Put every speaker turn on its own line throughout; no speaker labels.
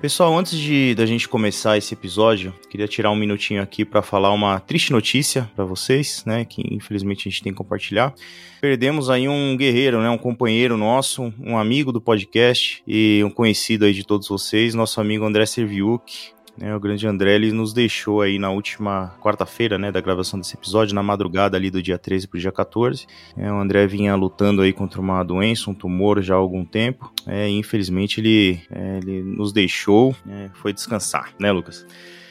Pessoal, antes de da gente começar esse episódio, queria tirar um minutinho aqui para falar uma triste notícia para vocês, né, que infelizmente a gente tem que compartilhar. Perdemos aí um guerreiro, né, um companheiro nosso, um amigo do podcast e um conhecido aí de todos vocês, nosso amigo André Serviuk, né, o grande André ele nos deixou aí na última quarta-feira, né, da gravação desse episódio, na madrugada ali do dia 13 pro dia 14. É, o André vinha lutando aí contra uma doença, um tumor já há algum tempo. É, e infelizmente ele, é, ele nos deixou, é, foi descansar, né, Lucas?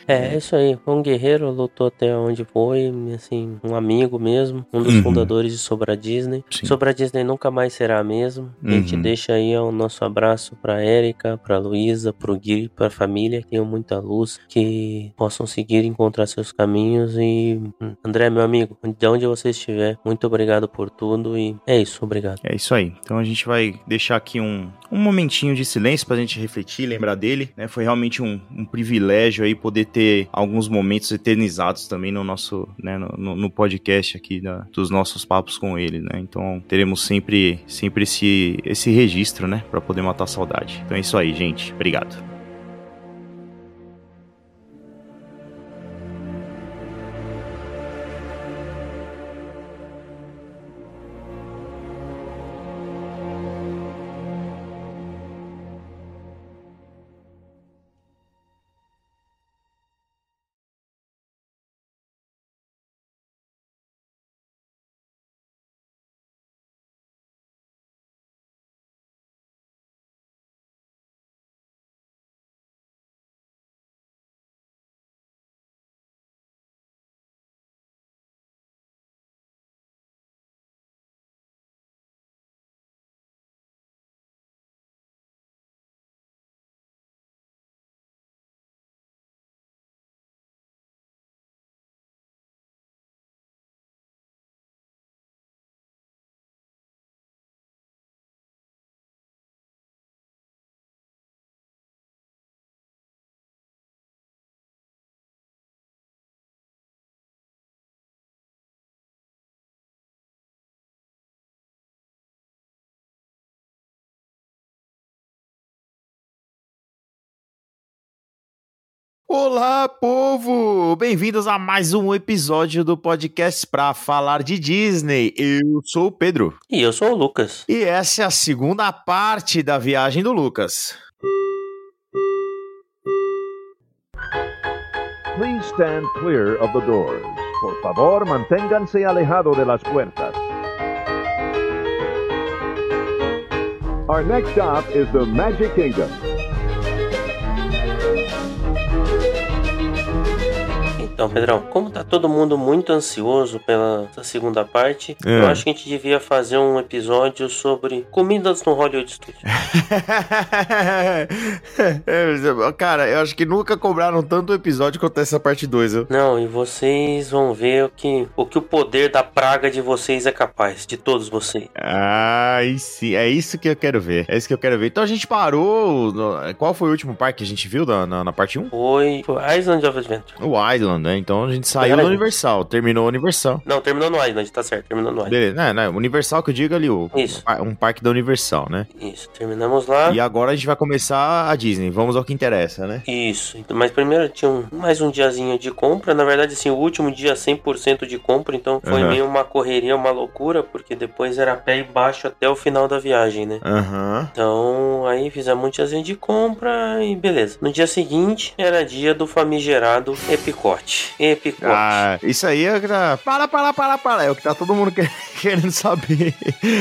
É, é, isso aí. Um guerreiro lutou até onde foi, assim, um amigo mesmo, um dos uhum. fundadores de Sobra Disney. Sim. Sobra Disney nunca mais será a mesma. Uhum. A gente deixa aí o nosso abraço pra Érica, pra Luísa, pro Gui, pra família, que tenham muita luz, que possam seguir encontrar seus caminhos e hum, André, meu amigo, de onde você estiver, muito obrigado por tudo e é isso, obrigado.
É isso aí. Então a gente vai deixar aqui um, um momentinho de silêncio pra gente refletir, lembrar dele, né? Foi realmente um, um privilégio aí poder ter ter alguns momentos eternizados também no nosso, né, no, no podcast aqui da, dos nossos papos com ele, né? Então teremos sempre, sempre esse, esse registro, né, para poder matar a saudade. Então é isso aí, gente. Obrigado. Olá, povo! Bem-vindos a mais um episódio do podcast para falar de Disney. Eu sou o Pedro.
E eu sou o Lucas.
E essa é a segunda parte da viagem do Lucas.
Please stand clear of the doors. Por favor, manténganse alejado de las puertas. Our next stop is the Magic Kingdom.
Então, Pedrão, como tá todo mundo muito ansioso pela segunda parte, é. eu acho que a gente devia fazer um episódio sobre comidas no Hollywood Studios.
Cara, eu acho que nunca cobraram tanto episódio quanto essa parte 2. Eu...
Não, e vocês vão ver o que, o que o poder da praga de vocês é capaz, de todos vocês.
Ah, sim, é isso que eu quero ver. É isso que eu quero ver. Então a gente parou. No... Qual foi o último parque que a gente viu na, na, na parte 1? Um?
Foi, foi Island of Adventure.
O Island, né? Então a gente saiu do Universal, terminou o Universal.
Não, terminou no Island, tá certo, terminou no Island.
Beleza, né, né, Universal que eu digo ali, o,
Isso.
um parque da Universal, né?
Isso, terminamos lá.
E agora a gente vai começar a Disney, vamos ao que interessa, né?
Isso, mas primeiro tinha um, mais um diazinho de compra, na verdade assim, o último dia 100% de compra, então foi uhum. meio uma correria, uma loucura, porque depois era pé e baixo até o final da viagem, né?
Uhum.
Então aí fizemos um diazinho de compra e beleza. No dia seguinte era dia do famigerado Epicote. Epicote.
Ah, isso aí é que tá... Para, para, para, para. É o que tá todo mundo querendo saber.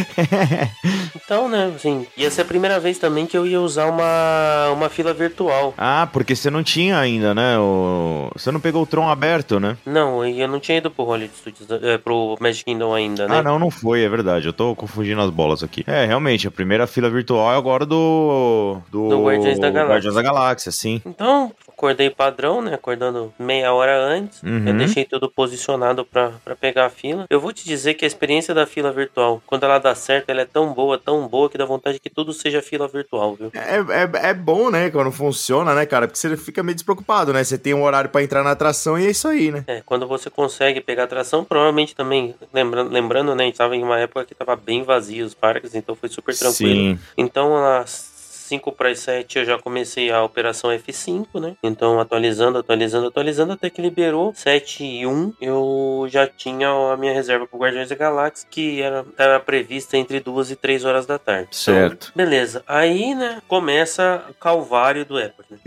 então, né, assim, ia ser a primeira vez também que eu ia usar uma, uma fila virtual.
Ah, porque você não tinha ainda, né? O... Você não pegou o Tron aberto, né?
Não, eu não tinha ido pro Hollywood Studios, é, pro Magic Kingdom ainda, né?
Ah, não, não foi, é verdade. Eu tô confundindo as bolas aqui. É, realmente, a primeira fila virtual é agora do...
Do, do Guardiões da Galáxia.
Guardiões da Galáxia, sim.
Então, acordei padrão, né? Acordando meia hora antes. Uhum. Eu deixei tudo posicionado para pegar a fila. Eu vou te dizer que a experiência da fila virtual, quando ela dá certo, ela é tão boa, tão boa, que dá vontade que tudo seja fila virtual, viu?
É, é, é bom, né? Quando funciona, né, cara? Porque você fica meio despreocupado, né? Você tem um horário para entrar na atração e é isso aí, né?
É, quando você consegue pegar a atração, provavelmente também, lembrando, lembrando né? A gente tava em uma época que tava bem vazio os parques, então foi super tranquilo. Sim. Então, as 5 para as 7 eu já comecei a operação F5, né? Então atualizando, atualizando, atualizando, até que liberou 7 e 1. Eu já tinha a minha reserva pro Guardiões da Galáxia, que era, era prevista entre 2 e 3 horas da tarde.
Certo.
Então, beleza. Aí, né, começa o calvário do Apple, né?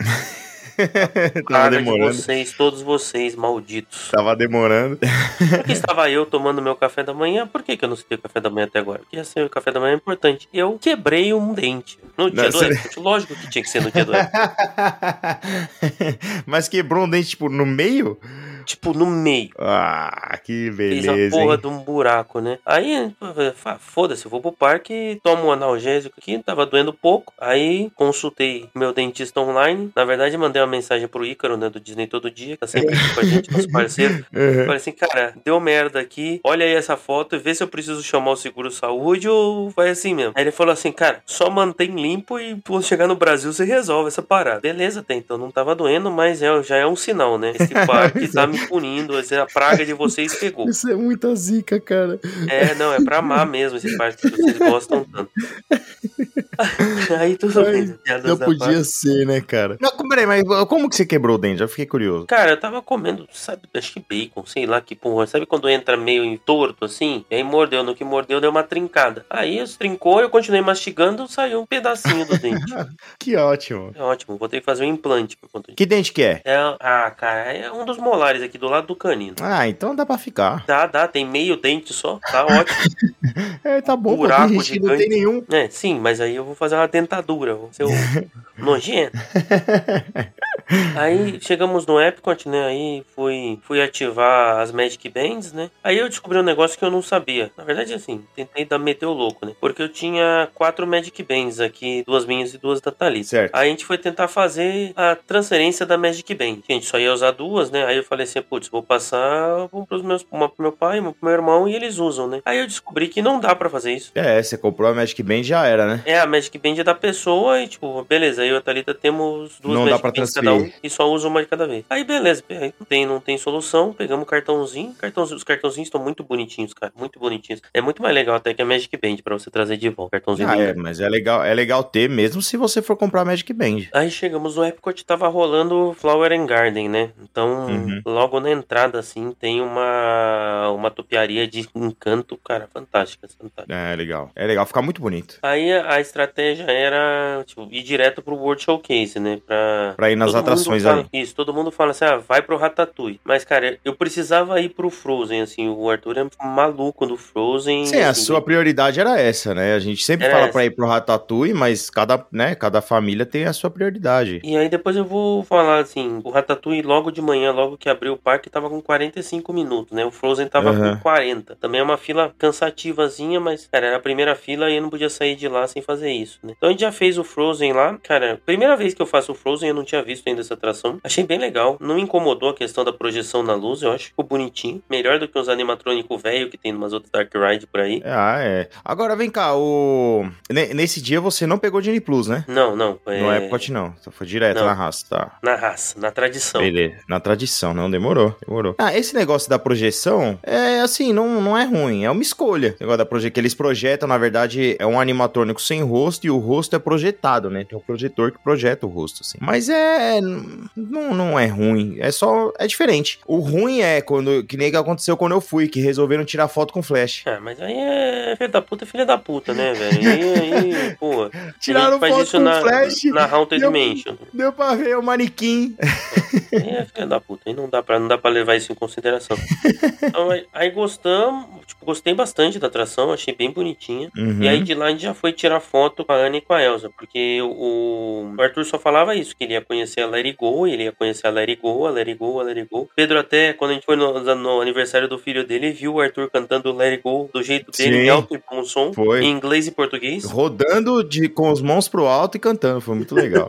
Tava
Cara de
demorando.
vocês, todos vocês, malditos.
Tava demorando.
Por que estava eu tomando meu café da manhã? Por que, que eu não citei o café da manhã até agora? Porque assim, o café da manhã é importante. Eu quebrei um dente no dia
Não,
do
você-
Epcot. Lógico que tinha que ser no dia do Epcot.
Mas quebrou um dente, tipo, no meio?
tipo, no meio.
Ah, que
Fez
beleza.
a porra
hein?
de um buraco, né? Aí, fa- foda-se, eu vou pro parque, tomo um analgésico aqui, tava doendo pouco. Aí, consultei meu dentista online. Na verdade, mandei uma mensagem pro Ícaro, né, do Disney Todo Dia, que tá sempre aqui com a gente, nosso parceiro. Eu
Uhum.
Falei assim, cara, deu merda aqui. Olha aí essa foto e vê se eu preciso chamar o seguro saúde ou vai assim mesmo. Aí ele falou assim, cara, só mantém limpo e quando chegar no Brasil você resolve essa parada. Beleza, até então não tava doendo, mas é, já é um sinal, né? Esse parque tá me punindo, essa- a praga de vocês pegou.
Isso é muita zica, cara.
É, não, é pra amar mesmo esse parque que vocês gostam tanto. aí tudo
Ai,
bem. piadas
Não
da
podia ser, né, cara? Não, peraí, mas como que você quebrou o dente? Já fiquei curioso.
Cara, eu tava comendo, sabe, acho que bacon, sei lá que porra. Sabe quando entra meio em torto assim? E aí mordeu, no que mordeu deu uma trincada. Aí os trincou, eu continuei mastigando, saiu um pedacinho do dente.
Que ótimo.
É ótimo, vou ter que fazer um implante por conta disso.
Que dente que é?
É, ah, cara, é um dos molares aqui do lado do canino.
Ah, então dá pra ficar.
Dá, dá, tem meio dente só, tá ótimo.
É, tá bom,
Um Buraco
porque a gente que não tem
gigante.
nenhum.
É, sim, mas aí eu vou fazer uma dentadura, vou ser um nojento. Aí chegamos no Epcot, né? Aí fui, fui ativar as Magic Bands, né? Aí eu descobri um negócio que eu não sabia. Na verdade, assim, tentei dar meter o louco, né? Porque eu tinha quatro Magic Bands aqui, duas minhas e duas da Thalita.
Certo.
Aí a gente foi tentar fazer a transferência da Magic Band. A gente só ia usar duas, né? Aí eu falei assim, putz, vou passar um pros meus, uma pro meu pai, uma pro meu irmão e eles usam, né? Aí eu descobri que não dá pra fazer isso.
É, você comprou a Magic Band já era, né?
É, a Magic Band é da pessoa e, tipo, beleza, eu e a Thalita temos duas
Não dá
Magic
pra
Bands cada um
transferir.
e só usa uma de cada vez. Aí, beleza, aí não tem, não tem solução, pegamos o cartãozinho, cartãozinho, os cartãozinhos estão muito bonitinhos, cara, muito bonitinhos. É muito mais legal até que a Magic Band pra você trazer de volta, o cartãozinho.
Ah,
do
é, mas é legal, é legal ter mesmo se você for comprar a Magic Band.
Aí chegamos no Epcot, tava rolando Flower and Garden, né? Então,
Uhum.
logo na entrada, assim, tem uma, uma topiaria de encanto, cara, fantástica, fantástica.
É legal. É legal, fica muito bonito.
Aí a estratégia era tipo, ir direto pro World Showcase, né? Pra,
Pra ir nas
mundo tá
atrações
fala-
ali.
Isso, todo mundo fala assim, ah, vai pro Ratatouille. Mas, cara, eu precisava ir pro Frozen, assim, o Arthur é maluco do Frozen.
Sim, a
assim,
sua prioridade era essa, né? A gente sempre
Era
fala
essa.
pra ir pro Ratatouille, mas cada, né, cada família tem a sua prioridade.
E aí depois eu vou falar, assim, o Ratatouille logo de manhã, logo que abriu o parque, tava com 45 minutos, né? O Frozen tava
Aham.
com 40. Também é uma fila cansativazinha, mas, cara, era a primeira fila e eu não podia sair de lá sem fazer isso, né? Então a gente já fez o Frozen lá. Cara, primeira vez que eu faço o Frozen, eu não tinha visto ainda essa atração. Achei bem legal. Não me incomodou a questão da projeção na luz, eu acho que ficou bonitinho. Melhor do que os animatrônicos velho que tem umas outras Dark Ride por aí.
Ah, é. Agora vem cá, o. ne- Nesse dia você não pegou Genie Plus, né?
Não, não. É...
No Epcot não. Só foi direto
Não.
na raça, tá?
Na raça, na tradição.
Beleza. Na tradição, não demorou, demorou. Então. Ah, esse negócio da projeção é assim, não, não é ruim, é uma escolha. O negócio da projeção que eles projetam, na verdade, é um animatrônico sem rosto e o rosto é projetado, né? Tem um projetor que projeta o rosto, assim. Mas é. n- Não, não é ruim, é só. É diferente. O ruim é quando. Que nem que aconteceu quando eu fui, que resolveram tirar foto com flash.
Ah, mas aí é filho da puta, filha da puta, né, velho? Aí, aí, pô. a
Tiraram
gente faz
foto
isso
com
na,
flash.
Na Haunted
Deu-
Mansion.
Deu pra ver o manequim.
Aí é filha da puta, aí não dá pra, não dá pra levar isso em consideração. Então, aí, aí gostamos, tipo, gostei bastante da atração, achei bem bonitinha.
Uhum.
E aí de lá a gente já foi tirar foto com a Ana e com a Elsa, porque o, o Arthur só falava isso, que ele ia conhecer a Larry Go, ele ia conhecer a Larry Go, a Larry Go, a Larry Go. Pedro até, quando a gente foi no, no aniversário do filho dele, viu o Arthur cantando Larry Go do jeito dele,
Sim.
em alto e bom som,
Foi.
em inglês e português.
Rodando de, com os mãos pro alto e cantando, foi muito legal.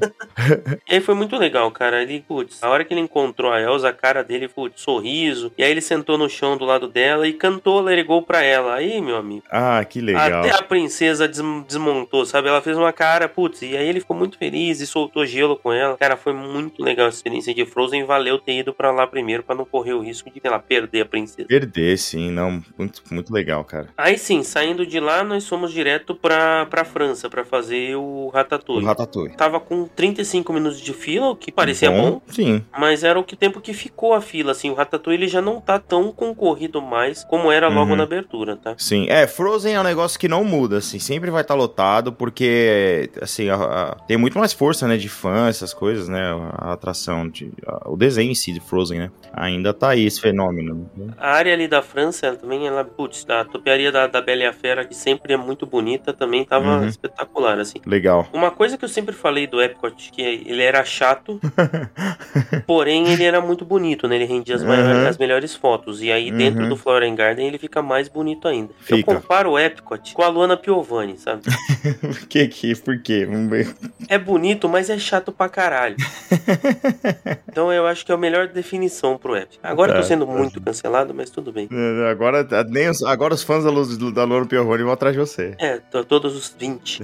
E aí foi muito legal, cara. Ele, putz, a hora que que ele encontrou a Elsa, a cara dele foi de sorriso. E aí ele sentou no chão do lado dela e cantou Let It Go pra ela. Aí, meu amigo.
Ah, que legal.
Até a princesa des desmontou, sabe? Ela fez uma cara, putz, e aí ele ficou muito feliz e soltou gelo com ela. Cara, foi muito legal a experiência de Frozen. Valeu ter ido pra lá primeiro pra não correr o risco de, sei lá, perder a princesa.
Perder, sim, não. Muito, muito legal, cara.
Aí sim, saindo de lá, nós fomos direto pra, pra França pra fazer o Ratatouille.
O Um Ratatouille.
Tava com 35 minutos de fila, o que parecia
Uhum.
bom, bom.
Sim.
Mas era o que tempo que ficou a fila, assim. O Ratatouille ele já não tá tão concorrido mais como era logo uhum. na abertura, tá?
Sim. É, Frozen é um negócio que não muda, assim. Sempre vai estar tá lotado, porque, assim, a, a, tem muito mais força, né, de fã, essas coisas, né? A, a atração, de, o desenho em si de Frozen, né? Ainda tá aí esse fenômeno. Né?
A área ali da França ela, também, ela, putz, a topearia da, da Bela e a Fera, que sempre é muito bonita, também tava uhum. espetacular, assim.
Legal.
Uma coisa que eu sempre falei do Epcot, que ele era chato, porém ele era muito bonito, né? Ele rendia as, uhum. maiores, as melhores fotos. E aí, uhum. dentro do Florian Garden, ele fica mais bonito ainda. Fica. Eu comparo o Epcot com a Luana Piovani, sabe?
por que que? Por quê? Vamos ver.
É bonito, mas é chato pra caralho. então eu acho que é a melhor definição pro Epcot. Agora tá, tô sendo tá. muito cancelado, mas tudo bem.
Agora, nem os, agora os fãs da, Luz, da Luana Piovani vão atrás de você.
É, todos os 20.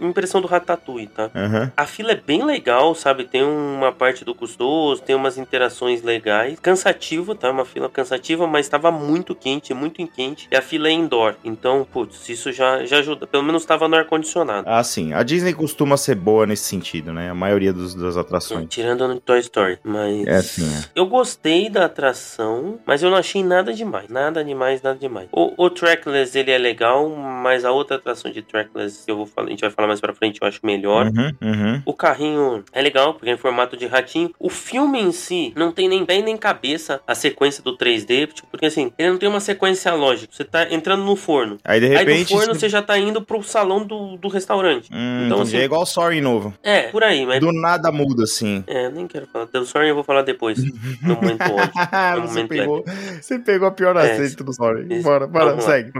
impressão do Ratatouille, tá?
Uhum.
A fila é bem legal, sabe? Tem uma parte do custoso, tem umas interações legais. Cansativo, tá? Uma fila cansativa, mas estava muito quente, muito quente. E a fila é indoor. Então, putz, isso já, já ajuda. Pelo menos estava no ar-condicionado.
Ah, sim. A Disney costuma ser boa nesse sentido, né? A maioria dos, das atrações. É,
tirando no Toy Story, mas...
É, sim. É.
Eu gostei da atração, mas eu não achei nada demais. Nada demais, nada demais. O, o Trackless, ele é legal, mas a outra atração de Trackless, eu vou falar, a gente vai falar mais pra frente, eu acho melhor.
Uhum, uhum.
O carrinho é legal, porque é em formato de ratinho. O filme em si não tem nem pé nem cabeça a sequência do 3D, tipo, porque assim, ele não tem uma sequência lógica. Você tá entrando no forno.
Aí de repente.
Aí do forno você já tá indo pro salão do, do restaurante.
Hum, então assim. né? É igual o Sorry novo.
É, por aí, mas.
Do nada muda, assim.
É, nem quero falar. Do Sorry eu vou falar depois. no momento ótimo. No
você, momento pegou, épico. você pegou a pior aceita é, do Sorry. Bora, bora, segue.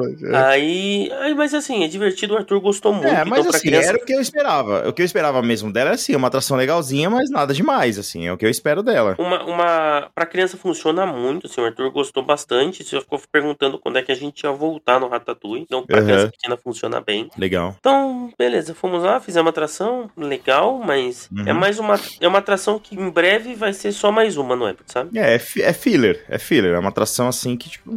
Aí, aí, mas assim, é divertido, o Arthur gostou muito. É,
mas
então,
assim, criança... era Ah, o que eu esperava. O que eu esperava mesmo dela é assim, uma atração legalzinha, mas nada demais, assim. É o que eu espero dela.
Uma, uma... Pra criança funciona muito, assim, o Arthur gostou bastante. Você ficou perguntando quando é que a gente ia voltar no Ratatouille. Então, pra uhum. criança pequena funciona bem.
Legal.
Então, beleza, fomos lá, fizemos atração, legal, mas uhum. é mais uma... É uma atração que em breve vai ser só mais uma, não é, sabe?
É, é, é filler, é filler. É uma atração, assim, que tipo...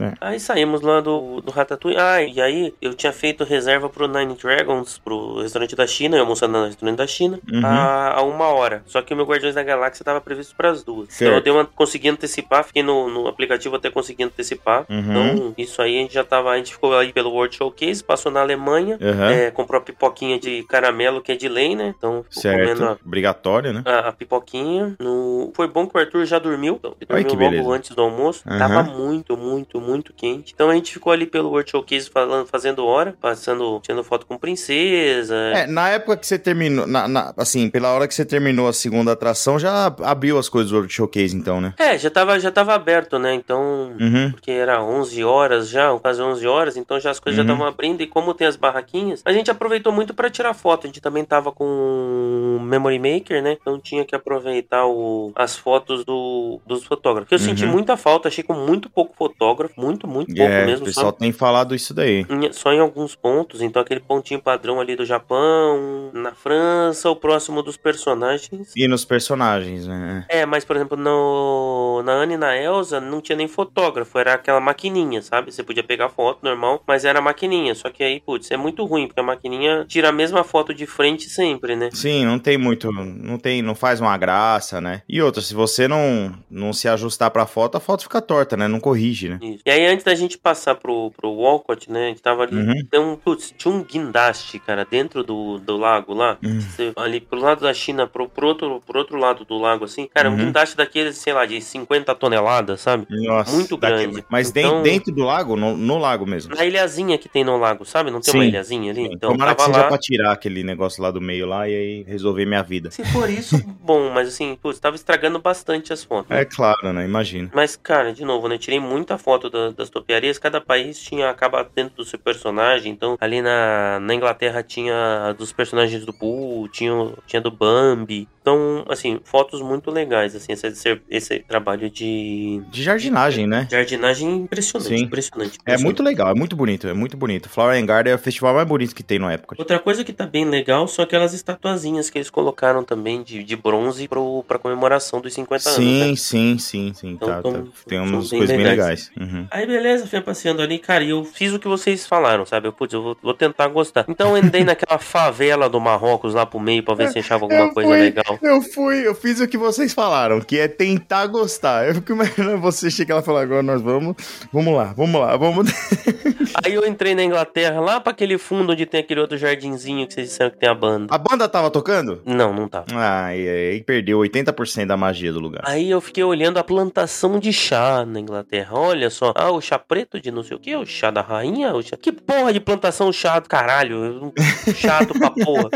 É.
Aí saímos lá do, do Ratatouille. Ah, e aí eu tinha feito reserva pro Nine Dragons, pro restaurante da China, eu almoçando no restaurante da China, uhum.
Ah,
a, a, uma hora. Só que o meu Guardiões da Galáxia tava previsto para as duas. Certo. Então eu dei uma, consegui antecipar, fiquei no, no aplicativo até consegui antecipar.
Uhum.
Então isso aí a gente já tava, a gente ficou aí pelo World Showcase, passou na Alemanha,
uhum.
é, comprou a pipoquinha de caramelo que é de lei, né? Então
certo. A, obrigatório, né?
A, a pipoquinha. No... Foi bom que o Arthur já dormiu, então, ele Ai, dormiu logo antes do almoço. Tava muito, muito, muito quente. Então a gente ficou ali pelo World Showcase falando, fazendo hora, passando, tirando foto com princesa.
É, na época que você terminou, na, na, assim, pela hora que você terminou a segunda atração, já abriu as coisas do World Showcase, então, né?
É, já tava, já tava aberto, né? Então,
uhum.
porque era 11 horas já, quase 11 horas, então já as coisas uhum. já estavam abrindo. E como tem as barraquinhas, a gente aproveitou muito para tirar foto. A gente também tava com Memory Maker, né? Então tinha que aproveitar o, as fotos do, dos fotógrafos. Eu uhum. senti muita falta, achei com muito pouco fotógrafo, muito, muito pouco é, mesmo.
O pessoal só, tem falado isso daí.
Em, só em alguns pontos, então aquele pontinho padrão ali do Japão, na França, o próximo dos personagens.
E nos personagens, né?
É, mas por exemplo, no, na Anne e na Elsa não tinha nem fotógrafo, era aquela maquininha, sabe? Você podia pegar foto normal, mas era a maquininha. Só que aí, putz, é muito ruim, porque a maquininha tira a mesma foto de frente sempre, né?
É. Sim, não tem muito, não tem, não faz uma graça, né? E outra, se você não, não se ajustar pra foto, a foto fica torta, né? Não corrige, né?
Isso. E aí, antes da gente passar pro, pro Walcott, né? A gente tava ali, uhum. tem um, putz, tinha um guindaste, cara, dentro do, do lago lá,
uhum.
você, ali pro lado da China, pro, pro, outro, pro outro lado do lago, assim, cara, uhum. um guindaste daqueles, sei lá, de 50 toneladas, sabe?
Nossa,
Muito grande. Daqui,
mas então, dentro do lago, no, no, lago mesmo.
Na ilhazinha que tem no lago, sabe? Não tem
sim,
uma ilhazinha ali? Então,
Sim. Então, Tomara que seja lá... pra tirar aquele negócio lá do meio lá e aí resolver minha vida.
Se for isso, bom, mas assim, putz, tava estragando bastante as fotos.
É claro, né? Imagina.
Mas, cara, de novo, né? Eu tirei muita foto da- das topiarias. Cada país tinha acabado dentro do seu personagem. Então, ali na, na Inglaterra tinha a dos personagens do Pooh, tinha, o- tinha do Bambi. Então, assim, fotos muito legais, assim, esse, esse- esse trabalho de
De jardinagem, né?
jardinagem é impressionante,
Sim.
impressionante.
É
impressionante.
muito legal, é muito bonito, é muito bonito. Flower and Garden é o festival mais bonito que tem na época.
Outra coisa que tá bem legal são aquelas estatuazinhas que eles colocaram também de, de bronze pro, pra comemoração dos 50 anos. né?
Sim, sim, sim, sim.
Então,
tá,
tão-
tá. Tem
são
umas
bem
coisas bem
legais.
legais. Uhum.
Aí beleza, fui passeando ali, cara, e eu fiz o que vocês falaram, sabe? Eu, putz, eu vou, vou tentar gostar. Então eu andei naquela favela do Marrocos lá pro meio pra ver se achava alguma
eu
coisa
fui.
legal.
Eu fui, eu fiz o que vocês falaram, que é tentar gostar. Eu fico imaginando você chegar lá e falar, agora nós vamos, vamos lá, vamos lá, vamos.
Aí eu entrei na Inglaterra, lá pra aquele fundo onde tem aquele outro jardinzinho que vocês disseram que tem a banda.
A banda tava tocando?
Não, não tá. tava.
Ah, e aí perdeu 80% da magia do lugar.
Aí eu fiquei olhando a plantação de chá na Inglaterra. Olha só. Ah, o chá preto de não sei o que, o chá da rainha, o chá... Que porra de plantação chá do caralho. eu- Chato pra porra.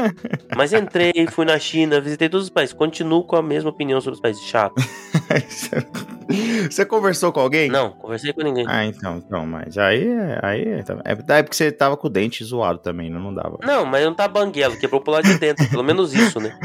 Mas entrei, fui na China, visitei todos os países. Continuo com a mesma opinião sobre os países. Chato.
você conversou com alguém?
Não, conversei com ninguém.
Ah, então, então, mas aí, é- aí é, tá- é, tá, é porque você tava com o dente zoado também, né? não dava.
Não, mas não tá banguelo, quebrou pro lado de dentro, pelo menos isso, né?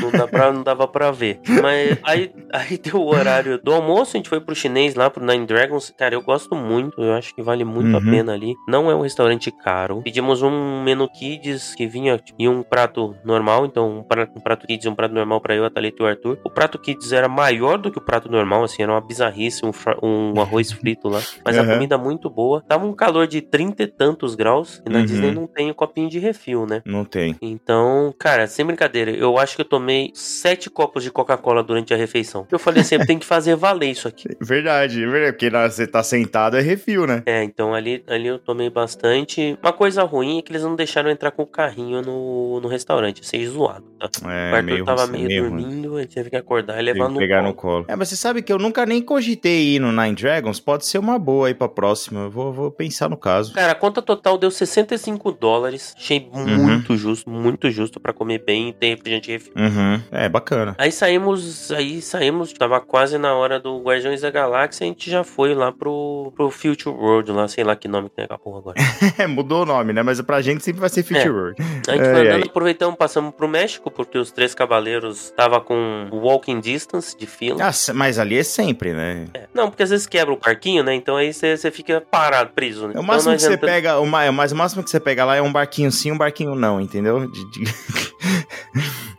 Não, dá pra, não dava pra ver. Mas aí, aí deu o horário do almoço, a gente foi pro chinês lá, pro Nine Dragons. Cara, eu gosto muito, eu acho que vale muito a
Uhum.
pena ali. Não é um restaurante caro. Pedimos um menu kids que vinha e um prato normal, então um prato, um prato kids e um prato normal pra eu, a Thalita e o Arthur. O prato kids era maior do que o prato normal, assim, era uma bizarrice, um, fra- um arroz frito lá. Mas a
Aham.
comida muito boa. Tava um calor de 30 e tantos graus, e na
Uhum.
Disney não tem copinho de refil, né?
Não tem.
Então, cara, sem brincadeira, eu acho que eu tomei sete copos de Coca-Cola durante a refeição. Eu falei sempre, tem que fazer valer isso aqui.
Verdade, é verdade, porque na- você tá sentado é refil, né?
É, então ali, ali eu tomei bastante. Uma coisa ruim é que eles não deixaram eu entrar com o carrinho no, no restaurante, seja zoado, tá? o
É,
Arthur
meio,
tava
meio,
meio,
meio ruim.
dormindo, ele teve que acordar e levar
Tem
no
que pegar
colo.
no colo. É, mas você sabe que eu nunca nem cogitei ir no Nine Dragons. Pode ser uma boa aí pra próxima. Eu vou, vou pensar no caso.
Cara, a conta total deu 65 dólares. Achei muito justo, muito justo pra comer bem e ter refrigerante refil.
Uhum. É, bacana.
Aí saímos, aí saímos, tava quase na hora do Guardiões da Galáxia, a gente já foi lá pro, pro Future World, lá, sei lá que nome que tem aquela porra agora.
É, mudou o nome, né? Mas pra gente sempre vai ser Future
É.
World.
A gente foi
Ai,
andando, aproveitamos, passamos pro México, porque os Três Cavaleiros tava com walking distance de fila.
Ah, se- mas ali é sempre, né?
É. Não, porque às vezes quebra o parquinho, né? Então aí você você fica parado, preso,
É
né?
o
Então
máximo
nós
que você
entramos-
pega, o, ma- mas o máximo que você pega lá é um barquinho sim, um barquinho não, entendeu? De- de-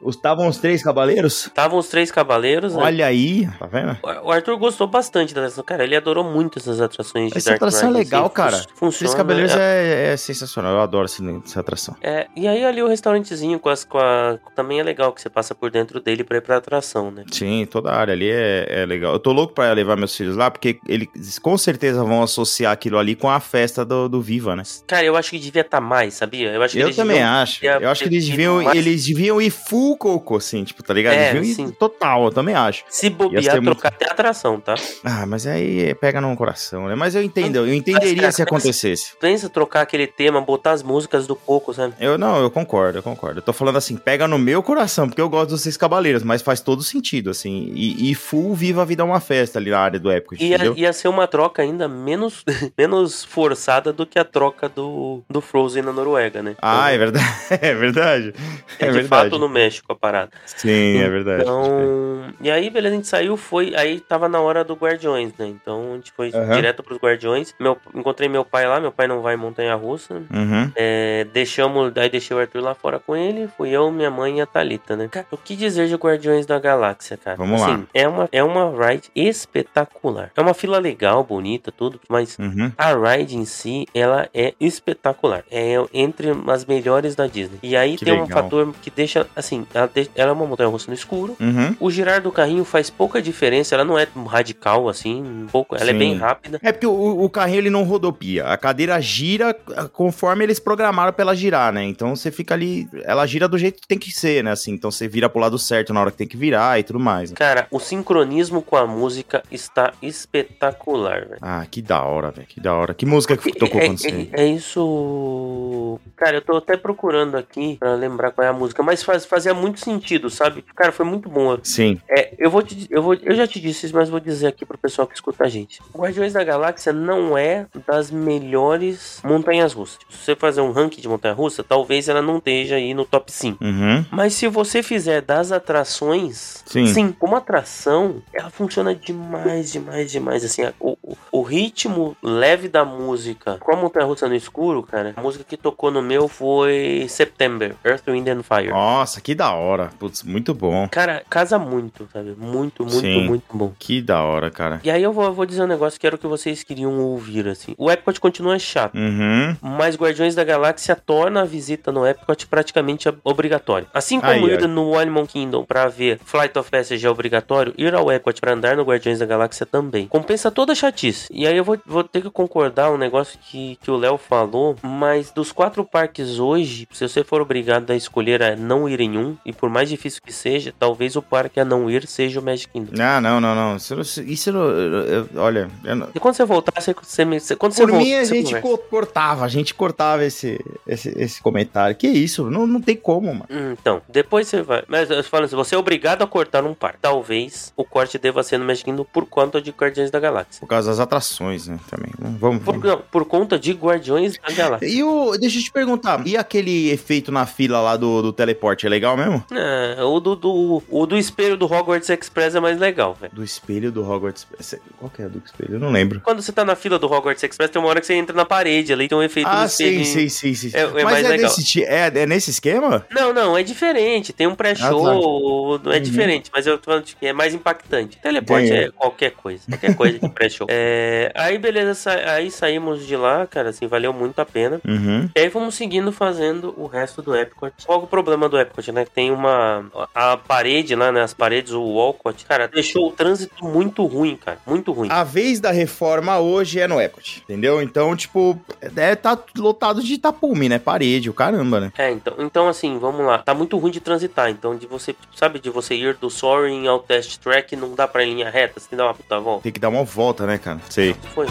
Os Estavam os três cavaleiros?
Estavam os Três Cavaleiros, né?
Olha aí, tá vendo?
O Arthur gostou bastante da atração. Cara, ele adorou muito essas atrações de
Essa
Dark
atração é
Rides,
legal,
assim,
cara.
fun-
Os
Funciona.
três cavaleiros é, é sensacional, eu adoro esse- essa atração.
É, e aí ali o restaurantezinho com as, com a- também é legal que você passa por dentro dele pra ir pra atração, né?
Sim, toda a área ali é, é legal. Eu tô louco pra levar meus filhos lá, porque eles com certeza vão associar aquilo ali com a festa do, do Viva, né?
Cara, eu acho que devia estar mais, sabia? Eu acho que
Eu
eles
também
deviam-
acho.
ter
Eu acho que eles
aprendido
deviam,
mais.
eles deviam ir full coco, assim, tipo, tá ligado?
É,
Eles deviam
sim.
ir total, eu também acho.
Se
Ia
bobear,
ser muito-
trocar até a atração, tá?
Ah, mas aí pega no coração, né? Mas eu entendo, eu entenderia
cara, é
se acontecesse.
Pensa trocar aquele tema, botar as músicas do Coco, sabe?
Eu não, eu concordo, eu concordo. Eu tô falando assim, pega no meu coração, porque eu gosto dos seis cavaleiros, mas faz todo sentido, assim. E, e full viva a vida é uma festa ali na área do Epcot,
Ia,
entendeu?
ia ser uma troca ainda menos, menos forçada do que a troca do, do Frozen na Noruega, né? Então,
Ah, é verdade, é verdade. É,
de
verdade.
fato no México a parada.
Sim, é verdade.
Então, e aí, beleza, a gente saiu, foi, aí tava na hora do Guardiões, né? Então, a gente foi
Aham.
direto pros Guardiões. Meu, encontrei meu pai lá, meu pai não vai em montanha russa.
Uhum.
É, deixamos, aí deixei o Arthur lá fora com ele, fui eu, minha mãe e a Thalita, né? Cara, o que dizer de Guardiões da Galáxia, cara?
Vamos lá.
É uma, é uma ride espetacular. É uma fila legal, bonita, tudo, mas
Uhum.
a ride em si, ela é espetacular. É entre as melhores da Disney. E aí
Que
tem um
legal.
fator que deixa, assim, ela, de- ela é uma montanha russa no escuro.
Uhum.
O girar do carrinho faz pouca diferença, ela não é radical assim, um pouco, ela é
Sim.
bem rápida.
É porque o, o carrinho ele não rodopia. A cadeira gira ah, conforme eles programaram pra ela girar, né? Então você fica ali. Ela gira do jeito que tem que ser, né? Assim, então você vira pro lado certo na hora que tem que virar e tudo mais. né?
Cara, o sincronismo com a música está espetacular, velho.
Ah, que da hora, velho. Que da hora. Que música que tocou
é,
quando você.
é- é isso. Cara, eu tô até procurando aqui pra lembrar qual é a música, mas faz- fazia muito sentido, sabe? Cara, foi muito bom.
Sim.
É, eu vou te, eu vou, eu já te disse isso, mas vou dizer aqui pro pessoal que escuta a gente. Guardiões da Galáxia não é das melhores montanhas russas. Se você fazer um ranking de montanha russa, talvez ela não esteja aí no top 5.
Uhum.
Mas se você fizer das atrações,
Sim.
como atração, ela funciona demais, demais, demais. Assim, a- o, o- o ritmo leve da música com a montanha russa no escuro, cara. A música que tocou no meu foi September, Earth, Wind and Fire.
Nossa, que da hora. Putz, muito bom.
Cara, casa muito, sabe? Muito, muito,
Sim.
muito bom.
Que da hora, cara.
E aí eu vou, eu vou dizer um negócio que era o que vocês queriam ouvir, assim. O Epcot continua chato.
Uhum.
Mas Guardiões da Galáxia torna a visita no Epcot praticamente ab- obrigatória. Assim como
Ai,
ir
ai.
no Animal Kingdom pra ver Flight of Passage é obrigatório, ir ao Epcot pra andar no Guardiões da Galáxia também. Compensa toda a chatice. E aí eu vou, vou ter que concordar um negócio que, que o Léo falou, mas dos quatro parques hoje, se você for obrigado a escolher a não ir em um, e por mais difícil que seja, talvez o parque a não ir seja o Magic Kingdom.
Ah, não, não, não. Isso, não- isso não- eu- eu- olha, eu não-
E quando você voltar, você, você, me- você- quando
por
você
mim
voltar,
a
você
gente
conversa.
co- cortava, a gente cortava esse, esse, esse comentário. Que isso? Não, não tem como, mano.
Hum, Então, depois você vai. Mas eu falo assim, você é obrigado a cortar um par. Talvez o corte deva ser no Magic Kingdom por conta de Guardiões da Galáxia.
Por causa das atrações, né? Também. Vamos. vamos.
Por, não, por conta de Guardiões da Galáxia.
E o. Deixa eu te perguntar. E aquele efeito na fila lá do, do teleporte? É legal mesmo?
É, o, do, do- o do espelho do Hogwarts Express é mais legal, velho.
Do espelho do Hogwarts. Esse- Qual que é do espelho? Eu não lembro.
Quando você tá na fila do Hogwarts Express, tem uma hora que você entra na parede ali, tem um efeito do
Ah,
espelho.
sim, sim, sim, sim.
É- é
Mas
mais
é,
legal.
desse ti- é, é nesse esquema?
Não, não, é diferente. Tem um pré-show, é diferente, mas eu tô falando que é mais impactante. Teleporte
Uhum. Entendi.
é qualquer coisa, qualquer coisa de pré-show. É, aí, beleza, sa- aí saímos de lá, cara, assim, valeu muito a pena.
Uhum.
E aí fomos seguindo fazendo o resto do Epcot. Qual que é o problema do Epcot, né? Que Tem uma... A parede lá, né? As paredes, o Walcott, cara, deixou o trânsito muito ruim, cara. Muito ruim.
A vez da reforma hoje é no Epcot, entendeu? Então, tipo, é, tá lotado de tapume, né? Parede, o caramba, né?
É, então, então assim, vamos lá. Tá muito ruim de transitar. Então, de você, sabe, de você ir do Soaring ao Test Track, não dá pra ir em linha reta, você tem que dar uma puta volta.
Tem que dar uma volta, né, cara? Sei.
Foi.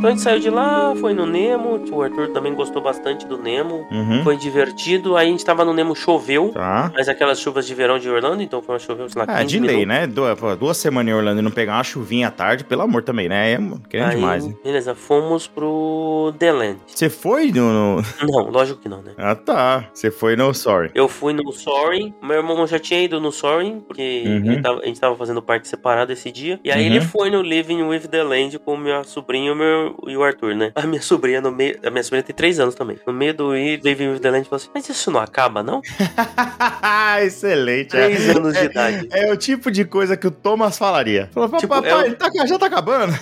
Então a gente saiu de lá, foi no Nemo, o Arthur também gostou bastante do Nemo,
Uhum.
foi divertido, aí a gente tava no Nemo, choveu,
Tá.
mas aquelas chuvas de verão de Orlando, então foi uma choveu, sei lá, 15
Ah, de
minutos.
lei, né? Du- pô, Duas semanas em Orlando e não pegar uma chuvinha à tarde, pelo amor também, né? É querendo
Aí,
demais, né?
Beleza, fomos pro The Land.
Você foi no, no-
Não, lógico que não, né?
Ah, tá. Você foi no Sorry.
Eu fui no Soaring, meu irmão já tinha ido no Soaring, porque
Uhum.
ele tava- a gente tava fazendo parte separada esse dia. E aí
Uhum.
ele foi no Living with the Land com minha sobrinha e o meu- e o Arthur, né? A minha sobrinha no meio. A minha sobrinha tem 3 anos também. No meio do i- Living with the Land falou assim: Mas isso não acaba, não?
Excelente. É.
3 anos de idade.
É o tipo de coisa que o Thomas falaria. Falou,
Tipo,
papai,
é o-
ele tá- já tá acabando.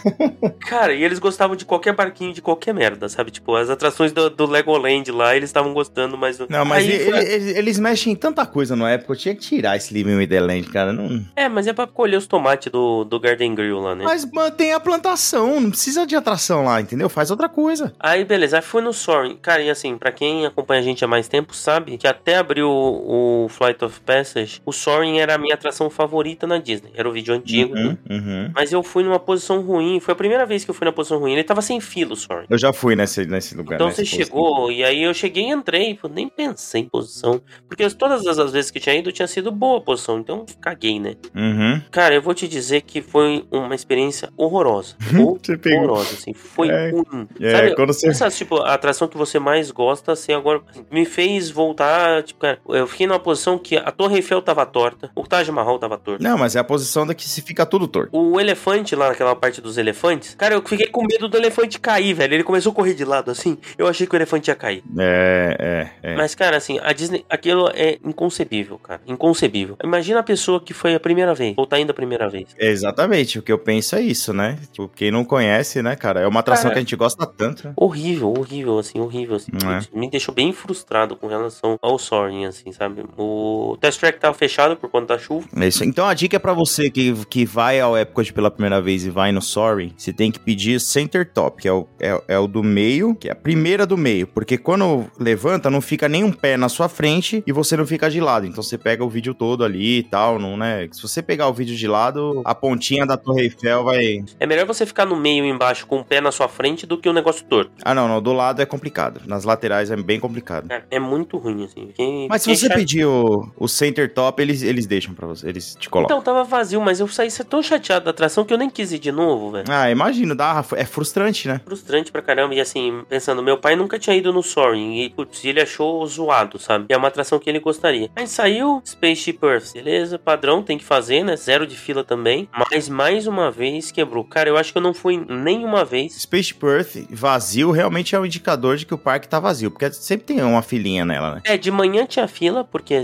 Cara, e eles gostavam de qualquer barquinho, de qualquer merda, sabe? Tipo, as atrações do, do Legoland lá, eles estavam gostando, mas.
Não, mas
Aí
e-
foi-
ele- ele- eles mexem em tanta coisa na época. Eu tinha que tirar esse Living with the Land, cara. Não...
É, mas é pra colher os tomates do, do Garden Grill lá, né?
Mas mantém a plantação. Não precisa de atração lá, entendeu? Faz outra coisa.
Aí, beleza, aí fui no Soaring. Cara, e assim, pra quem acompanha a gente há mais tempo, sabe que até abrir o, o Flight of Passage, o Soaring era a minha atração favorita na Disney. Era o vídeo antigo.
Uhum,
tudo.
uhum.
Mas eu fui numa posição ruim. Foi a primeira vez que eu fui na posição ruim. Ele tava sem fio, o Soaring.
Eu já fui nesse, nesse lugar.
Então
nessa
você
posição.
chegou, e aí eu cheguei e entrei, pô, nem pensei em posição. Porque todas as as vezes que eu tinha ido, tinha sido boa a posição, então caguei, né?
Uhum.
Cara, eu vou te dizer que foi uma experiência horrorosa.
Você pegou.
horrorosa, assim. Foi
É,
ruim.
É,
Sabe,
quando você.
Essa, tipo, a atração que você mais gosta, assim, agora assim, me fez voltar, tipo, cara, eu fiquei numa posição que a Torre Eiffel tava torta, o Taj Mahal tava torto.
Não, mas é a posição da que se fica tudo torto.
O elefante lá, naquela parte dos elefantes, cara, eu fiquei com medo do elefante cair, velho. Ele começou a correr de lado assim, eu achei que o elefante ia cair.
É, é, é.
Mas, cara, assim, a Disney, aquilo é inconcebível, cara. Inconcebível. Imagina a pessoa que foi a primeira vez, ou tá indo a primeira vez.
Exatamente, o que eu penso é isso, né? Tipo, quem não conhece, né, cara? É uma uma atração Cara, que a gente gosta tanto.
Horrível, horrível, assim, horrível. Assim. É? Me deixou bem frustrado com relação ao Sorn, assim, sabe? O Test Track tava fechado por conta da chuva.
Isso. Então a dica é pra você que, que vai ao Epcot pela primeira vez e vai no Sorry, você tem que pedir Center Top, que é o, é, é o do meio, que é a primeira do meio. Porque quando levanta, não fica nem um pé na sua frente e você não fica de lado. Então você pega o vídeo todo ali e tal, não, né? Se você pegar o vídeo de lado, a pontinha da Torre Eiffel vai.
É melhor você ficar no meio embaixo com o pé na sua frente do que o um negócio torto.
Ah, não, não. Do lado é complicado. Nas laterais é bem complicado.
É, é muito ruim, assim. Quem,
mas se você pedir o, o center top, eles, eles deixam pra você. Eles te colocam.
Então, tava vazio, mas eu saí é tão chateado da atração que eu nem quis ir de novo, velho.
Ah, imagino. Dá, é frustrante, né?
Frustrante pra caramba. E assim, pensando, meu pai nunca tinha ido no Soaring. E, putz, ele achou zoado, sabe? E é uma atração que ele gostaria. Aí saiu Spaceship Earth. Beleza, padrão, tem que fazer, né? Zero de fila também. Mas mais uma vez quebrou. Cara, eu acho que eu não fui nenhuma vez.
Spaceship Earth vazio realmente é um indicador de que o parque tá vazio. Porque sempre tem uma filinha nela, né?
É, de manhã tinha fila, porque,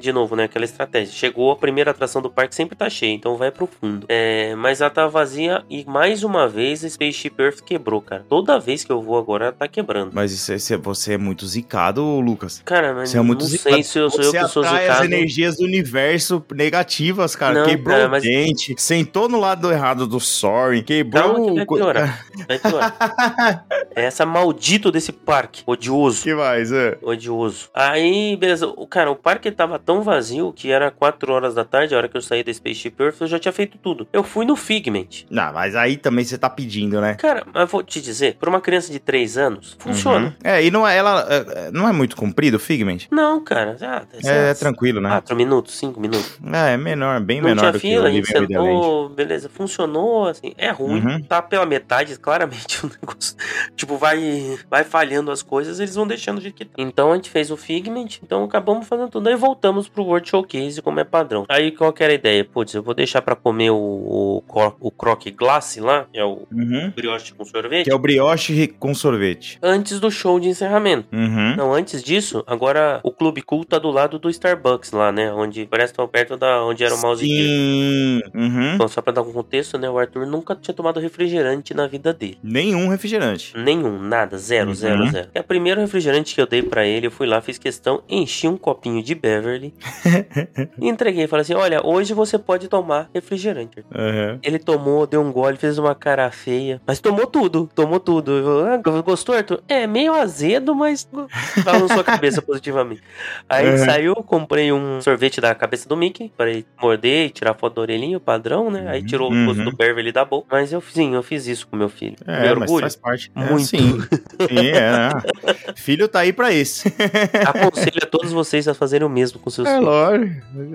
de novo, né? Aquela estratégia. Chegou a primeira atração do parque, sempre tá cheia, então vai pro fundo. É, mas ela tá vazia e mais uma vez Spaceship Earth quebrou, cara. Toda vez que eu vou agora, tá quebrando.
Mas isso, isso, você é muito zicado, Lucas.
Cara, mas você é muito não zicado. sei se eu sou
você
eu que sou zicado.
as energias do universo negativas, cara. Não, quebrou cara, mas... o dente, sentou no lado errado do Sorry, quebrou... Calma
que vai piorar. Vai piorar. é essa maldito desse parque. Odioso.
Que mais, é?
Odioso. Aí, beleza. Cara, o parque tava tão vazio que era 4 horas da tarde, a hora que eu saí da Spaceship Earth, eu já tinha feito tudo. Eu fui no Figment.
Não, mas aí também você tá pedindo, né?
Cara, mas vou te dizer, pra uma criança de 3 anos, funciona. Uhum.
É, e não é, ela é, não é muito comprido o Figment?
Não, cara. ah,
Já, é, é tranquilo, né?
4 minutos, 5 minutos.
É, é menor, bem não menor
Ah. tinha fila, que o a gente sentou, beleza, funcionou, assim, é ruim, uhum. tá pela metade, claramente, o negócio, tipo, vai, vai falhando as coisas, eles vão deixando de que tá. Então a gente fez o Figment, então acabamos fazendo tudo, aí voltamos pro World Showcase, como é padrão. Aí qual que era a ideia? Putz, eu vou deixar pra comer o, o, o croque glace lá, que é o uhum. brioche com sorvete.
Que é o brioche com sorvete.
Antes do show de encerramento.
Uhum.
Não, antes disso, agora o Clube Cool tá do lado do Starbucks lá, né, onde parece tão perto da onde era um o mouse
Sim. Uhum.
Bom, só pra dar um contexto, né, o Arthur nunca tinha tomado refrigerante na vida dele.
Nenhum refrigerante?
Nenhum, nada, zero, uhum. zero, zero. É o primeiro refrigerante que eu dei para ele, eu fui lá, fiz questão, enchi um copinho de Beverly, entreguei, falei assim, olha, hoje você pode tomar refrigerante.
Uhum.
Ele tomou, deu um gole, fez uma cara feia, mas tomou tudo, tomou tudo. Eu, ah, gostou, Arthur? É, meio azedo, mas balançou a cabeça positivamente. Aí uhum. saiu, comprei um sorvete da cabeça do Mickey, para ele morder e tirar foto da orelhinha, padrão, né? Aí tirou uhum. o gosto do Beverly da boca. Mas eu, sim, eu fiz isso com meu filho.
É, meu orgulho. faz parte.
Muito. É,
sim. sim é. Filho tá aí pra isso.
Aconselho a todos vocês a fazerem o mesmo com seus
é,
filhos.
Lógico.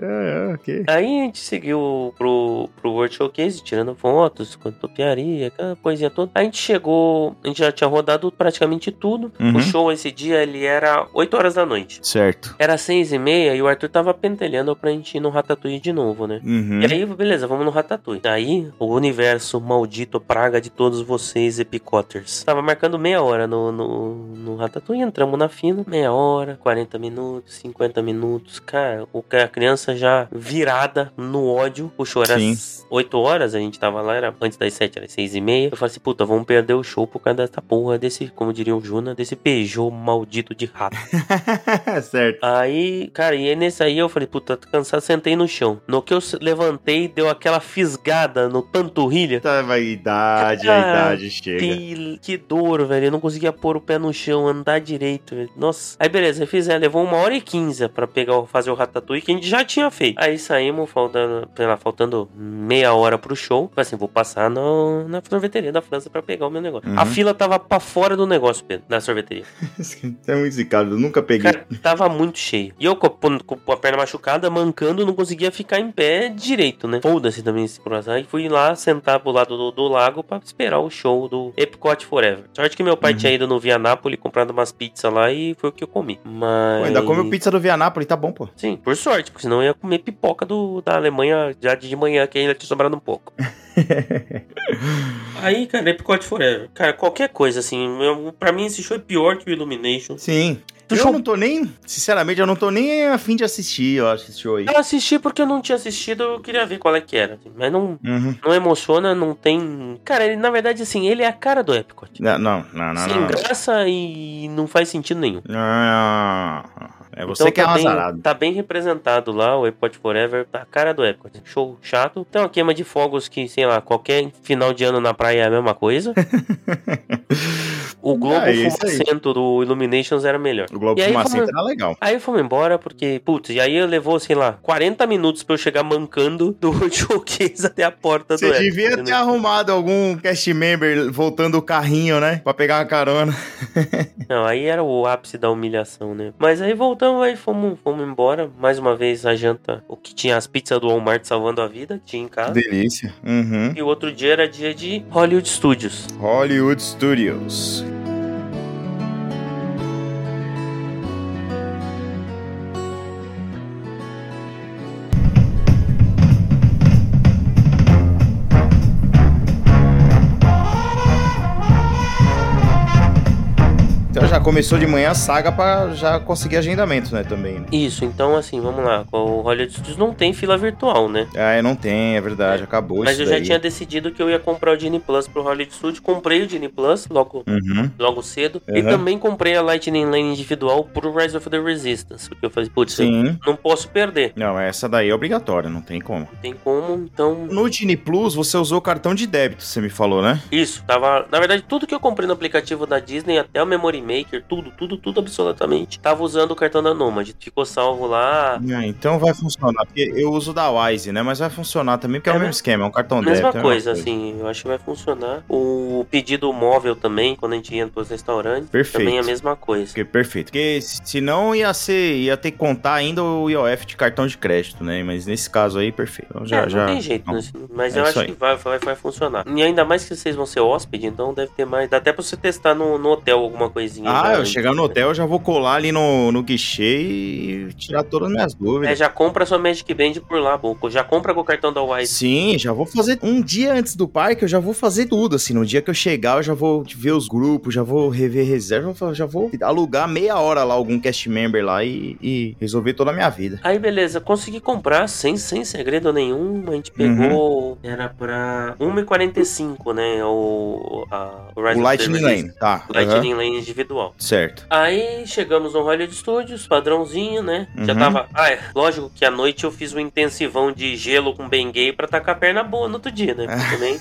É, é, ok.
Aí a gente seguiu pro, pro World Showcase, tirando fotos, cantopiaria, aquela coisinha toda. A gente chegou, a gente já tinha rodado praticamente tudo. Uhum. O show esse dia, ele era 8 horas da noite.
Certo.
Era 6 e meia e o Arthur tava pentelhando pra gente ir no Ratatouille de novo, né?
Uhum.
E aí, beleza, vamos no Ratatouille. Aí, o universo maldito, praga de todos vocês, Epicotters. Tava marcando meia hora no, no, no Ratatouille, entramos na fila, meia hora, 40 minutos, 50 minutos, cara, o, a criança já virada no ódio, puxou, era Sim. 8 horas, a gente tava lá, era antes das 7, era 6 e meia, eu falei assim, puta, vamos perder o show por causa dessa porra desse, como diria o Juna, desse Peugeot maldito de rato.
certo.
Aí, cara, e aí nesse aí eu falei, puta, tô cansado, sentei no chão. No que eu levantei, deu aquela fisgada no panturrilha.
Tá, a idade,
Ah,
a idade chega.
Que, que dor, velho, eu não conseguia pôr o pé no chão, andar direito. Velho. Nossa. Aí beleza, fizeram, levou uma hora e quinze pra pegar, fazer o Ratatouille que a gente já tinha feito. Aí saímos faltando, sei lá, faltando meia hora pro show. Falei assim, vou passar no, na sorveteria da França pra pegar o meu negócio. Uhum. A fila tava pra fora do negócio, Pedro, da sorveteria.
é muito zicado, eu nunca peguei. Cara,
tava muito cheio. E eu com, com a perna machucada, mancando, não conseguia ficar em pé direito, né? Foda-se também esse processo. Aí fui lá sentar pro lado do, do, lago pra esperar o show do Epcot Forever. Sorte que meu pai uhum. tinha ido no Vianápolis, comprado umas pizzas lá e foi o que eu comi. Mas. Pô,
ainda come pizza do Vianápolis, tá bom, pô.
Sim, por sorte, porque senão eu ia comer pipoca do, da Alemanha já de manhã, que ainda tinha sobrado um pouco. Aí, cara, Epcot Forever. Cara, qualquer coisa, assim, eu, pra mim esse show é pior que o Illumination.
Sim. eu show... não tô nem, sinceramente, eu não tô nem afim de assistir, eu acho, esse show aí.
Eu assisti porque eu não tinha assistido, eu queria ver qual é que era. Mas não, uhum. não emociona, não tem. Cara, ele, na verdade, assim, ele é a cara do Epcot.
Não, não, não, não.
Sem
não.
graça e não faz sentido nenhum.
Não, É você então, que é
tá
azarado.
Bem, tá bem representado lá, o Epcot Forever, tá a cara do Epcot. Show chato. Tem uma queima de fogos que, sei lá, qualquer final de ano na praia é a mesma coisa. o Globo
Ah,
é, Fumacento do Illuminations era melhor.
O Globo Fumacento era legal.
Aí fomos embora, porque, putz, e aí levou, sei lá, 40 minutos pra eu chegar mancando do showcase até a porta
Você
do
Você devia Apple, ter né? arrumado algum cast member voltando o carrinho, né? Pra pegar uma carona.
Não, aí era o ápice da humilhação, né? Mas aí voltamos, aí fomos, fomos embora. Mais uma vez a janta, o que tinha as pizzas do Walmart salvando a vida, tinha em casa.
Delícia. Uhum.
E o outro dia era dia de Hollywood Studios.
Hollywood Studios. Então já começou de manhã a saga para já conseguir agendamento, né, também. Né?
Isso, então assim, vamos lá, o Hollywood Studios não tem fila virtual, né?
Ah, é, não tem, é verdade, é. acabou
Mas
isso
eu já
daí.
tinha decidido que eu ia comprar o Disney Plus pro Hollywood Studios, comprei o Disney Plus logo,
uhum.
logo cedo, uhum. e também comprei a Lightning Lane individual pro Rise of the Resistance, porque eu falei, putz, Sim. não posso perder.
Não, essa daí é obrigatória, não tem como.
Não tem como, então...
No Disney Plus você usou cartão de débito, você me falou, né?
Isso, tava... Na verdade, tudo que eu comprei no aplicativo da Disney, até o Memory Maker, tudo, tudo, tudo absolutamente. Tava usando o cartão da Nomad, ficou salvo lá.
É, então vai funcionar, porque eu uso da Wise, né? Mas vai funcionar também, porque é, é o mesmo esquema, é um cartão
mesma
débito.
Coisa, é mesma coisa, assim, eu acho que vai funcionar. O pedido móvel também, quando a gente ia nos restaurantes,
perfeito.
também é a mesma coisa.
Porque, perfeito, porque senão ia ser, ia ter que contar ainda o IOF de cartão de crédito, né? Mas nesse caso aí, perfeito. Então, já,
É, não
já... É
tem jeito, não. mas eu acho aí. que vai, vai, vai funcionar. E ainda mais que vocês vão ser hóspede, então deve ter mais, dá até pra você testar no, no hotel alguma coisinha. né?
Ah, eu chegar no hotel, eu já vou colar ali no, no guichê e tirar todas as minhas dúvidas.
É, já compra sua Magic Band por lá, Boco. Já compra com o cartão da Wise.
Sim, já vou fazer. Um dia antes do parque, eu já vou fazer tudo. Assim, no dia que eu chegar, eu já vou ver os grupos, já vou rever reserva, já vou alugar meia hora lá algum cast member lá e, e resolver toda a minha vida.
Aí, beleza, consegui comprar sem, sem segredo nenhum. A gente pegou. Uhum. Era pra 1h45, né? O, a,
o, o Lightning Lane. Tá.
Lightning uhum. Lane individual.
Certo.
Aí chegamos no Hollywood Studios, padrãozinho, né? Uhum. Já tava. Ah, é. Lógico que à noite eu fiz um intensivão de gelo com Bengay pra tacar a perna boa no outro dia, né? Também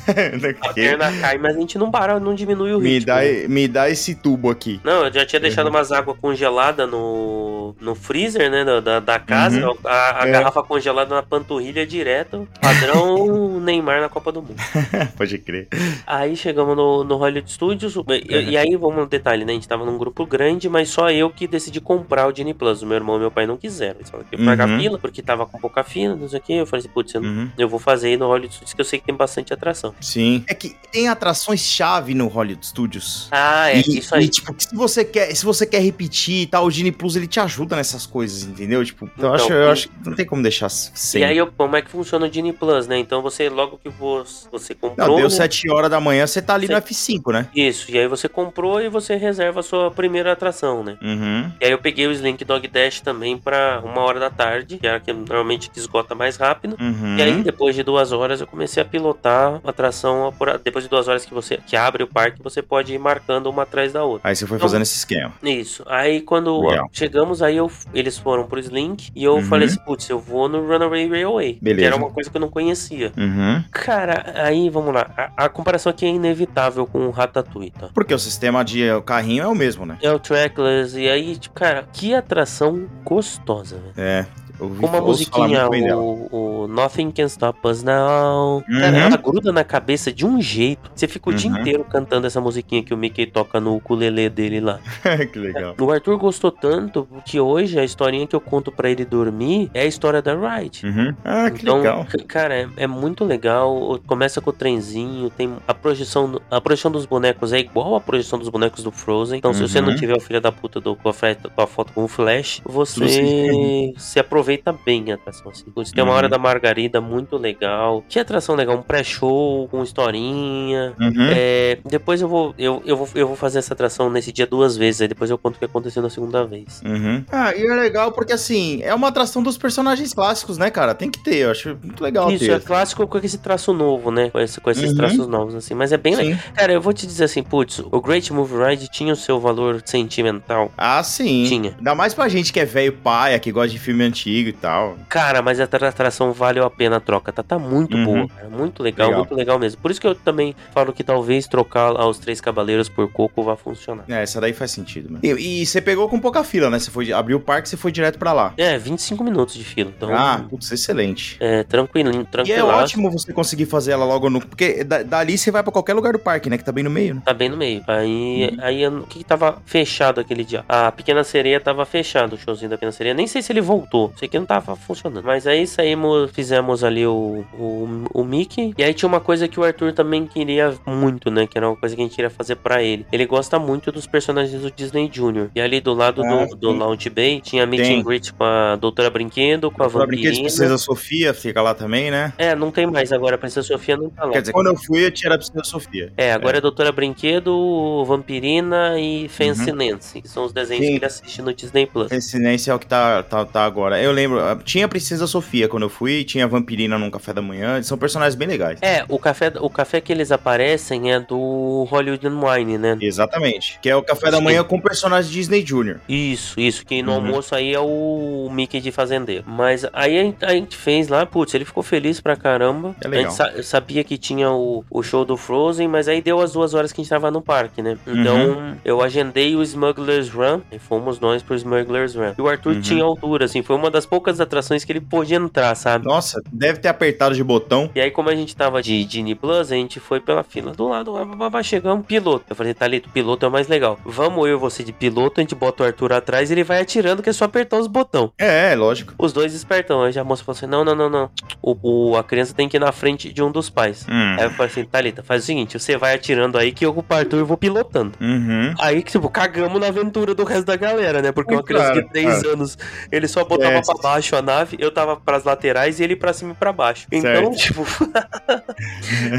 a perna cai, mas a gente não para, não diminui o
me
ritmo.
Dá,
né?
Me dá esse tubo aqui.
Não, eu já tinha deixado uhum. umas águas congeladas no, no freezer, né? Da, da casa, uhum. a, a é. garrafa congelada na panturrilha direto. Padrão Neymar na Copa do Mundo.
Pode crer.
Aí chegamos no, no Hollywood Studios, e,
Uhum.
e aí vamos no detalhe, né? A gente tava num grupo grande, mas só eu que decidi comprar o Disney Plus. O meu irmão e meu pai não quiseram. Eles falaram que ia pagar uhum. fila, porque tava com pouca fila, não sei o quê. Eu falei assim, putz, eu, uhum. eu vou fazer aí no Hollywood Studios, que eu sei que tem bastante atração.
Sim. É que tem atrações-chave no Hollywood Studios.
Ah, é,
e,
isso aí.
E, tipo, se você quer, se você quer repetir e tá, tal, o Disney Plus, ele te ajuda nessas coisas, entendeu? Tipo, então, eu, acho, eu e... acho que não tem como deixar sem.
E aí, como é que funciona o Disney Plus, né? Então, você, logo que você comprou... Não,
deu 7 horas da manhã, você tá ali você... no F5, né?
Isso, e aí você comprou e você reserva a sua primeira atração, né?
Uhum.
E aí eu peguei o Slink Dog Dash também pra uma hora da tarde, que é a que normalmente esgota mais rápido.
Uhum.
E aí, depois de duas horas, eu comecei a pilotar a atração. Depois de duas horas que você que abre o parque, você pode ir marcando uma atrás da outra.
Aí você foi então, fazendo esse esquema.
Isso. Aí quando Legal. chegamos, aí eu, eles foram pro Slink e eu uhum. falei assim: putz, eu vou no Runaway Railway.
Beleza.
Que era uma coisa que eu não conhecia.
Uhum.
Cara, aí vamos lá. A, a, comparação aqui é inevitável com o Ratatouille, tá?
Porque o sistema de o carrinho é o mesmo, né?
É o Trackless. E aí, tipo, cara, que atração gostosa, velho.
É,
com uma musiquinha, o, o, Nothing Can Stop Us Now. Uhum. Cara, ela gruda na cabeça de um jeito. Você fica o uhum. dia inteiro cantando essa musiquinha que o Mickey toca no ukulele dele lá.
que legal.
O Arthur gostou tanto que hoje a historinha que eu conto para ele dormir é a história da Ride.
Uhum. Ah, que então, legal.
Cara, é, é, muito legal. Começa com o trenzinho, tem a projeção, a projeção dos bonecos é igual à projeção dos bonecos do Frozen. Então, se você
Uhum.
não tiver o filho da puta do, com, a,
Uhum.
com a foto com o Flash, você Lucy. se aproveita aproveita bem a atração. Assim. Você tem uma hora da, Margarida muito legal. Tinha atração legal, um pré-show, com historinha. Uhum. É, depois eu vou, eu, eu, vou, eu vou fazer essa atração nesse dia duas vezes, aí depois eu conto o que aconteceu na segunda vez.
Uhum. Ah, e é legal porque assim, é uma atração dos personagens clássicos, né, cara? Tem que ter, eu acho muito legal.
Isso,
ter.
é clássico com esse traço novo, né? Com, esse, com esses uhum. traços novos, assim. Mas é bem Sim. legal. Cara, eu vou te dizer assim, putz, o Great Movie Ride tinha o seu valor sentimental.
Ah, sim.
Tinha.
Ainda mais pra gente que é velho paia, que gosta de filme antigo e tal.
Cara, mas a atração valeu a pena a troca. Tá, tá muito uhum. boa. Cara. Muito legal, legal, muito legal mesmo. Por isso que eu também falo que talvez trocar aos Três Cavaleiros por Coco vá funcionar.
É, essa daí faz sentido, mano. E, e você pegou com pouca fila, né? Você foi abriu o parque, você foi direto pra lá.
É, 25 minutos de fila. Então,
ah, putz, excelente.
É, tranquilinho, tranquilo. E é
ótimo você conseguir fazer ela logo no... Porque dali você vai pra qualquer lugar do parque, né? Que tá bem no meio, né?
Tá bem no meio. Aí, uhum. aí o que, que tava fechado aquele dia? A Pequena Sereia tava fechado, o showzinho da Pequena Sereia. Nem sei se ele voltou. Sei que não tava funcionando. Mas aí saímos, fizemos ali o, o, o Mickey. E aí tinha uma coisa que o Arthur também queria muito, né? Que era uma coisa que a gente queria fazer pra ele. Ele gosta muito dos personagens do Disney Jr. E ali do lado ah, do, do Lounge Bay tinha meet tem. and greet com a Doutora Brinquedo, com a Doutora Vampirina. Brinquedo,
Princesa Sofia fica lá também, né?
É, não tem mais agora. A Princesa Sofia não tá lá.
Quer dizer, quando eu fui, eu tinha a Princesa Sofia.
É, agora é, é Doutora Brinquedo, Vampirina e Fancy uhum. Nancy, que são os desenhos Sim. que ele assiste no Disney Plus.
Fancy Nancy é o que tá, tá, tá agora. Eu lembro, tinha a Princesa Sofia quando eu fui, tinha a Vampirina num café da manhã. São personagens bem legais.
É, o café, o café que eles aparecem é do Hollywood Wine, né?
Exatamente. Que é o café da manhã com personagens Disney Jr.
Isso, isso. Que no uhum. almoço aí é o Mickey de fazendeiro. Mas aí a gente fez lá, putz, ele ficou feliz pra caramba. É legal. A gente sa sabia que tinha o, o show do Frozen, mas aí deu as duas horas que a gente tava no parque, né? Então uhum. eu agendei o Smuggler's Run e fomos nós pro Smuggler's Run. E o Arthur uhum. tinha altura, assim, foi uma das poucas atrações que ele pôde entrar, sabe?
Nossa, deve ter apertado de botão.
E aí, como a gente tava de Disney Plus, a gente foi pela fila do lado, lá, babá, chegamos, piloto. Eu falei, Thalito, piloto é o mais legal. Vamos eu e você de piloto, a gente bota o Arthur atrás e ele vai atirando, que é só apertar os botões.
É, lógico.
Os dois espertão. Aí já a moça falou assim: não, não, não, não. O, o a criança tem que ir na frente de um dos pais. Hum. Aí eu falei assim, Thalita, faz o seguinte: você vai atirando aí que eu com o Arthur vou pilotando.
Uhum.
Aí, tipo, cagamos na aventura do resto da galera, né? Porque uma criança de 3 anos, ele só botava é. pra baixo a nave, eu tava pras laterais e ele pra cima e pra baixo. Então, certo. tipo,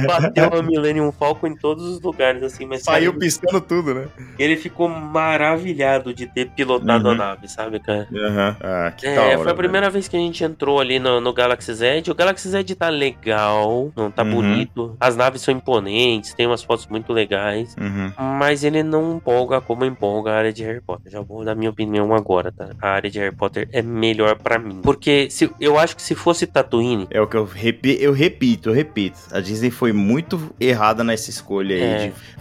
bateu a Millennium Falcon em todos os lugares, assim, mas.
Saiu cara, piscando tudo, né?
Ele ficou maravilhado de ter pilotado uhum. a nave, sabe, cara?
Uhum. Ah,
que é, da hora, foi a primeira né? vez que a gente entrou ali no, no Galaxy Z. O Galaxy Z tá legal, não tá uhum. bonito. As naves são imponentes, tem umas fotos muito legais.
Uhum.
Mas ele não empolga como empolga a área de Harry Potter. Já vou dar minha opinião agora, tá? A área de Harry Potter é melhor para mim. Porque se, eu acho que se fosse Tatooine.
É o que eu, repi, eu repito, eu repito. A Disney foi muito errada nessa escolha aí. É.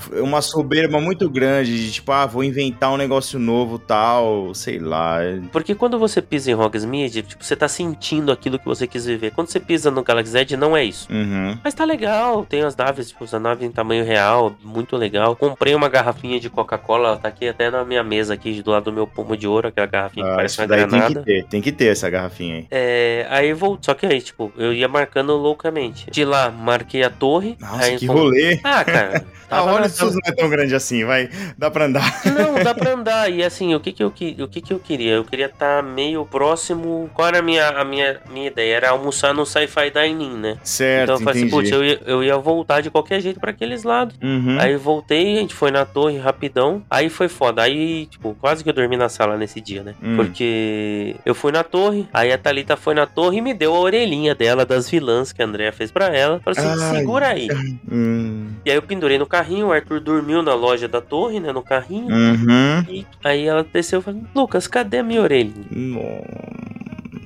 De, uma soberba muito grande de tipo, ah, vou inventar um negócio novo tal, sei lá.
Porque quando você pisa em Hogsmeade, tipo, você tá sentindo aquilo que você quis viver. Quando você pisa no Galaxy Edge, não é isso.
Uhum.
Mas tá legal, tem as naves, tipo, a nave em tamanho real, muito legal. Comprei uma garrafinha de Coca-Cola, tá aqui até na minha mesa aqui, do lado do meu pomo de ouro, aquela garrafinha ah, que parece uma granada.
Tem que ter, tem que ter essa garrafinha aí.
É, aí vou, só que aí, tipo, eu ia marcando loucamente. De lá, marquei a torre.
Nossa, que fomos... rolê.
Ah, cara.
a Onyxus não é tão grande assim, vai, dá pra andar.
Não, dá pra andar, e assim, o que que eu, o que que eu queria? Eu queria estar tá meio próximo, qual era a minha, a minha, minha ideia? Era almoçar no Sci-Fi Dining, né?
Certo,
Então eu falei assim, putz, eu ia, eu ia voltar de qualquer jeito pra aqueles lados.
Uhum.
Aí voltei, a gente foi na torre rapidão, aí foi foda, aí, tipo, quase que eu dormi na sala nesse dia, né? Hum. Porque eu fui na torre, aí a Thalita foi na torre e me deu a orelhinha dela, das vilãs que a Andrea fez pra ela. Falei assim, Ai. segura aí.
Hum.
E aí eu pendurei no carrinho, o Arthur dormiu na loja da torre, né, no carrinho.
Uhum.
E aí ela desceu e falou, Lucas, cadê a minha orelhinha?
Nossa.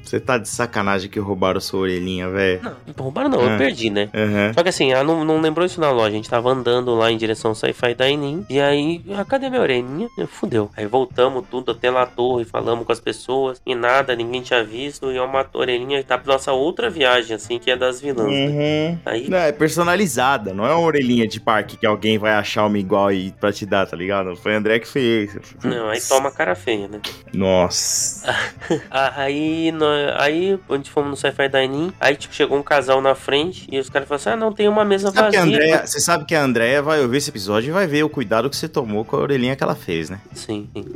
Você tá de sacanagem que roubaram sua orelhinha, velho.
Não, roubaram não, ah. eu perdi, né?
Uhum.
Só que assim, ela não, não, lembrou isso na loja. A gente tava andando lá em direção ao Sci-Fi Dining. E aí, ah, cadê minha orelhinha? Eu, fudeu. Aí voltamos tudo até lá a torre, falamos com as pessoas. E nada, ninguém tinha visto. E é uma orelhinha que tá pra nossa outra viagem, assim, que é das vilãs.
Uhum. Né? Aí... Não, é personalizada. Não é uma orelhinha de parque que alguém vai achar uma igual e pra te dar, tá ligado? Foi o André que fez.
Não, aí toma cara feia, né? Ah,
Nossa.
aí nós aí a gente fomos no Sci-Fi Dining, aí tipo, chegou um casal na frente e os caras falaram assim: ah, não, tem uma mesa
sabe é
vazia.
Andrea, você sabe que a Andrea vai ouvir esse episódio e vai ver o cuidado que você tomou com a orelhinha que ela fez, né?
Sim, sim.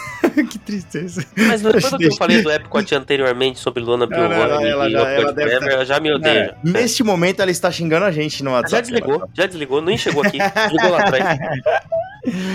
que tristeza.
Mas depois do que eu falei do Epcot anteriormente sobre Lona Bill
Ela- ela-
e
ela
e
já- ela
Epcot
deve
Forever,
tá-
ela já me odeia.
É, neste momento ela está xingando a gente no
Ah, Já
WhatsApp.
desligou, já desligou, nem chegou aqui, desligou lá atrás.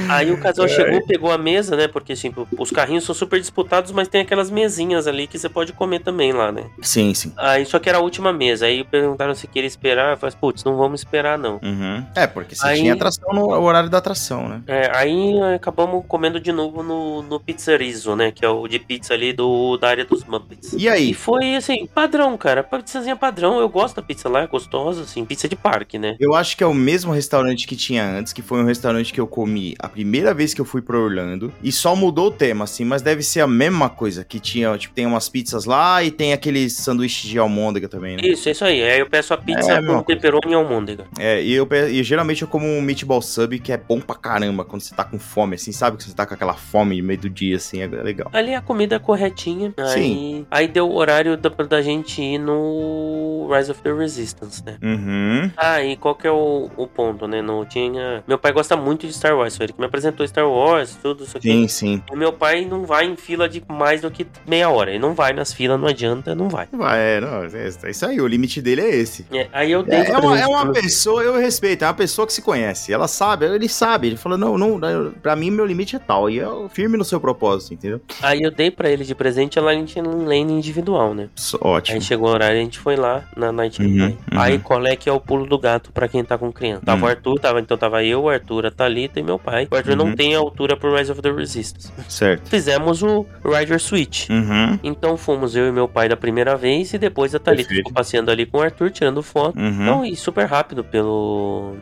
Aí o
É.
casal chegou, pegou a mesa, né? Porque assim, os carrinhos são super disputados, mas tem aquelas mesinhas ali que você pode comer também lá, né?
Sim, sim.
Aí só que era a última mesa. Aí perguntaram se queria esperar. Eu falei, putz, não vamos esperar, não.
Uhum. É, porque você
Aí-
tinha atração no horário da atração, né?
É, aí acabamos comendo de novo no, no pizzerizo, né? Que é o de pizza ali do, da área dos Muppets.
E aí?
E foi assim, padrão, cara. Pizzazinha padrão. Eu gosto da pizza lá, é gostosa, assim, pizza de parque, né?
Eu acho que é o mesmo restaurante que tinha antes, que foi um restaurante que eu comi a primeira vez que eu fui pra Orlando. E só mudou o tema, assim, mas deve ser a mesma coisa. Que tinha, tipo, tem umas pizzas lá e tem aquele sanduíche de almôndega também, né?
Isso, é isso aí. Aí eu peço a pizza
É, a mesma
com pepperoni e almôndega.
É, e eu pe- e geralmente eu como um meatball sub, que é bom pra caramba quando você tá com fome, assim, sabe? Que você tá com aquela fome no meio do dia, assim, é legal.
Ali a comida é corretinha.
Sim.
Aí, aí deu o horário da, da gente ir no Rise of the Resistance, né?
Uhum.
Ah, e qual que é o, o ponto, né? Não tinha. Meu pai gosta muito de Star Wars, foi ele que me apresentou Star Wars, tudo isso aqui.
Sim, sim.
O meu pai não vai em fila de mais do que meia hora. Ele não vai nas filas, não adianta, não vai.
Vai, é, não, é, é isso aí, o limite dele é esse.
É, aí eu dei.
É, é uma, é uma
presente
pessoa, eu respeito, é uma pessoa que se conhece. Ela sabe, ele sabe. Ele falou, não, não, né, eu- pra mim meu limite é tal. E eu firme no seu propósito, entendeu?
pra- Aí eu dei pra ele de presente a Lightning Lane individual, né?
Isso,
Aí
ótimo.
chegou o horário, a gente foi lá na Night
Uhum,
Lane.
uhum.
Aí qual é que é o pulo do gato pra quem tá com criança? Tava
Hum.
o Arthur, tava, então tava eu, o Arthur, a Thalita e meu pai. O Arthur
Uhum.
não tem altura pro Rise of the Resistance.
Certo.
Fizemos o Rider Switch.
Uhum.
Então fomos eu e meu pai da primeira vez e depois a Thalita
Perfeito.
ficou passeando ali com o Arthur, tirando foto.
Uhum.
Então, e super rápido pelo.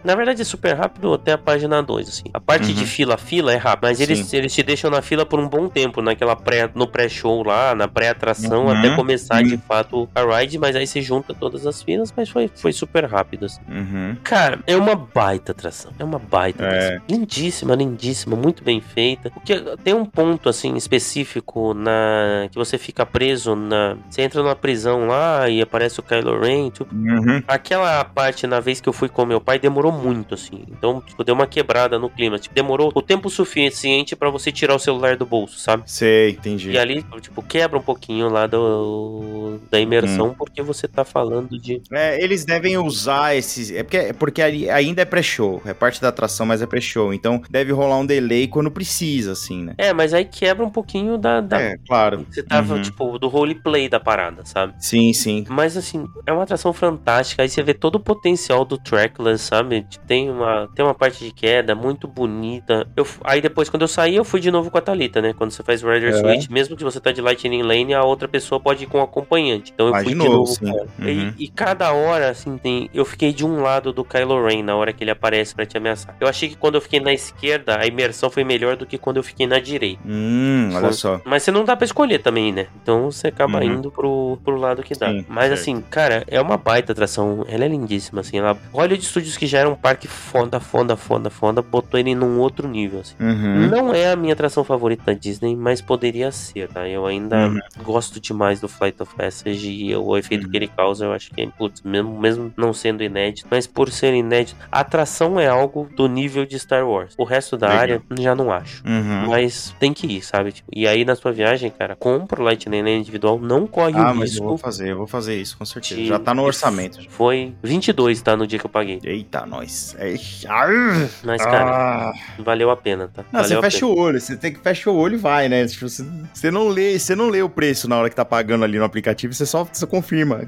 Na verdade, é super rápido até a página 2, assim. A parte
Uhum.
de fila a fila é rápida, mas eles, eles te deixam na fila por um bom tempo, naquela pré, no pré-show lá, na pré-atração,
Uhum.
até começar
Uhum.
de fato a ride, mas aí você junta todas as filas, mas foi, foi super rápido, assim.
Uhum.
Cara, é uma baita atração. É uma baita
É.
atração. Lindíssima, lindíssima, muito bem feita. O que tem um ponto assim específico na que você fica preso na, você entra numa prisão lá e aparece o Kylo Ren, tipo,
Uhum.
aquela parte na vez que eu fui com meu pai demorou muito assim. Então, tipo, deu uma quebrada no clima, tipo, demorou o tempo suficiente pra você tirar o celular do bolso, sabe?
Sei, entendi.
E ali, tipo, quebra um pouquinho lá do, da
Hum.
imersão, porque você tá falando de.
É, eles devem usar esses. É porque, é porque ali ainda é pré-show. É parte da atração, mas é pré-show. Então deve rolar um delay quando precisa, assim, né?
É, mas aí quebra um pouquinho da, da
É, claro.
Você tava,
Uhum.
tipo, do roleplay da parada, sabe?
Sim, sim.
Mas, assim, é uma atração fantástica. Aí você vê todo o potencial do Trackless, sabe? Tem uma, tem uma parte de queda muito bonita. Eu, f- aí depois, quando eu saí, eu fui de novo com a Thalita, né? Quando você faz o Rider
É.
Switch, mesmo que você tá de Lightning Lane, a outra pessoa pode ir com o acompanhante. Então eu
Vai
fui
de
de
novo,
novo,
sim.
com ela.
Uhum.
E, e cada hora, assim, tem... Eu fiquei de um lado do Kylo Ren na hora que ele aparece pra te ameaçar. Eu achei que quando eu fiquei na esquerda, a imersão foi melhor do que quando eu fiquei na direita.
Hum, olha
Foi.
só.
Mas você não dá pra escolher também, né? Então você acaba
Uhum.
indo pro, pro lado que dá.
Sim,
Mas
certo.
assim, cara, é uma baita atração. Ela é lindíssima, assim. Ela... Hollywood Studios, que já era um parque foda, foda, foda, foda, botou ele num outro nível, assim.
Uhum.
Não é a minha atração favorita da Disney, mas poderia ser, tá? Eu ainda
Uhum.
gosto demais do Flight of Passage e o efeito
Uhum.
que ele causa, eu acho que é, putz, mesmo, mesmo não sendo inédito, mas por ser inédito, a atração é algo do nível de Star Wars. O resto da
Legal.
área, já não acho.
Uhum.
Mas tem que ir, sabe? Tipo, e aí na sua viagem, cara, compra o Lightning Lane individual, não corre
Ah,
o
mas eu vou
risco.
fazer, eu vou fazer isso, com certeza.
de-
Já tá no orçamento. já.
Foi 22, tá? No dia que eu paguei.
Eita, nós. É... Arr!
Mas, cara,
Ah!
valeu a pena, tá?
Não,
valeu
você
a
fecha
pena.
o olho, você tem que fechar o olho e vai, né? Tipo, você, você não lê, você não lê o preço na hora que tá pagando ali no aplicativo, você só você confirma.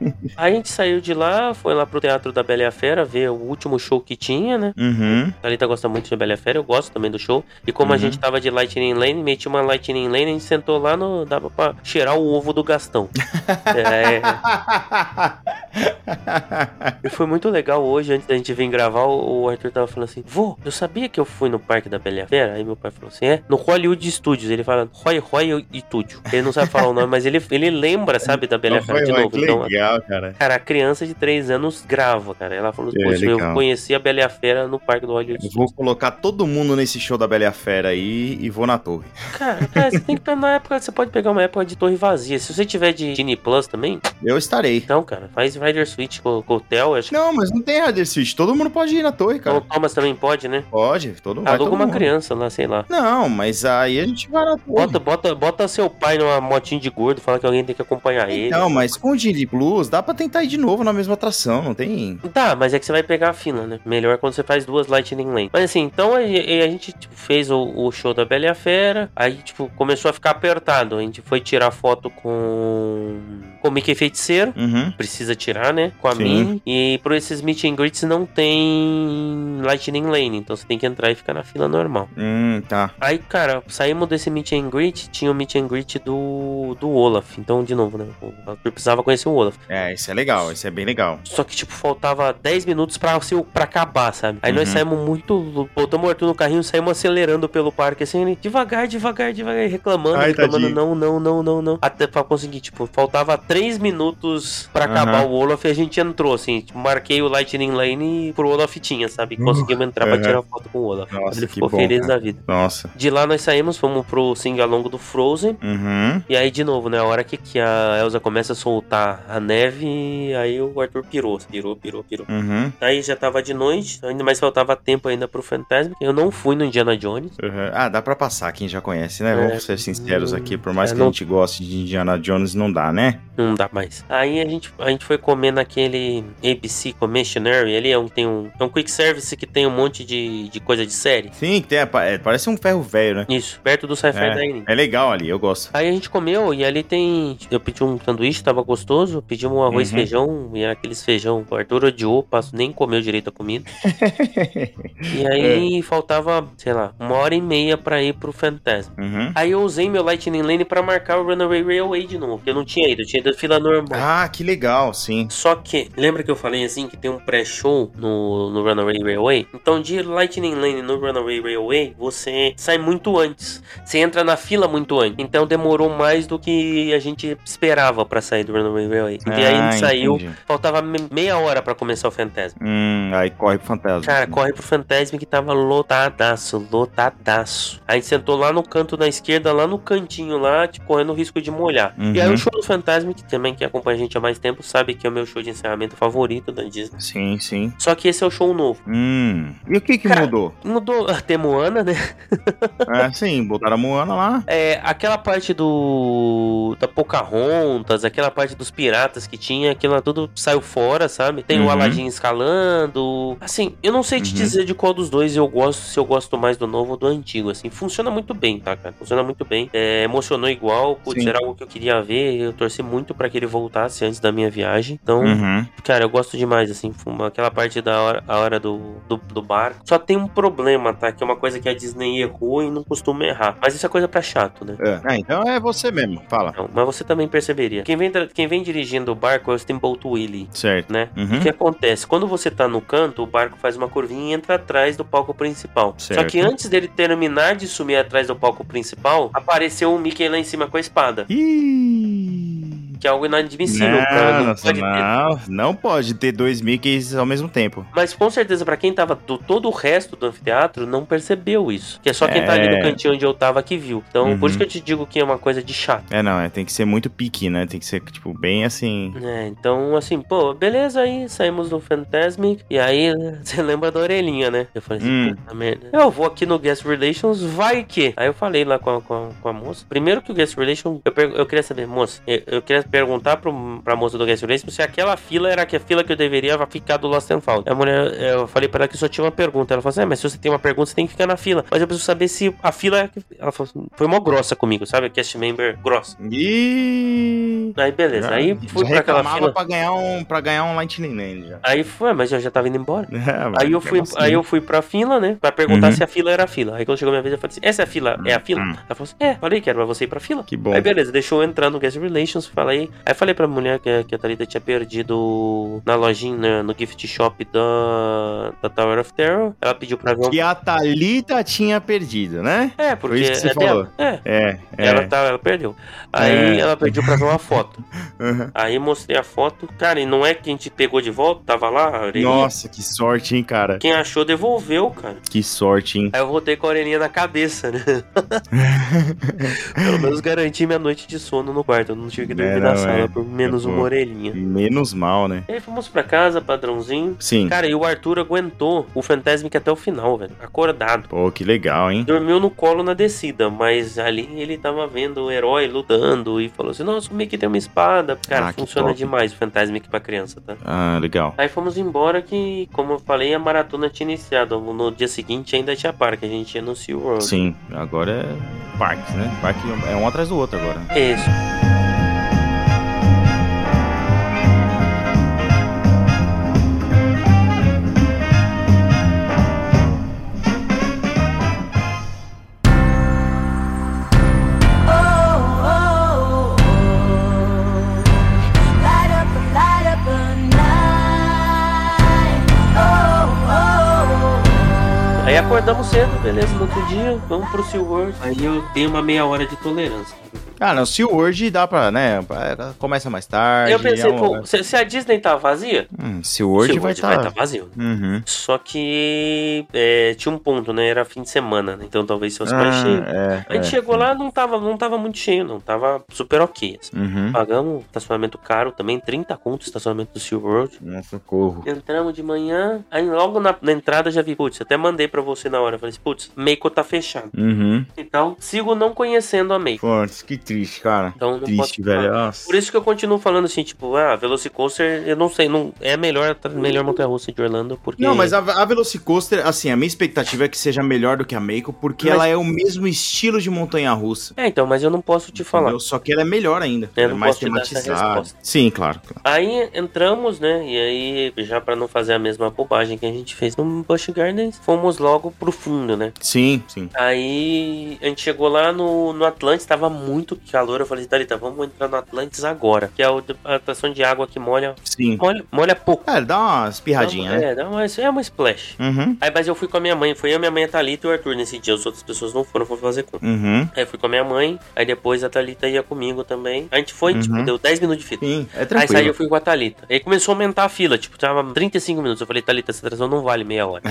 Aí a gente saiu de lá, foi lá pro Teatro da Bela e a Fera ver o último show que tinha, né?
Uhum.
A Thalita gosta muito de Bela e a Fera, eu gosto também do show. E como a
Uhum.
gente tava de Lightning Lane, meti uma Lightning Lane, a gente sentou lá no. dava pra cheirar o ovo do Gastão. é. E foi muito legal hoje, antes da gente vir gravar, o o Arthur tava falando assim: Vô, eu sabia que eu fui no Parque da Bela e a Fera? Aí meu pai falou assim: É, no Hollywood Studios. Ele fala Roy Roy e Tudio. Ele não sabe falar o nome, mas ele, ele lembra, sabe, da Bela e a Fera de novo.
que
Então,
legal, cara.
cara, a criança de 3 anos grava, cara. Ela falou:
É,
Poxa,
legal.
eu conheci a Bela e a Fera no Parque do Hollywood
Eu
Studios.
vou colocar todo mundo nesse show da Bela e a Fera aí e vou na torre.
Cara, cara, você tem que pegar na época, você pode pegar uma época de torre vazia. Se você tiver de Genie Plus também,
Eu estarei.
então, cara, faz Rider Switch com, com o Theo, acho que.
Não, mas não tem Rider Switch. Todo mundo pode ir na torre, cara.
O Thomas também pode, né?
Pode, todo vai
Aluga
todo
uma
mundo.
criança lá, sei lá.
Não, mas aí a gente vai na torre.
Bota, bota, bota seu pai numa motinha de gordo, fala que alguém tem que acompanhar ele. assim.
Não, Então, mas com o Dini Blues dá pra tentar ir de novo na mesma atração, não tem.
Tá, mas é que você vai pegar a fila, né? Melhor quando você faz duas Lightning Lane. Mas assim, então a, e- a gente tipo, fez o, o show da Bela e a Fera, aí tipo, começou a ficar apertado. A gente foi tirar foto com, com o Mickey Feiticeiro,
Uhum.
precisa tirar, né? Com a
Sim.
Minnie. E por esses meet and greets não tem Lightning Lane, então você tem que entrar e ficar na fila normal.
Hum, tá.
Aí, cara, saímos desse meet and greet, tinha o meet and greet do, do Olaf. Então, de novo, né? Eu precisava conhecer o Olaf.
É, isso é legal, isso é bem legal.
Só que, tipo, faltava 10 minutos pra, se- pra acabar, sabe? Aí nós
Uhum.
saímos muito. Botamos o Arthur no carrinho, saímos acelerando pelo parque, assim, ele devagar, devagar, devagar, e reclamando,
Ai,
reclamando,
tadinho.
não, não, não, não, não. Até pra conseguir, tipo, faltava 3 minutos pra
Aham.
acabar o Olaf e a gente entrou, assim. Tipo, marquei o Lightning Lane e pro Olaf tinha, sabe?
Uh,
Conseguimos entrar pra
aham.
tirar foto com o Olaf.
Nossa,
ele
que
ficou
bom,
feliz
cara.
da vida.
Nossa.
De lá nós saímos, fomos pro sing-along do Frozen.
Uhum.
E aí, de novo, né? A hora que, que a Elsa começa a soltar a neve, aí o Arthur pirou, pirou, pirou, pirou.
Uhum.
Aí já tava de noite, ainda mais faltava tempo ainda pro Fantasma. Eu não fui no Indiana Jones.
Uhum. Ah, dá pra passar quem já conhece, né?
É.
Vamos ser sinceros aqui. Por mais
É,
que a
não-
gente goste de Indiana Jones, não dá, né?
Não dá mais. Aí a gente, a gente foi comer naquele ABC Commissionary ali, é um, tem um, é um quick service que tem um monte de, de coisa de série.
Sim, tem, a pa- é, parece um ferro velho, né?
Isso, perto do Sci-Fi Dining.
É legal ali, eu gosto.
Aí a gente comeu e ali tem. Eu pedi um sanduíche, tava gostoso. Pedimos um arroz,
Uhum.
feijão e era aqueles feijão. O Arthur odiou, passo, nem comeu direito a comida. e aí faltava, sei lá, uma hora e meia pra ir pro Fantasma.
Uhum.
Aí eu usei meu Lightning Lane pra marcar o Runaway Railway de novo. que Eu não tinha ido, eu tinha ido fila normal.
Ah, que legal, sim.
Só que, lembra que eu falei assim que tem um pré-show no, no Runaway Railway? Então, de Lightning Lane no Runaway Railway, você sai muito antes. Você entra na fila muito antes. Então, demorou mais do que a gente esperava pra sair do Runaway Railway. E aí, a
Ah,
gente saiu,
entendi.
faltava me- meia hora pra começar o Fantasma.
Hum, aí corre pro fantasma.
Cara, corre pro Fantasma que tava lotadaço, lotadaço. A gente sentou lá no canto da esquerda, lá no cantinho lá, tipo, correndo o risco de molhar. E aí
Uhum.
o show do Fantasma, que também que acompanha a gente há mais tempo, sabe que é o meu show de encerramento favorito da Disney.
Sim, sim.
Só que esse é o show novo.
Hum. E o que que
Cara-
mudou?
Mudou até Moana, né?
É, sim, botaram a Moana lá.
É, aquela parte do. da Pocahontas, aquela parte dos piratas que tinha, aquilo lá tudo saiu fora, sabe? Tem
Uhum.
o Aladdin escalando. Assim, eu não sei te
Uhum.
dizer de qual dos dois eu gosto, se eu gosto mais do novo ou do antigo, assim. Funciona muito bem, tá, cara? Funciona muito bem. É, emocionou igual, putz,
Sim.
era algo que eu queria ver. Eu torci muito pra que ele voltasse antes da minha viagem. Então,
Uhum.
Cara, eu gosto demais, assim, fuma- aquela parte da hora, a hora do, do, do barco. Só tem um problema, tá? Que é uma coisa que a Disney errou e não costuma errar. Mas isso é coisa pra chato, né?
É. Ah, então é você mesmo. Fala.
Não, mas você também perceberia. Quem vem, tra- quem vem dirigindo o barco é o Steamboat Willie,
Certo.
né? O
Uhum.
que acontece? Quando você tá no canto, o barco faz uma curvinha e entra atrás do palco principal. Só
Certo.
que antes dele terminar de sumir atrás do palco principal, apareceu o Mickey lá em cima com a espada.
Ih.
Que é algo inadmissível, cara.
Não,
Não
nossa,
pode ter.
não, não pode ter dois Mickeys ao mesmo tempo.
Mas com certeza, pra quem tava do todo o resto do anfiteatro, não percebeu isso. Que é só quem tá ali
É.
no cantinho onde eu tava que viu. Então,
Uhum.
por isso que eu te digo que é uma coisa de chato.
É, não, é, tem que ser muito pique, né? Tem que ser, tipo, bem assim.
É, então, assim, pô, beleza aí, saímos do Fantasmic. E aí, você lembra da orelhinha, né? Eu falei assim,
Hum.
puta merda. Eu vou aqui no Guest Relations, vai que. Aí eu falei lá com a, com a, com a moça. Primeiro que o Guest Relations, eu, pergu- eu queria saber, moça, eu, eu queria perguntar pro, pra moça do Guest Relations se aquela fila era que a fila que eu deveria ficar do Lost and Found. A mulher, eu falei pra ela que só tinha uma pergunta. Ela falou assim, é, mas se você tem uma pergunta, você tem que ficar na fila. Mas eu preciso saber se a fila. é que-" Ela falou assim, foi mó grossa comigo, sabe? A cast member grossa.
E.
Aí beleza, aí fui
já
pra aquela fila.
reclamava pra ganhar um, pra ganhar um Lightning Land já.
Aí foi, "Ah, mas eu já tava indo embora.
É, mas
Aí eu,
é
fui,
vacilo.
aí eu fui pra fila, né? Pra perguntar
Uhum.
se a fila era a fila. Aí quando chegou a minha vez, eu falei assim: essa é a fila? É a fila?
Hum.
Ela falou assim: é, falei que era pra você ir pra fila.
Que bom.
Aí beleza, deixou eu entrar no Guest Relations, falei. Aí falei pra mulher que, que a Thalita tinha perdido na lojinha, né, no gift shop da, da Tower of Terror. Ela pediu pra ver um.
Que a Thalita tinha perdido, né?
É, porque
Foi isso que você
é
falou.
dela. É.
É, é.
Ela, tá, ela perdeu. Aí
É.
ela pediu pra ver uma foto.
Uhum.
Aí mostrei a foto. Cara, e não é que a gente pegou de volta, tava lá, a orelhinha.
Nossa, que sorte, hein, cara?
Quem achou devolveu, cara.
Que sorte, hein?
Aí eu voltei com a orelhinha na cabeça, né? Pelo menos garanti minha noite de sono no quarto. Eu não tive que dormir
É,
na da sala por menos
Pô.
uma orelhinha.
Menos mal, né?
E aí fomos pra casa, padrãozinho.
Sim.
Cara, e o Arthur aguentou o Fantasmic até o final, velho. Acordado.
Pô, que legal, hein?
Dormiu no colo na descida, mas ali ele tava vendo o herói lutando e falou assim: Nossa, como é que tem uma espada? Cara,
Ah, que
funciona
top.
demais o Fantasmic pra criança, tá?
Ah, legal.
Aí fomos embora que, como eu falei, a maratona tinha iniciado. No dia seguinte ainda tinha parque, a gente ia no SeaWorld.
Sim, agora é parques, né? Parque é um atrás do outro agora.
É isso. Aí acordamos cedo, beleza, no outro dia, vamos pro SeaWorld. Aí eu dei uma meia hora de tolerância.
Ah, não, se o Word dá pra, né? pra- Começa mais tarde.
eu pensei,
é um-
pô, se, se a Disney tá vazia,
Hum, se o Word vai
SeaWorld
estar.
tá vazio.
Uhum.
Só que é, tinha um ponto, né? Era fim de semana, né? Então talvez fosse mais cheio.
Ah,
A gente
é, é.
chegou lá, não tava, não tava muito cheio, não. Tava super ok. assim.
Uhum.
Pagamos estacionamento caro também, 30 conto estacionamento do SeaWorld.
Nossa, socorro.
Entramos de manhã, aí logo na, na entrada eu já vi, putz, até mandei pra você na hora. eu Falei assim, putz, Meiko tá fechado.
Uhum.
Então, sigo não conhecendo a Meiko.
Putz, que triste, cara.
Então, não
triste,
posso
velho.
falar.
Nossa.
Por isso que eu continuo falando assim, tipo, ah, Velocicoaster, eu não sei, não é a melhor, a melhor montanha-russa de Orlando, porque...
Não, mas a, a Velocicoaster, assim, a minha expectativa é que seja melhor do que a Meiko, porque
Mas-
ela é o mesmo estilo de montanha-russa.
É, então, mas eu não posso te falar.
entendeu? Só que ela é melhor ainda.
Eu
Ela é
não
mais
posso te dar essa
tematizada.
resposta.
Sim, claro. claro.
Aí entramos, né? E aí, já pra não fazer a mesma bobagem que a gente fez no Busch Gardens, fomos logo pro fundo, né?
Sim, sim.
Aí a gente chegou lá no, no Atlantis, tava muito calor. Eu falei, Thalita, vamos entrar no Atlantis agora, que é o de- a atração de água que molha.
Sim.
Molha, molha pouco.
É, dá uma espirradinha,
Dá-
né?
É, dá uma, isso é uma splash.
Uhum.
Aí, mas eu fui com a minha mãe, foi eu, minha mãe, a Thalita e o Arthur nesse dia. As outras pessoas não foram, foram fazer conta.
Uhum.
Aí eu fui com a minha mãe, aí depois a Thalita ia comigo também. A gente foi, tipo,
Uhum.
deu 10 minutos de fita.
Sim, é
Aí saí, eu
tranquilo.
fui com a Thalita. Aí começou a aumentar a fila, tipo, tava 35 minutos. Eu falei, Thalita, essa atração não vale meia hora.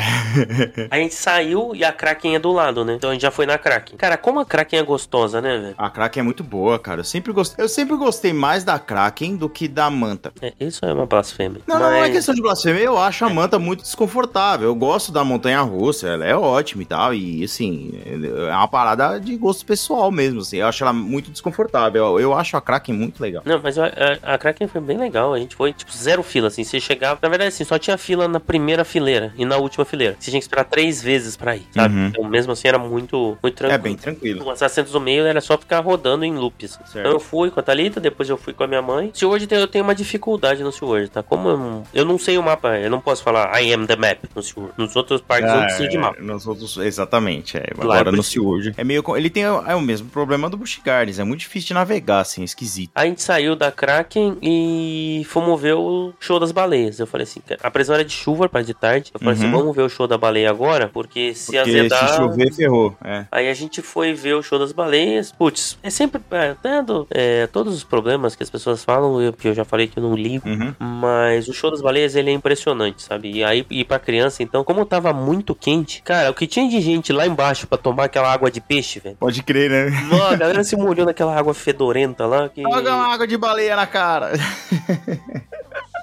Aí a gente saiu e a Kraken é do lado, né? Então a gente já foi na Kraken. Cara, como a Kraken é gostosa, né, velho?
A Kraken é muito boa, cara. Eu sempre gostei, eu sempre gostei mais da Kraken do que da Manta.
É, isso é uma blasfêmia.
Não, não, não é
Mas-
questão de blasfêmia. Eu acho a Manta muito desconfortável. Eu gosto da Montanha Russa, ela é ótima e tal. E, assim, é uma parada de gosto pessoal mesmo. Assim. Eu acho ela muito desconfortável. Eu, eu acho a Kraken muito legal.
Não, mas a, a- a Kraken foi bem legal. A gente foi, tipo, zero fila, assim. Você chegava. Na verdade, assim, só tinha fila na primeira fileira e na última fileira. Você tinha que esperar três vezes pra ir, sabe?
Uhum.
Então, mesmo assim, era muito, muito tranquilo.
É bem tranquilo.
Os assentos do meio era só ficar rodando em loop. assim.
Certo.
Então eu fui com a Thalita, depois eu fui com a minha mãe. Se hoje tem- eu tenho uma dificuldade no SeaWorld, tá? Como eu, não- eu não sei o mapa, eu não posso falar I am the map no SeaWorld. Nos outros parques eu
Ah,
preciso de
é,
mapa.
Nos outros, exatamente. É.
Lá
Agora
eu
no
preciso.
Seaworld. É meio. co- Ele tem o- é o mesmo problema do Busch Gardens. É muito difícil de navegar, assim, esquisito.
A gente saiu da Kraken e fomos ver o show das baleias. Eu falei assim, cara, a prisão era de chuva para de tarde. Eu falei
Uhum.
assim, vamos ver o show da baleia agora, porque se
Porque
azedar.
se chover, ferrou. É.
Aí a gente foi ver o show das baleias. Putz, é sempre. é, Tendo é, todos os problemas que as pessoas falam, eu, que eu já falei que eu não ligo.
Uhum.
Mas o show das baleias ele é impressionante, sabe? E aí e para criança, então, como tava muito quente, cara, o que tinha de gente lá embaixo pra tomar aquela água de peixe, velho?
Pode crer, né?
Mano, a galera se molhou naquela água fedorenta lá que
Joga uma água de baleia na cara.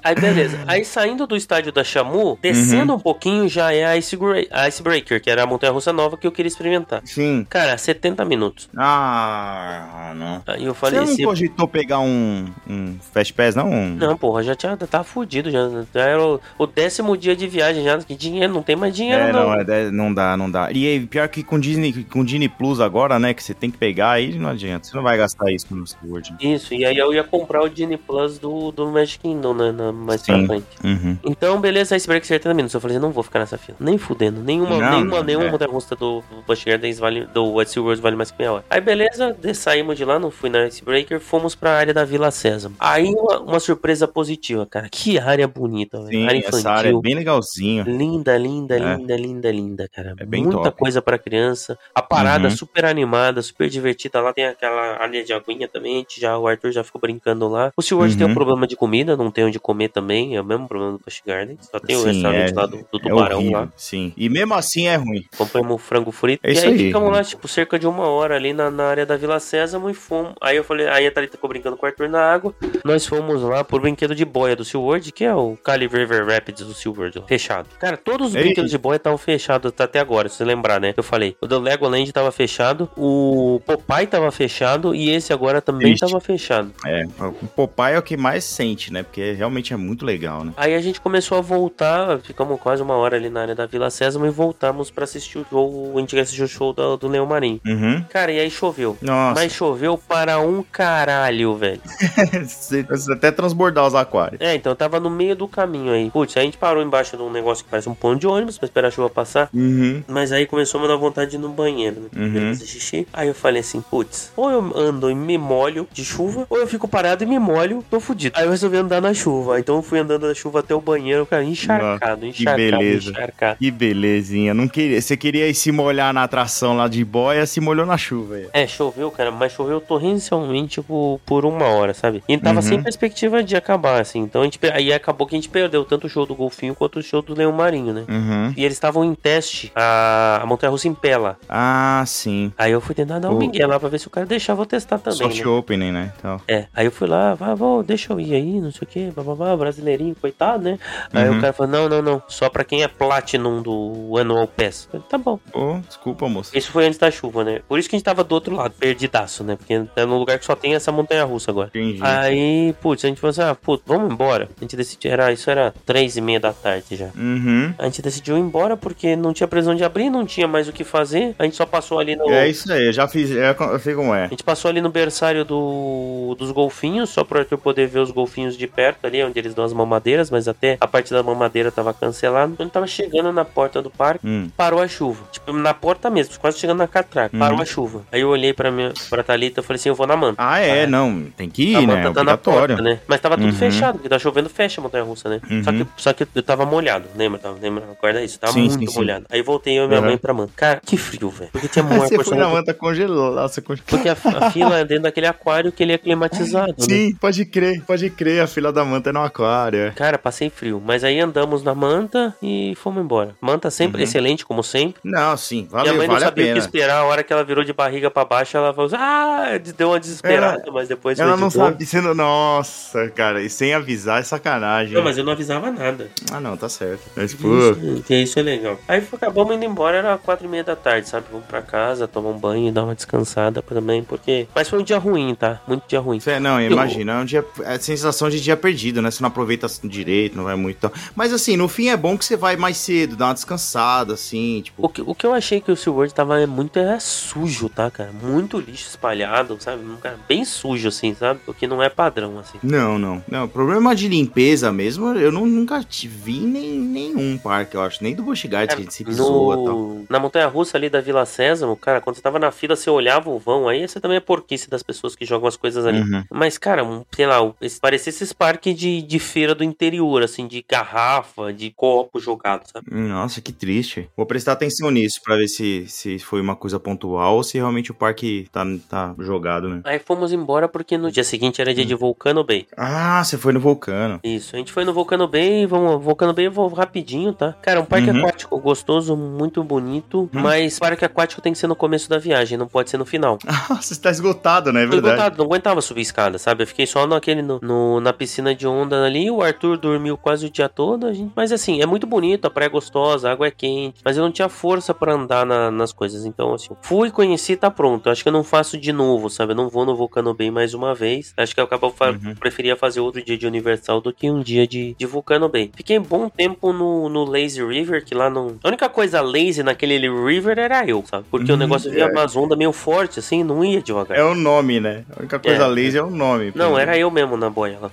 Aí beleza. Aí saindo do estádio da Chamu, descendo
Uhum.
um pouquinho já é a Icebreaker, Icebreaker, que era a montanha russa nova que eu queria experimentar.
Sim.
Cara, 70 minutos.
Ah, não.
Aí eu
Você
falei
não
assim,
cogitou pegar um, um Fast Pass, não? Um-
não, porra, já tinha, tava fudido já. Já era o, o décimo dia de viagem já, que dinheiro, não tem mais dinheiro
É,
não.
não, é, é, não dá, não dá. E aí, pior que com Disney, com Disney Plus agora, né, que você tem que pegar, aí não adianta. Você não vai gastar isso no Sword.
Isso, e aí eu ia comprar o Disney Plus do, do Magic Kingdom, né? na- mais
Sim.
pra frente.
Uhum.
Então, beleza, Iceberg 70 minutos. Eu falei, não vou ficar nessa fila. Nem fudendo. Nenhuma,
Não,
nenhuma,
não,
nenhuma
é.
montanha russa do Busch Gardens vale, do Wet World vale mais que meia hora. Aí, beleza, de- saímos de lá, não fui na Icebreaker, fomos pra área da Vila Sésamo. Aí, uma, uma surpresa positiva, cara. Que área bonita, velho.
Sim,
Área
essa área é
infantil.
bem legalzinha.
Linda, linda,
É.
linda, linda, linda, cara.
É bem
Muita
top.
coisa pra criança. A parada
Uhum.
super animada, super divertida. Lá tem aquela área de aguinha também. a gente Já, o Arthur já ficou brincando lá. O SeaWorld tem
Uhum.
um problema de comida, não tem onde comer comer também, é o mesmo problema do Busch Garden. Só tem o um restaurante
é-
lá do, do
É
Tubarão
horrível,
lá.
Sim. E mesmo assim é ruim.
Compramos um frango frito.
É
e
isso
aí,
aí,
ficamos
né?
lá, tipo, cerca de uma hora ali na, na área da Vila Sésamo e fomos. Aí eu falei, aí a Thalita ficou brincando com o Arthur na água. Nós fomos lá pro brinquedo de boia do Silverd, que é o Cali River Rapids do Silverd, ó, fechado. Cara, todos os
Ei.
brinquedos de boia estavam fechados tá, até agora, se você lembrar, né? Eu falei, o do Legoland tava fechado, o Popeye tava fechado e esse agora também
Triste.
tava fechado.
É. O Popeye é o que mais sente, né? Porque realmente é muito legal, né?
Aí a gente começou a voltar, ficamos quase uma hora ali na área da Vila Sésamo e voltamos pra assistir o jogo, a gente assistiu o show do, do Leão Marinho.
Uhum.
Cara, e aí choveu.
Nossa,
Mas choveu para um caralho, velho.
você precisa até transbordar os aquários.
É, então eu tava no meio do caminho aí. Putz, aí a gente parou embaixo de um negócio que parece um ponto de ônibus pra esperar a chuva passar.
Uhum.
Mas aí começou a me dar vontade de ir no banheiro, né?
Uhum.
Primeiro fazer xixi. Aí eu falei assim, putz, ou eu ando e me molho de chuva, ou eu fico parado e me molho, tô fudido. Aí eu resolvi andar na chuva. Então eu fui andando na chuva até o banheiro, cara, encharcado, encharcado,
beleza.
encharcado.
Que belezinha. Não queria... Você queria ir se molhar na atração lá de boia, se molhou na chuva. aí.
É, choveu, cara, mas choveu torrencialmente tipo, por uma hora, sabe? E tava
Uhum.
sem perspectiva de acabar, assim. Então a gente, pe- aí acabou que a gente perdeu tanto o show do Golfinho quanto o show do Leão Marinho, né?
Uhum.
E eles estavam em teste a, a Montanha Russa em pé lá.
Ah, sim.
Aí eu fui tentar dar um
O-
migué lá pra ver se o cara deixava eu testar também.
Soft
né?
opening, né? Então,
É, aí eu fui lá, vai, vou, deixa eu ir aí, não sei o que, bababá, brasileirinho, coitado, né? Aí
Uhum.
o cara falou, não, não, não, só pra quem é Platinum do Annual Pass. Eu falei, tá bom.
pô, desculpa, moço.
Isso foi antes da chuva, né? Por isso que a gente tava do outro lado, perdidaço, né? Porque é num lugar que só tem essa montanha russa agora.
Entendi.
Aí, putz, a gente falou assim, ah, putz, vamos embora. A gente decidiu, era, isso era três e meia da tarde já.
Uhum.
A gente decidiu ir embora porque não tinha previsão de abrir, não tinha mais o que fazer. A gente só passou ali no...
É isso aí, eu já fiz, é, eu sei como é.
A gente passou ali no berçário do, dos golfinhos, só pro Arthur poder ver os golfinhos de perto ali, onde eles dão as mamadeiras, mas até a parte da mamadeira tava cancelada. Quando tava chegando na porta do parque,
Hum.
parou a chuva. Tipo, na porta mesmo, quase chegando na catraca.
Uhum.
Parou a chuva. Aí eu olhei pra, minha, pra Thalita e falei assim, eu vou na manta.
Ah, é, não, tem que ir,
a
né?
manta
É
tá na
obrigatório.
porta, né? Mas tava tudo
Uhum.
fechado, porque tá chovendo, fecha a montanha-russa, né?
Uhum.
Só, que, só que eu tava molhado, lembra? Tava, lembra? Guarda isso, tava
Sim,
muito
sim, sim.
molhado. Aí voltei eu e minha
Uhum.
mãe pra manta. Cara, que frio, velho. Porque tinha um uma
Você foi
porção
na manta congelada. Nossa, congelou.
porque a, a fila é dentro daquele aquário que ele é climatizado, né?
Sim, pode crer, pode crer. A fila da manta é no aquário. é.
Cara, passei frio. Mas aí andamos na manta e fomos embora. Manta sempre excelente, como sempre.
Não, sim, vale,
Minha mãe não
Uhum. vale a
sabia o que
pena.
esperar. A hora que ela virou de barriga pra baixo, ela falou assim, ah, deu uma desesperada, mas depois
Ela não
meditou.
sabe. Sendo... Nossa, cara, e sem avisar é sacanagem.
Não, mas eu não avisava nada.
Ah, não, tá certo. Mas, pô,
Isso, que isso é legal. Aí f- acabamos indo embora, era quatro e meia da tarde, sabe? Vamos pra casa, tomar um banho, dar uma descansada também, porque... Mas foi um dia ruim, tá? Muito dia ruim.
Cê- não, imagina, é um dia, é a sensação de dia perdido, né? Você não aproveita direito, não vai muito. tal. Mas assim, no fim é bom que você vai mais cedo, dá uma descansada, assim, tipo.
O que, o que eu achei que o SeaWorld tava é muito é sujo, tá, cara? Muito lixo espalhado, sabe? Um cara bem sujo, assim, sabe? O que não é padrão, assim.
Não, não. Não, problema de limpeza mesmo, eu não, nunca te vi em nem, nenhum parque, eu acho. Nem do Busch Gardens que a gente É, se pisou e tal.
É, No, na montanha russa ali da Vila Sésamo, cara, quando você tava na fila, você olhava o vão aí, essa também é porquice das pessoas que jogam as coisas ali.
Uhum.
Mas, cara, um, sei lá, o- esse- parecia esses parques de, de feira do interior, assim, de garrafa, de copo jogado, sabe?
Nossa, que triste. Vou prestar atenção nisso pra ver se, se foi uma coisa pontual ou se realmente o parque tá, tá jogado, né?
Aí fomos embora porque no dia seguinte era
Hum.
dia de Vulcano Bay.
Ah, você foi no vulcano.
Isso, a gente foi no Vulcano Bay, vamos, Vulcano Bay eu vou rapidinho, tá? Cara, um parque
Uhum.
aquático gostoso, muito bonito, mas parque aquático tem que ser no começo da viagem, não pode ser no final.
Ah, você tá esgotado, né? É
Fui
verdade.
botado, não aguentava subir escada, sabe? Eu fiquei só naquele, no, no- na piscina de onda ali, o Arthur dormiu quase o dia todo, a gente... mas assim, é muito bonito, a praia é gostosa, a água é quente, mas eu não tinha força pra andar na- nas coisas, então assim, fui, conheci, tá pronto, acho que eu não faço de novo, sabe? Eu não vou no Vulcano Bay mais uma vez, acho que eu acabo fa-
Uhum.
preferia fazer outro dia de Universal do que um dia de, de Vulcano Bay. Fiquei um bom tempo no, no Lazy River, que lá não... A única coisa lazy naquele River era eu, sabe? Porque o
Hum,
negócio vinha
é.
umas ondas meio forte, assim, não ia devagar.
É o nome, né? A única coisa
É.
laser é o nome.
Não, era eu mesmo na boia lá.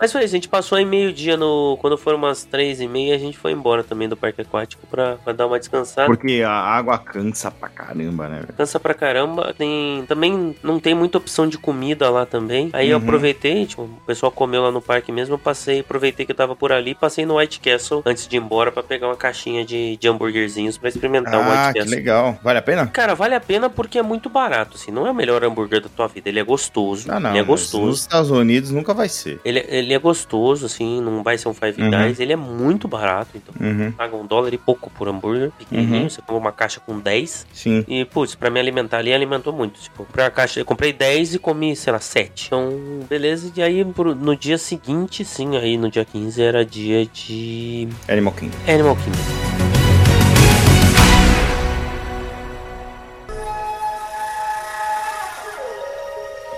Mas foi isso, a gente passou aí meio dia no. Quando foram umas três e meia, a gente foi embora também do parque aquático pra, pra dar uma descansada.
Porque a água cansa pra caramba, né? velho?
Cansa pra caramba, tem. Também não tem muita opção de comida lá também. Aí eu
Uhum.
aproveitei, tipo, o pessoal comeu lá no parque mesmo, eu passei, aproveitei que eu tava por ali, passei no White Castle antes de ir embora pra pegar uma caixinha de, de hambúrguerzinhos pra experimentar o
ah,
White
que
Castle.
legal. Vale a pena?
Cara, vale a pena porque é muito barato, assim. Não é o melhor hambúrguer da tua vida. Ele é gostoso.
Ah, não.
ele é
mas
gostoso.
Nos Estados Unidos nunca vai ser.
Ele, ele é gostoso, assim, não vai ser um Five
Uhum.
Guys. Ele é muito barato, então.
Uhum.
Paga um dólar e pouco por hambúrguer, pequenininho.
Uhum.
Você compra uma caixa com 10.
Sim.
E, putz, pra me alimentar ali, alimentou muito. Tipo, comprei a caixa, eu comprei 10 e comi, sei lá, 7. Então, beleza. E aí, pro- no dia seguinte, sim, aí no dia 15 era dia de
Animal Kingdom.
Animal Kingdom.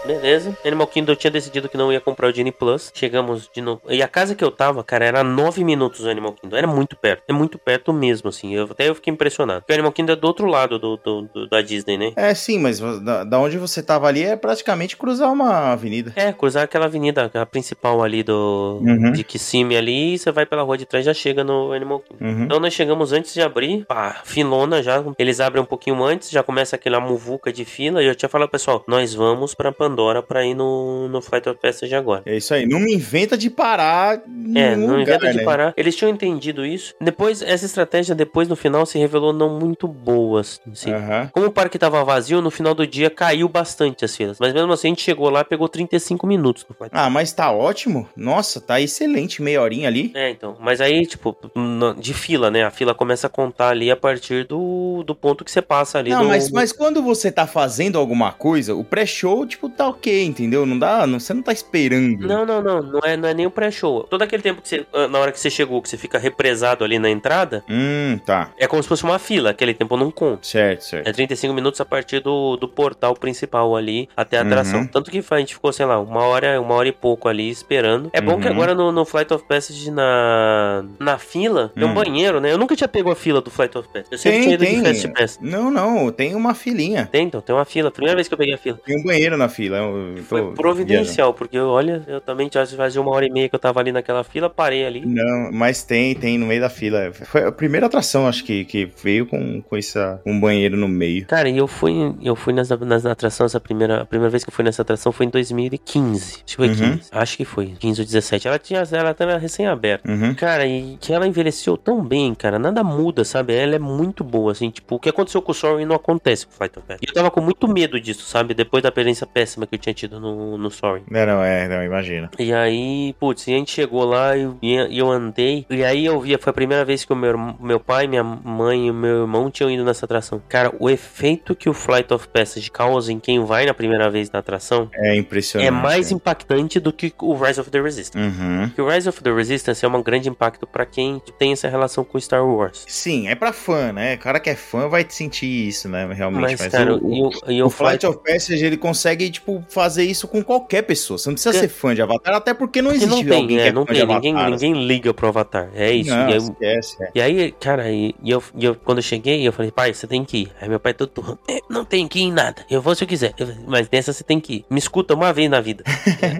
Beleza. Animal Kingdom eu tinha decidido que não ia comprar o Genie Plus. Chegamos de novo. E a casa que eu tava, cara, era 9 minutos do Animal Kingdom. Era muito perto. É muito perto mesmo, assim. Eu, até eu fiquei impressionado. Porque o Animal Kingdom é do outro lado do, do- do- da Disney, né?
É, sim, mas da, da onde você tava ali é praticamente cruzar uma avenida.
É, cruzar aquela avenida, a principal ali do.
Uhum.
De Kissimmee ali, e você vai pela rua de trás e já chega no Animal Kingdom.
Uhum.
Então nós chegamos antes de abrir, pá, filona já, eles abrem um pouquinho antes, já começa aquela muvuca de fila, e eu tinha falado, pessoal, nós vamos pra Pandora pra ir no, no Flight of Passage agora.
É isso aí. Não me inventa de parar em
É,
um
não
lugar,
inventa de
né?
parar. Eles tinham entendido isso. Depois, essa estratégia, depois no final, se revelou não muito boa, assim. assim.
Aham.
Como o parque tava vazio, no final do dia caiu bastante as filas. Mas mesmo assim, a gente chegou lá, pegou 35 minutos no Flight
Ah, mas tá ótimo. Nossa, tá excelente. Meia horinha ali.
É, então. Mas aí, tipo, na- de fila, né? A fila começa a contar ali a partir do, do ponto que você passa ali.
Não,
do-
mas, mas quando você tá fazendo alguma coisa, o pré-show, tipo, tá ok, entendeu? Não dá, não, você não tá esperando.
Não, não, não. Não é, não é nem o pré-show. Todo aquele tempo que você. ah, Na hora que você chegou, que você fica represado ali na entrada,
Hum, tá.
é como se fosse uma fila. Aquele tempo não conta.
Certo, certo.
É 35 minutos a partir do, do portal principal ali até a atração.
Uhum.
Tanto que a gente ficou, sei lá, uma hora, uma hora e pouco ali esperando. É bom que
Uhum.
agora no, no Flight of Passage na, na fila tem um
Hum.
banheiro, né? Eu nunca tinha pego a fila do Flight of Passage. Eu sempre
Tem,
tinha ido de
tem.
Fast Pass.
Não, não, tem uma filinha.
Tem, então, tem uma fila. Primeira vez que eu peguei a fila.
Tem um banheiro na fila. eu tô
Foi providencial, porque eu, olha, eu também já fazia uma hora e meia que eu tava ali naquela fila, parei ali.
viajando. Não, mas tem, tem no meio da fila. Foi a primeira atração, acho que, que veio com, com essa, um banheiro no meio.
Cara, e eu fui, eu fui nas, nas atrações, a primeira, a primeira vez que eu fui nessa atração foi em 2015. Acho que foi
Uhum.
15. Acho que foi. 15 ou 17. Ela tinha, ela era recém-aberta.
Uhum.
Cara, e que ela envelheceu tão bem, cara. Nada muda, sabe? Ela é muito boa, assim. Tipo, o que aconteceu com o Sorry não acontece com o Flight of Passage. E eu tava com muito medo disso, sabe? Depois da experiência péssima que eu tinha tido no, no Sorry.
Não, não, é, não, imagina.
E aí, putz, e a gente chegou lá e e eu, andei. E aí eu via, foi a primeira vez que o meu, irm- meu pai, minha mãe e o meu irmão tinham ido nessa atração. Cara, o efeito que o Flight of Passage causa em quem vai na primeira vez na atração
É impressionante.
é mais impactante do que o Rise of the Resistance.
Uhum.
Porque o Rise of the Resistance é um grande impacto pra quem tem essa relação com Star Wars.
Sim, é pra fã, né? O cara que é fã vai sentir isso, né? Realmente.
Mas, cara,
o-
e o, e
O Flight of Passage, ele consegue, tipo, fazer isso com qualquer pessoa. Você não precisa
Que-
ser fã de Avatar, até porque não
que
existe
não tem,
alguém que
né?
é
Não
fã
tem.
de Avatar. né?
Ninguém, ninguém liga pro Avatar. É isso.
Não,
E aí,
esquece, é.
E aí, cara, e, e eu, e eu- quando eu cheguei, eu falei, pai, você tem que ir. Aí meu pai todo turrão, "É, não tem que ir em nada. Eu vou se eu quiser. Eu falei, Mas nessa você tem que ir. Me escuta uma vez na vida.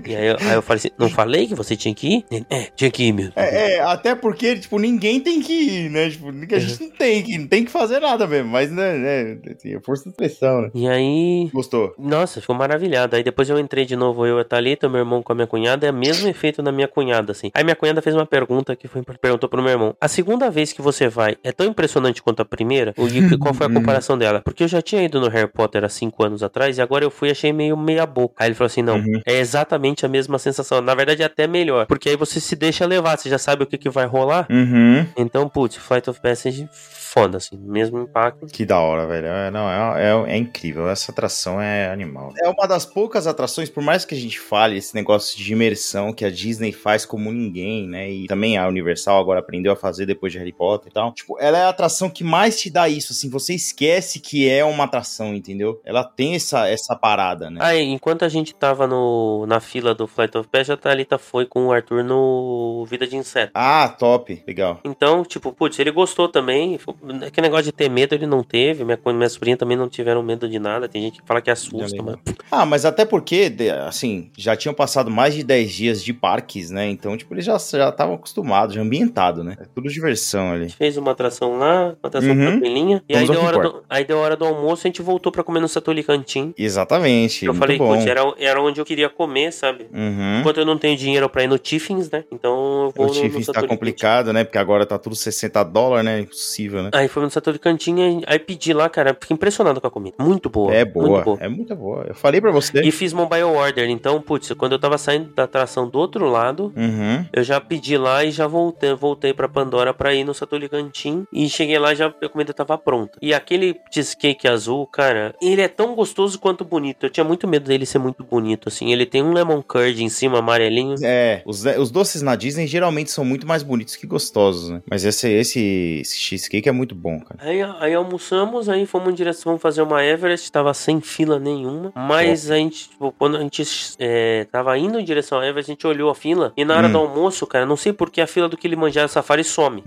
e aí, eu- aí eu falei assim, não falei que você tinha que ir? Ele, é, tinha que ir, meu.
É, é, até porque, tipo, ninguém tem que ir, né? Tipo, ninguém- a
Uhum.
gente não tem que, não tem que fazer nada mesmo. Mas, né, né assim, é força de pressão, né?
E aí.
Gostou?
Nossa, ficou maravilhado. Aí depois eu entrei de novo, eu, a Thalita, meu irmão com a minha cunhada, é o mesmo efeito na minha cunhada, assim. Aí minha cunhada fez uma pergunta que foi, perguntou pro meu irmão: A segunda vez que você vai é tão impressionante quanto a primeira? O- E qual foi a comparação dela? Porque eu já tinha ido no Harry Potter há cinco anos atrás e agora eu fui e achei meio meia boca. Aí ele falou assim: Não,
Uhum.
é exatamente a mesma sensação. Na verdade, é até melhor. Porque aí você se deixa levar, você já sabe o que, que vai rolar.
Uhum.
Então, putz, Flight of Passage, foda, assim. Mesmo impacto.
Que da hora, velho. É, não, é, é, é incrível. Essa atração é animal. É uma das poucas atrações, por mais que a gente fale esse negócio de imersão que a Disney faz como ninguém, né? E também a Universal agora aprendeu a fazer depois de Harry Potter e tal. Tipo, ela é a atração que mais te dá isso, assim. Você esquece que é uma atração, entendeu? Ela tem essa, essa parada, né?
Ah, e enquanto a gente tava no, na fila do Flight of Passage, a Thalita foi com o Arthur no Vida de Inseto.
Ah, top. Legal.
Então, tipo, putz, ele gostou também. Foi- Aquele negócio de ter medo ele não teve. Minha, co- minha sobrinha também não tiveram medo de nada. Tem gente que fala que assusta,
Também
mas.
Ah, mas até porque, de- assim, já tinham passado mais de 10 dias de parques, né? Então, tipo, eles já já estavam acostumados, já ambientado, né? É tudo diversão ali.
A gente fez uma atração lá, uma atração
Uhum.
tranquilinha. E aí
Vamos ao
deu,
que
hora do, aí deu hora do almoço, a gente voltou pra comer no Satoli Cantin.
Exatamente.
Eu
muito
falei,
bom.
putz, era, era onde eu queria comer, sabe?
Uhum.
Enquanto eu não tenho dinheiro pra ir no Tiffins, né? Então eu vou
O
no, no
Tiffins tá
Satoli Cantin.
complicado, né? Porque agora tá tudo 60 dólares, né? Impossível, né?
Aí foi no Satoli Cantin, aí- aí pedi lá, cara. Fiquei impressionado com a comida. Muito boa.
é
Muito
boa.
boa.
É muito boa. Eu falei pra ser.
E fiz Mobile Order. Então, putz, quando eu tava saindo da atração do outro lado,
Uhum.
eu já pedi lá e já voltei, voltei pra Pandora pra ir no Satoru Cantin. E cheguei lá e já a comida tava pronta. E aquele cheesecake azul, cara, ele é tão gostoso quanto bonito. Eu tinha muito medo dele ser muito bonito, assim. Ele tem um lemon curd em cima, amarelinho.
É, os, os doces na Disney geralmente são muito mais bonitos que gostosos, né? Mas esse, esse, esse cheesecake é muito bom, cara.
Aí, aí almoçamos, aí fomos em direção fazer uma Everest, tava sem fila nenhuma. Mas a gente, tipo, quando a gente é, tava indo em direção à Everest, a gente olhou a fila. E na hora
Hum.
do almoço, cara, não sei por que a fila do Kilimanjaro Safari some.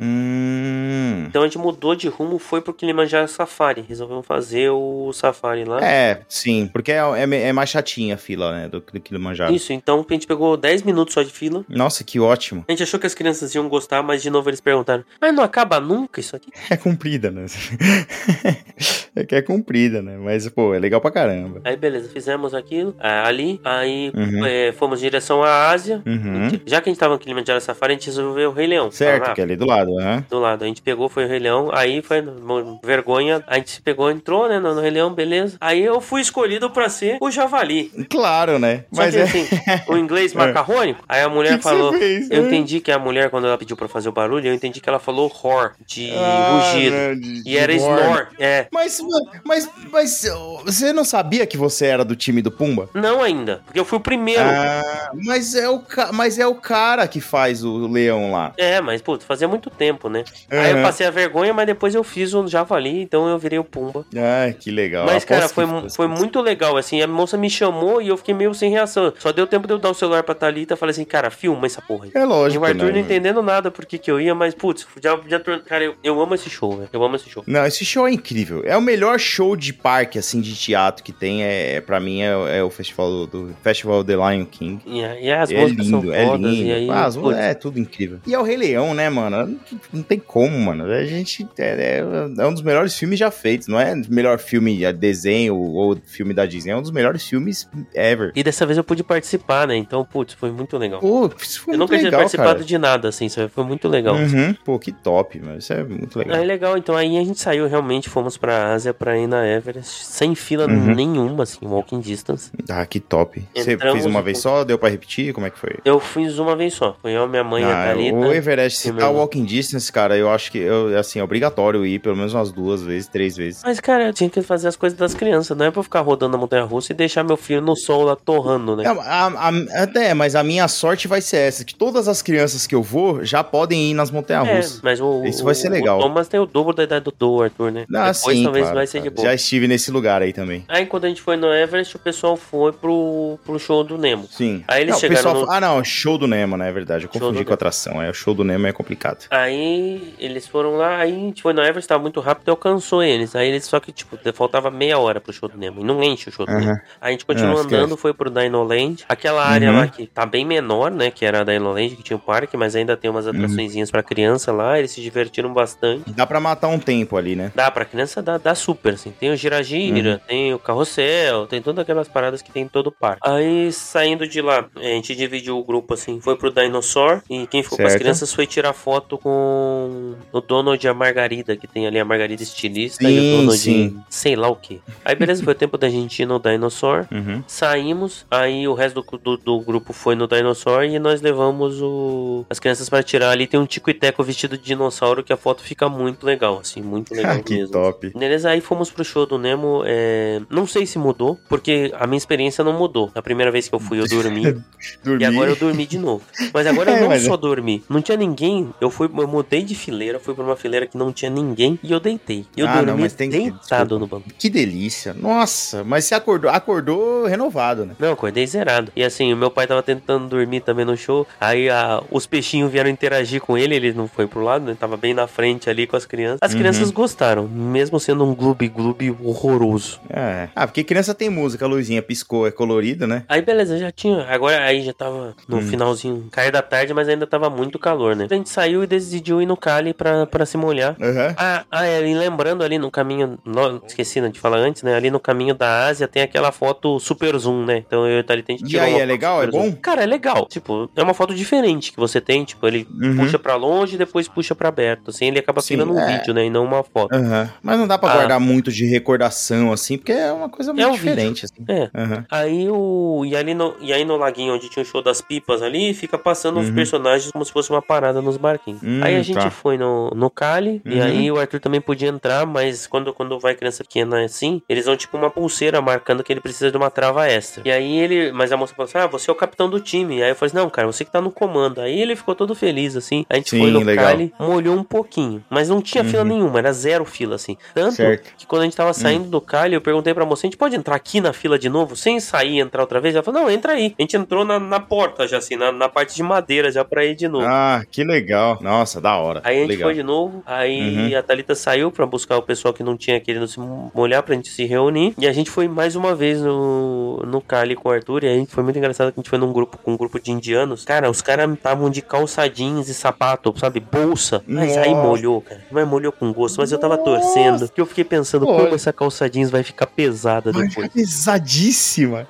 Hum.
Então a gente mudou de rumo, foi pro Kilimanjaro Safari. Resolvemos fazer o Safari lá.
É, sim, porque é, é- é mais chatinha a fila, né, do, do Kilimanjaro.
Isso, então a gente pegou 10 minutos só de fila.
Nossa, que ótimo.
A gente achou que as crianças iam gostar, mas de novo eles perguntaram: Mas não acaba nunca isso aqui?
É comprida, né? é que é comprida, né? Mas, pô, é legal pra caramba.
Aí beleza, fizemos aquilo, ah, ali. Aí
Uhum.
é, fomos em direção à Ásia.
Uhum.
Já que a gente tava no Kilimanjaro Safari, a gente resolveu ver o Rei Leão. Tava
Certo,
lá
que é ali do lado, né?
Do lado, a gente pegou, foi o Rei Leão, aí foi mo- vergonha, a gente se pegou, entrou, né, no no Rei Leão, beleza. Aí eu fui escolhido pra ser o javali.
Claro, né?
Só
Mas
que
é.
assim, o inglês macarrônico, aí a mulher
Que que você
falou,
fez?
eu
É.
entendi que a mulher, quando ela pediu pra fazer o barulho, eu entendi que ela falou roar, de rugido.
Ah, de-
E era
de bordo.
snore, é.
Mas, mano, mas, mas ô, você não sabia que você era do time do Pumba?
Não ainda, porque eu fui o primeiro.
Ah, mas é o ca- mas é o cara que faz o leão lá.
É, mas, putz, fazia muito tempo, né? Aí eu
Aham.
passei a vergonha, mas depois eu fiz o javali, então eu virei o Pumba.
Ai, que legal.
Mas, cara,
Aposto
foi,
que
mu-
fosse-
foi muito legal, assim, a moça me chamou e eu fiquei meio sem reação. Só deu tempo de eu dar o celular pra Thalita e falei assim, cara, filma essa porra aí.
É
E
lógico,
o Arthur
né?
não entendendo nada por que que eu ia, mas, putz, já, já tor- cara, eu, eu amo esse show, velho, eu amo esse show.
Não, esse show é incrível. É o melhor show de parque, assim, de teatro que tem. É, é, pra mim, é, é o festival do, do Festival The Lion King.
E, e as
é
músicas são
lindo,
fodas,
é lindo.
e aí,
Ah, as mu-
putz,
é tudo incrível. E é o Rei Leão, né, mano? Não, não tem como, mano. A gente. É, é- é um dos melhores filmes já feitos. Não é melhor filme, é, desenho ou filme da Disney. É um dos melhores filmes ever.
E dessa vez eu pude participar, né, então, putz, foi muito legal.
Pô, isso foi
eu
muito
nunca tinha
legal,
participado
cara.
de nada, assim, sabe? foi muito legal.
Uhum. Pô, que top, mano. Isso é muito legal.
Aí legal, então aí a gente saiu realmente, fomos pra Ásia pra ir na Everest, sem fila
Uhum.
nenhuma, assim, walking distance.
Ah, que top. Você
Entramos
fez uma
no-
vez só? Deu pra repetir? Como é que foi?
Eu fiz uma vez só. Foi eu, minha mãe e a
Ah,
Thalita.
o Everest, se
e o
tá
meu-
walking distance, cara, eu acho que, eu, assim, é obrigatório ir pelo menos umas duas vezes, três vezes.
Mas, cara, eu tinha que fazer as coisas das crianças. Não é pra eu ficar rodando a montanha russa e deixar meu filho no sol lá torrando, né?
É, a- a- até, mas a minha sorte vai ser essa, que todas as crianças que eu vou já podem ir nas montanhas-russas.
É, mas o,
É Isso vai ser
o-
legal.
o Thomas tem o dobro da idade do, do Arthur, né?
Ah,
Depois
sim,
talvez
claro,
vai ser de
cara.
boa.
Já estive nesse lugar aí também.
Aí quando a gente foi no Everest, o pessoal foi pro, pro show do Nemo.
Sim.
Aí eles
não, o
chegaram
pessoal
no-
fala- Ah, não, show do Nemo, né? É verdade. Eu
Show
confundi
do
com a atração. É, o show do Nemo é complicado.
Aí eles foram lá, aí a gente foi no Everest, tava muito rápido e alcançou eles. Aí eles só que, tipo, faltava meia hora pro show do Nemo. E não enche o show do
Aham.
Nemo. Aí a gente continuou
Ah, esquece.
andando, foi pro Dino Land. Aquela área
Uhum.
lá que tá bem menor, né? Que era a Dino Land, que tinha o parque, mas ainda tem
Uhum.
umas atraçõezinhas pra criança lá. Eles se divertiram bastante.
Dá pra matar um tempo ali, né? Uhum.
Dá, pra criança dá, dá super, assim. Tem o gira-gira, tem o carrossel, tem todas aquelas paradas que tem em todo o parque. Aí, saindo de lá, a gente dividiu o grupo, assim, foi pro Dinosaur, e quem ficou com as
Certo.
crianças foi tirar foto com o Donald e a Margarida, que tem ali a Margarida estilista e o
Sim,
Donald
sim.
sei lá o que. Aí, beleza, foi o tempo da gente ir no Dinosaur.
Uhum.
Saímos, aí o resto do, do- do grupo foi no Dinosaur e nós levamos o, as crianças pra tirar. Ali tem um Tico e Teco vestido de dinossauro que a foto fica muito legal, assim, muito legal
Ah, que
mesmo.
top.
Beleza, aí fomos pro show do Nemo. é, Não sei se mudou, porque a minha experiência não mudou. A primeira vez que eu fui, eu dormi. e
Dormir.
agora eu dormi de novo. Mas agora
É,
eu não
mas é.
só dormi. Não tinha ninguém. Eu fui, eu mudei de fileira, fui pra uma fileira que não tinha ninguém e eu deitei. E eu
Ah, não,
dormi
mas tem que-
deitado no banco.
Que delícia. Nossa, mas você acordou, acordou renovado, né?
Não, acordei zerado. E assim, o meu pai tava tentando dormir também no show. Aí a- os peixinhos vieram interagir com ele, ele não foi pro lado, né? Tava bem na frente ali com as crianças. As
Uhum.
crianças gostaram, mesmo sendo um gloob-gloob horroroso.
É. Ah, porque criança tem música, a luzinha piscou, é colorida, né?
Aí beleza, já tinha. Agora aí já tava no finalzinho, cair da tarde, mas ainda tava muito calor, né? A gente saiu e decidiu ir no Cali pra, pra se molhar.
Aham.
Ah, ah, é, e lembrando ali no caminho, no- esqueci né, de falar antes, né? Ali no caminho da Ásia tem aquela foto super zoom, né? Então eu e o Thalita, a gente
E
tirou
aí,
uma
é
foto
legal?
super
É bom?
zoom. Cara, é legal. Tipo, é uma foto diferente que você tem, tipo, ele
Uhum.
puxa pra longe e depois puxa pra aberto. Assim, ele acaba
Sim,
tirando um
é.
vídeo, né? E não uma foto.
Aham. Mas não dá pra guardar muito de recordação, assim, porque é uma coisa muito
um
diferente. Assim.
É.
Aham.
Aí o. E, ali no... e aí no laguinho onde tinha o show das pipas ali, fica passando os
Uhum.
personagens como se fosse uma parada nos barquinhos.
Hum,
aí a gente
tá.
foi no, no Cali, e
Uhum.
aí o Arthur também podia entrar, mas quando, quando vai criança pequena assim, eles vão tipo uma pulseira marcando que ele precisa de uma trava extra. E aí ele. Mas a moça falou assim: Ah, você é o capitão do time. Aí eu falei assim, não, cara, você que tá no comando. Aí ele ficou todo feliz, assim. A gente
Sim,
foi no
legal.
Cali, molhou um pouquinho. Mas não tinha fila
Uhum.
nenhuma, era zero fila, assim. Tanto
Certo.
que quando a gente tava saindo do Cali, eu perguntei pra moça, a gente pode entrar aqui na fila de novo, sem sair e entrar outra vez? Ela falou, não, entra aí. A gente entrou na, na porta já, assim, na, na parte de madeira já pra ir de novo.
Ah, que legal. Nossa, da hora.
Aí a gente
legal.
foi de novo, aí
Uhum.
a Thalita saiu pra buscar o pessoal que não tinha querido se molhar pra gente se reunir. E a gente foi mais uma vez no, no Cali com o Arthur, e aí foi muito engraçado que a gente foi num grupo com um grupo de indianos. Cara, os caras estavam de calça jeans e sapato, sabe, bolsa. Mas aí
Nossa.
molhou, cara. Mas molhou com gosto, mas eu tava torcendo. Que eu fiquei pensando,
Olha.
como essa calça jeans vai ficar pesada
Mas
depois.
pesadíssima.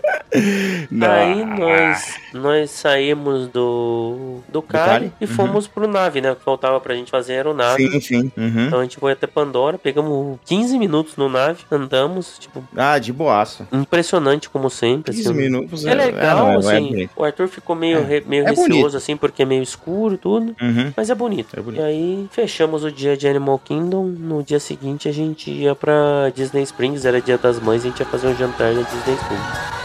Aí
Não.
nós, nós saímos do, do Cali
Cali?
e
Uhum.
fomos pro nave, né? O que faltava pra gente fazer era o nave.
Ah, Sim, sim. Uhum.
Então a gente foi até Pandora, pegamos 15 minutos no nave, andamos, tipo,
Ah, de boaça.
impressionante como sempre.
15
assim.
minutos.
É legal,
não, é
assim.
bonito.
o Arthur ficou meio,
É.
re- meio
É
receoso,
bonito.
assim, porque é meio escuro e tudo.
Uhum.
Mas é bonito.
É bonito.
E aí, fechamos o dia de Animal Kingdom. No dia seguinte, a gente ia pra Disney Springs. Era dia das mães, a gente ia fazer um jantar na Disney Springs.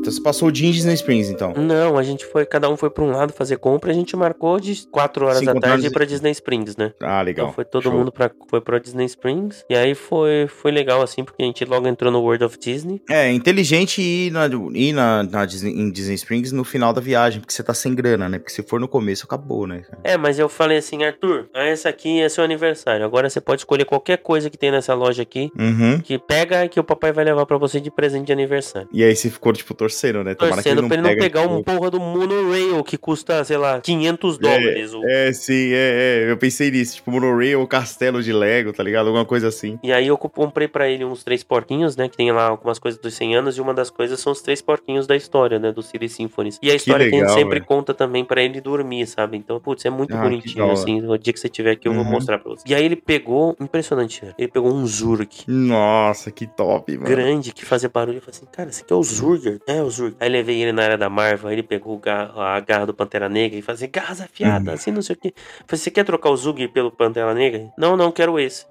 Então você passou o dia em Disney Springs, então.
Não, a gente foi, cada um foi pra um lado fazer compra. A gente marcou de 4 horas
Se
da
encontrar
tarde
no-
ir pra Disney Springs, né?
Ah, legal.
Então foi todo
Show.
mundo pra, foi pra Disney Springs. E aí foi, foi legal, assim, porque a gente logo entrou no World of Disney.
É, inteligente ir, na, ir na, na Disney, em Disney Springs no final da viagem, porque você tá sem grana, né? Porque se for no começo, acabou, né? cara?
É, mas eu falei assim, Arthur, ah, essa aqui é seu aniversário. Agora você pode escolher qualquer coisa que tem nessa loja aqui.
Uhum.
Que pega e que o papai vai levar pra você de presente de aniversário.
E aí você ficou, tipo, torcendo, né? Tomara que ele
Torcendo
não
pra ele não
pega,
pegar
tipo,
um porra do monorail que custa, sei lá, 500 dólares. o-
É, sim, é, é. Eu pensei nisso, tipo, monorail ou castelo de Lego, tá ligado? Alguma coisa assim.
E aí eu co- comprei pra ele uns três porquinhos, né? Que tem lá algumas coisas dos 100 anos. E uma das coisas são os três porquinhos da história, né? Do City Symphonies. E a história que a
legal,
gente sempre
velho.
conta também pra ele dormir, sabe? Então, putz, é muito
Ah, que da
bonitinho,
hora.
assim. O dia que você tiver aqui, eu vou
Uhum.
mostrar pra você. E aí ele pegou... Impressionante, velho. Ele pegou um Zurg.
Nossa, que top, mano.
Grande, que fazia barulho. Eu falei assim, cara, esse aqui é o Zurg? É, o Zurg. Aí levei ele na área da Marvel, aí ele pegou o garro- a garra do Pantera Negra e fazia garras afiadas,
Uhum.
assim, não sei o quê. Eu falei, você quer trocar o Zurg pelo Pantera Negra? Não, não, quero esse.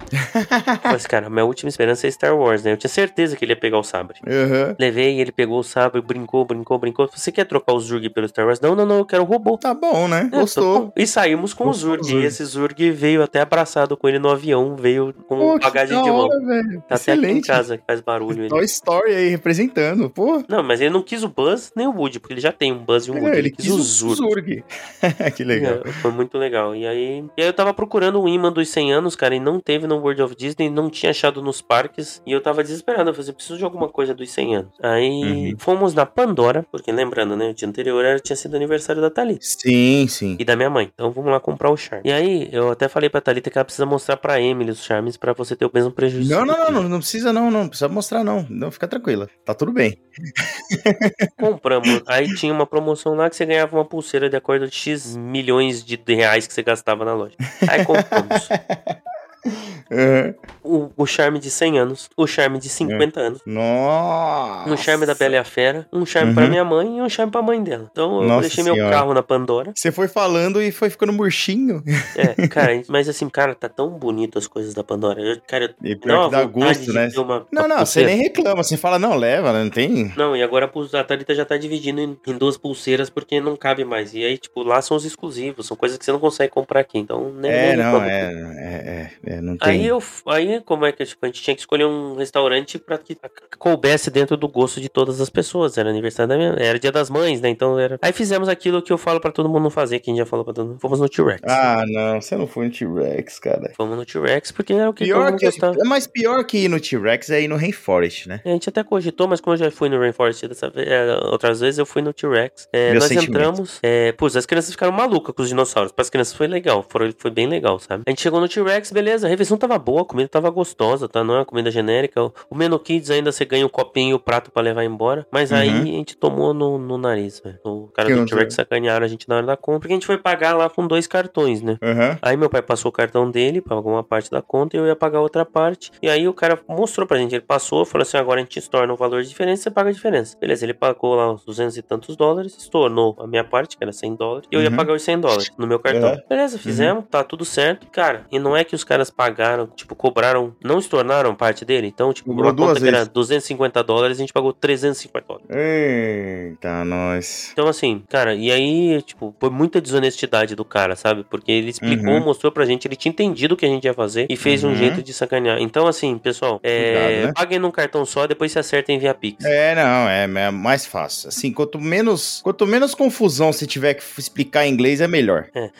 Mas, cara, minha última esperança é Star Wars, né? Eu tinha certeza que ele ia pegar o sabre.
Aham.
Levei, ele pegou o sabre, brincou, brincou, brincou. Eu falei, Você quer trocar o Zurg pelo Star Wars? Não, não, não, eu quero o robô.
Tá bom, né?
É,
Gostou.
tá bom. E saímos com
Gostou
o
do
Zurg.
Zurg.
E esse Zurg veio até abraçado com ele no avião, veio com um
Pô, que
bagagem
da
de mão.
hora, velho.
Tá até aqui em
Excelente.
casa que faz barulho. Ele.
Toy Story aí representando, pô.
Não, mas ele não quis o Buzz nem o Woody, porque ele já tem um Buzz e um Woody.
É,
ele, quis, o Zurg.
que legal.
É, foi muito legal. E aí, e aí eu tava procurando o imã dos 100 anos, cara, e não teve no World of Disney, não tinha achado nos parques. E eu tava desesperado. Eu falei, eu preciso de alguma coisa dos 100 anos. Aí
Uhum.
fomos na Pandora, porque lembrando, né, o dia anterior era, tinha sido aniversário da Thalita.
Sim, sim.
E da minha mãe. Então vamos lá comprar o charme. E aí, eu até falei pra Thalita que ela precisa mostrar pra Emily os charmes pra você ter o mesmo prejuízo.
Não, não, não, não, não precisa não, não precisa mostrar não. Não, fica tranquila. Tá tudo bem.
Compramos. Aí tinha uma promoção lá que você ganhava uma pulseira de acordo de X milhões de reais que você gastava na loja. Aí compramos.
Uhum.
o, o charme de 100 anos, o charme de 50 anos,
É. Nossa.
um charme da Bela e a Fera, um charme pra
Uhum.
minha mãe e um charme pra mãe dela. Então eu
Nossa
deixei meu
Senhora.
carro na Pandora.
Você foi falando e foi ficando murchinho.
É, cara, mas assim, cara, tá tão bonito as coisas da Pandora. Eu, cara, eu
E
me dá
pior
uma
que dá
vontade
gosto,
de
né?
ter uma-
Não,
uma
não, você
pulseira.
nem reclama, você fala, não, leva, né? não tem.
Não, e agora a Thalita já tá dividindo em, em duas pulseiras porque não cabe mais. E aí, tipo, lá são os exclusivos, são coisas que você não consegue comprar aqui. Então, nem
É,
nem
não,
reclamo.
é, é, é, É, não tem.
Aí, eu, aí como é que tipo, a gente tinha que escolher um restaurante para que coubesse dentro do gosto de todas as pessoas. Era aniversário da minha, era dia das mães, né? Então era. Aí fizemos aquilo que eu falo para todo mundo não fazer, que a gente já falou para todo mundo. Fomos no T-Rex.
Ah, não, você não foi no T-Rex, cara.
Fomos no T-Rex porque era o que todo
Pior
mundo
que,
gostava.
mas pior que ir no T-Rex é ir no Rainforest, né?
A gente até cogitou, mas como eu já fui no Rainforest dessa vez, é, outras vezes, eu fui no T-Rex. É,
Meu
nós
sentimento.
entramos. É, putz, as crianças ficaram malucas com os dinossauros. Para as crianças foi legal, foi, foi bem legal, sabe? A gente chegou no T-Rex, beleza, a refeição tava boa, a comida tava gostosa, tá? Não é uma comida genérica. O, o menu kids ainda você ganha o copinho e o prato para levar embora. Mas aí a gente tomou no, no nariz, velho. O cara
Uhum. Que
do
onda.
T-Rex sacanearam a gente na hora da conta, porque a gente foi pagar lá com dois cartões, né?
Aham.
Aí meu pai passou o cartão dele, pagou uma parte da conta e eu ia pagar outra parte. E aí o cara mostrou pra gente, ele passou, falou assim, agora a gente estorna o valor de diferença, você paga a diferença. Beleza, ele pagou lá uns 200 e tantos dólares, estornou a minha parte, que era 100 dólares, e eu ia
Uhum.
pagar os 100 dólares no meu cartão.
É.
Beleza, fizemos, tá tudo certo. Cara, e não é que os caras pagaram, tipo, cobraram, não estornaram parte dele, então, tipo,
Cobrou
uma conta
duas
que era
vezes.
250 dólares, a gente pagou 350 dólares.
Eita, nós.
Então, assim, cara, e aí, tipo, foi muita desonestidade do cara, sabe? Porque ele explicou,
Uhum.
mostrou pra gente, ele tinha entendido o que a gente ia fazer e fez um
Uhum.
jeito de sacanear. Então, assim, pessoal, é,
Cuidado, né?
paguem num cartão só, depois se acertem via Pix.
É, não, é, é mais fácil. Assim, quanto menos, quanto menos confusão se tiver que explicar em inglês, é melhor.
É.
Entendeu?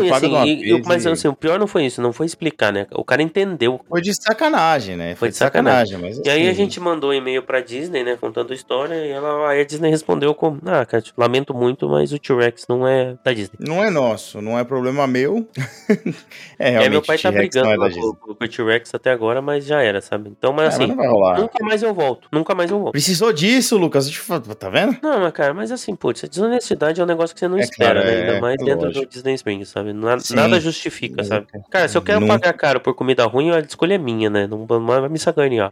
Não, e
Paga
assim,
de uma
e- e o-
vez
mas
e-
assim, o pior não foi isso, não foi explicar, né? O cara entendeu.
Foi de sacanagem, né? Foi,
Foi
de
de
sacanagem. mas
E aí a
assim,
gente mandou um e-mail pra Disney, né, contando a história, e ela, aí a Disney respondeu com, ah, cara, tipo, lamento muito, mas o T-Rex não é da Disney.
Não é nosso, não é problema meu. é,
É,
realmente.
meu pai tá
T-Rex
brigando
não é da
lá
Disney.
com, com o T-Rex até agora, mas já era, sabe? Então, mas
Ah,
assim,
mas não vai rolar.
Nunca mais eu volto. Nunca mais eu volto.
Precisou disso, Lucas. Deixa eu falar, Tá vendo?
Não, mas cara, mas assim, putz, a desonestidade é um negócio que você não
É
espera,
claro,
né?
é,
Ainda mais
é
dentro do
lógico.
Disney Springs, sabe? Na- Nada,
Sim. é.
justifica, sabe? Cara, se eu quero
Nunca.
pagar caro por comida ruim, a escolha é minha, né? Não não vai me sacanear.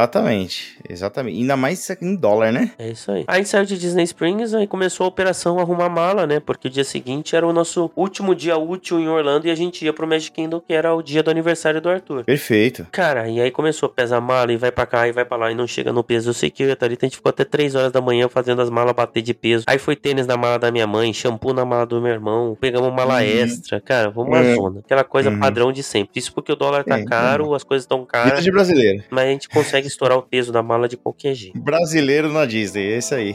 Exatamente, exatamente. Ainda mais em dólar, né?
É isso aí. Aí saiu de Disney Springs, aí começou a operação arrumar mala, né? Porque o dia seguinte era o nosso último dia útil em Orlando e a gente ia pro Magic Kingdom, que era o dia do aniversário do Arthur.
Perfeito.
Cara, e aí começou a pesar mala e vai pra cá e vai pra lá e não chega no peso. Eu sei que eu e a Thalita então a gente ficou até 3 horas da manhã fazendo as malas bater de peso. Aí foi tênis na mala da minha mãe, shampoo na mala do meu irmão, pegamos mala
Uhum.
extra. Cara, vamos à
É.
zona. Aquela coisa
Uhum.
padrão de sempre. Isso porque o dólar tá
É,
caro, as coisas estão
Vida
caras,
de brasileiro.
mas a gente consegue estourar o peso da mala de qualquer jeito.
Brasileiro na Disney, é isso aí.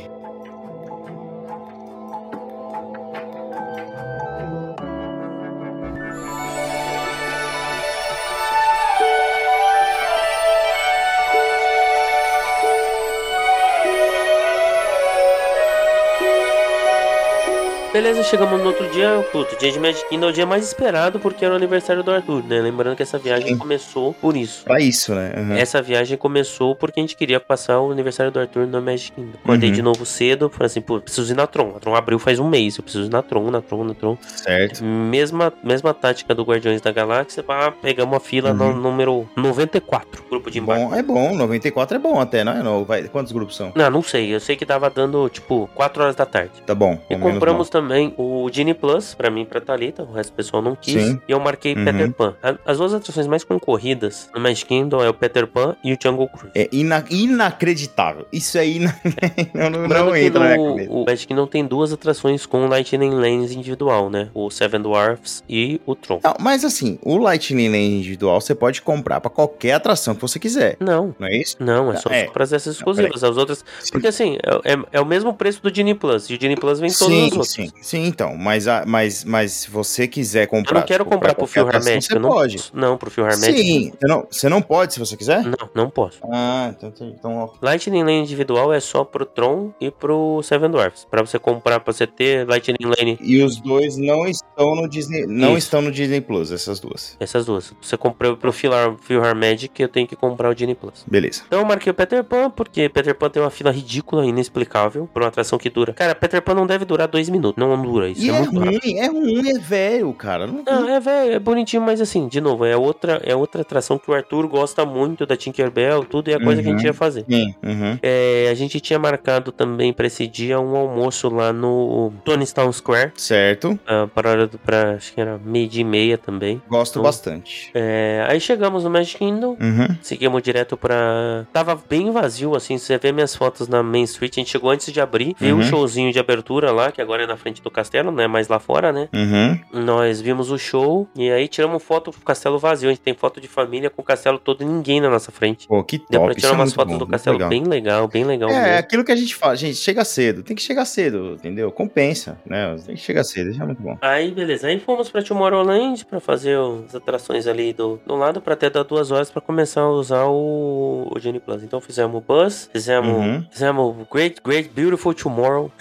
Beleza, chegamos no outro dia, puto, dia de Magic Kingdom é o dia mais esperado porque era o aniversário do Arthur, né? Lembrando que essa viagem
Sim.
começou por isso.
Pra isso, né? Uhum.
Essa viagem começou porque a gente queria passar o aniversário do Arthur no Magic Kingdom. Acordei
Uhum.
de novo cedo, falei assim, pô, preciso ir na Tron. A Tron abriu faz um mês, eu preciso ir na Tron, na Tron, na Tron.
Certo.
Mesma, mesma tática do Guardiões da Galáxia, pá, pegamos a fila no
Uhum.
número 94, grupo de embarque.
Bom, é bom, 94 é bom até, não é? Não, vai, quantos grupos são?
Não, não sei, eu sei que tava dando, tipo, 4 horas da tarde.
Tá bom.
E
ao menos
compramos também o Genie Plus, pra mim e pra Thalita, o resto do pessoal não quis.
Sim.
E eu marquei
Uhum.
Peter Pan. A- As duas atrações mais concorridas no Magic Kingdom é o Peter Pan e o Jungle Cruise.
É ina- inacreditável. Isso é ina... não, não,
Lembrando
não
que
entra na minha
no-
cabeça.
O Magic Kingdom tem duas atrações com Lightning Lanes individual, né? O Seven Dwarfs e o Tron.
Não, mas assim, o Lightning Lane individual você pode comprar pra qualquer atração que você quiser,
Não.
não é isso?
Não, é só
É.
para essas exclusivas. As outras. Porque assim, é, é- é o mesmo preço do Genie Plus. E o Genie Plus vem todas as
Sim,
outras.
sim, sim, então. Mas, a- mas, mas se você quiser
Eu
comprar.
não quero
tipo, pra
comprar pro
qualquer
Fio
atração,
Hermético.
Você
eu não
pode.
posso. Não, Hum. pro Fio Hermético.
Sim, você não, você não pode se você quiser?
Não, não posso.
Ah, então, tem- então ó.
Lightning Lane individual é só pro Tron e pro Seven Dwarfs. Pra você comprar, pra você ter Lightning Lane.
E os dois não estão no Disney. Não
Isso.
estão no Disney Plus, essas duas.
Essas duas. Você comprou pro Phil Phil Hermético, eu tenho que comprar o Genie Plus.
Beleza.
Então eu marquei o Peter Pan, porque Peter Pan tem uma fila ridícula, inexplicável, por uma atração que dura. Cara, Peter Pan não deve durar dois minutos, não dura isso.
E
é,
é
muito rápido.
ruim, é ruim, é velho, cara. Não,
Não, é velho, é bonitinho, mas assim, de novo, é outra, é outra atração que o Arthur gosta muito da Tinkerbell, tudo, e é a coisa que a gente ia fazer.
Sim, uhum.
É, a gente tinha marcado também pra esse dia um almoço lá no Tony Town Square,
Certo.
ah, para hora do, pra, acho que era meio dia e meia também.
Gosto
Então-
bastante.
É, aí chegamos no Magic Kingdom,
Uhum.
Seguimos direto pra. Tava bem vazio, assim. se Você vê minhas fotos na Main Street. A gente chegou antes de abrir, viu
Uhum.
o showzinho de abertura lá, que agora é na frente do castelo, né? Mas lá fora, né?
Uhum.
Nós vimos o show e aí tiramos foto do castelo vazio. A gente tem foto de família com o castelo todo e ninguém na nossa frente.
Pô, que top.
Deu pra tirar
isso é
umas
muito
fotos
bom,
do
muito
castelo
legal.
bem legal, bem legal
É,
mesmo.
aquilo que a gente fala, gente, chega cedo, tem que chegar cedo, entendeu? Compensa, né? Tem que chegar cedo, isso é muito bom.
Aí, beleza. Aí fomos pra Tomorrowland pra fazer o- as atrações ali do, do lado pra até dar duas horas pra começar a usar o, o Genie Plus. Então fizemos o Bus, fizemos,
Uhum.
fizemos o Great, Great Beautiful Tomorrow.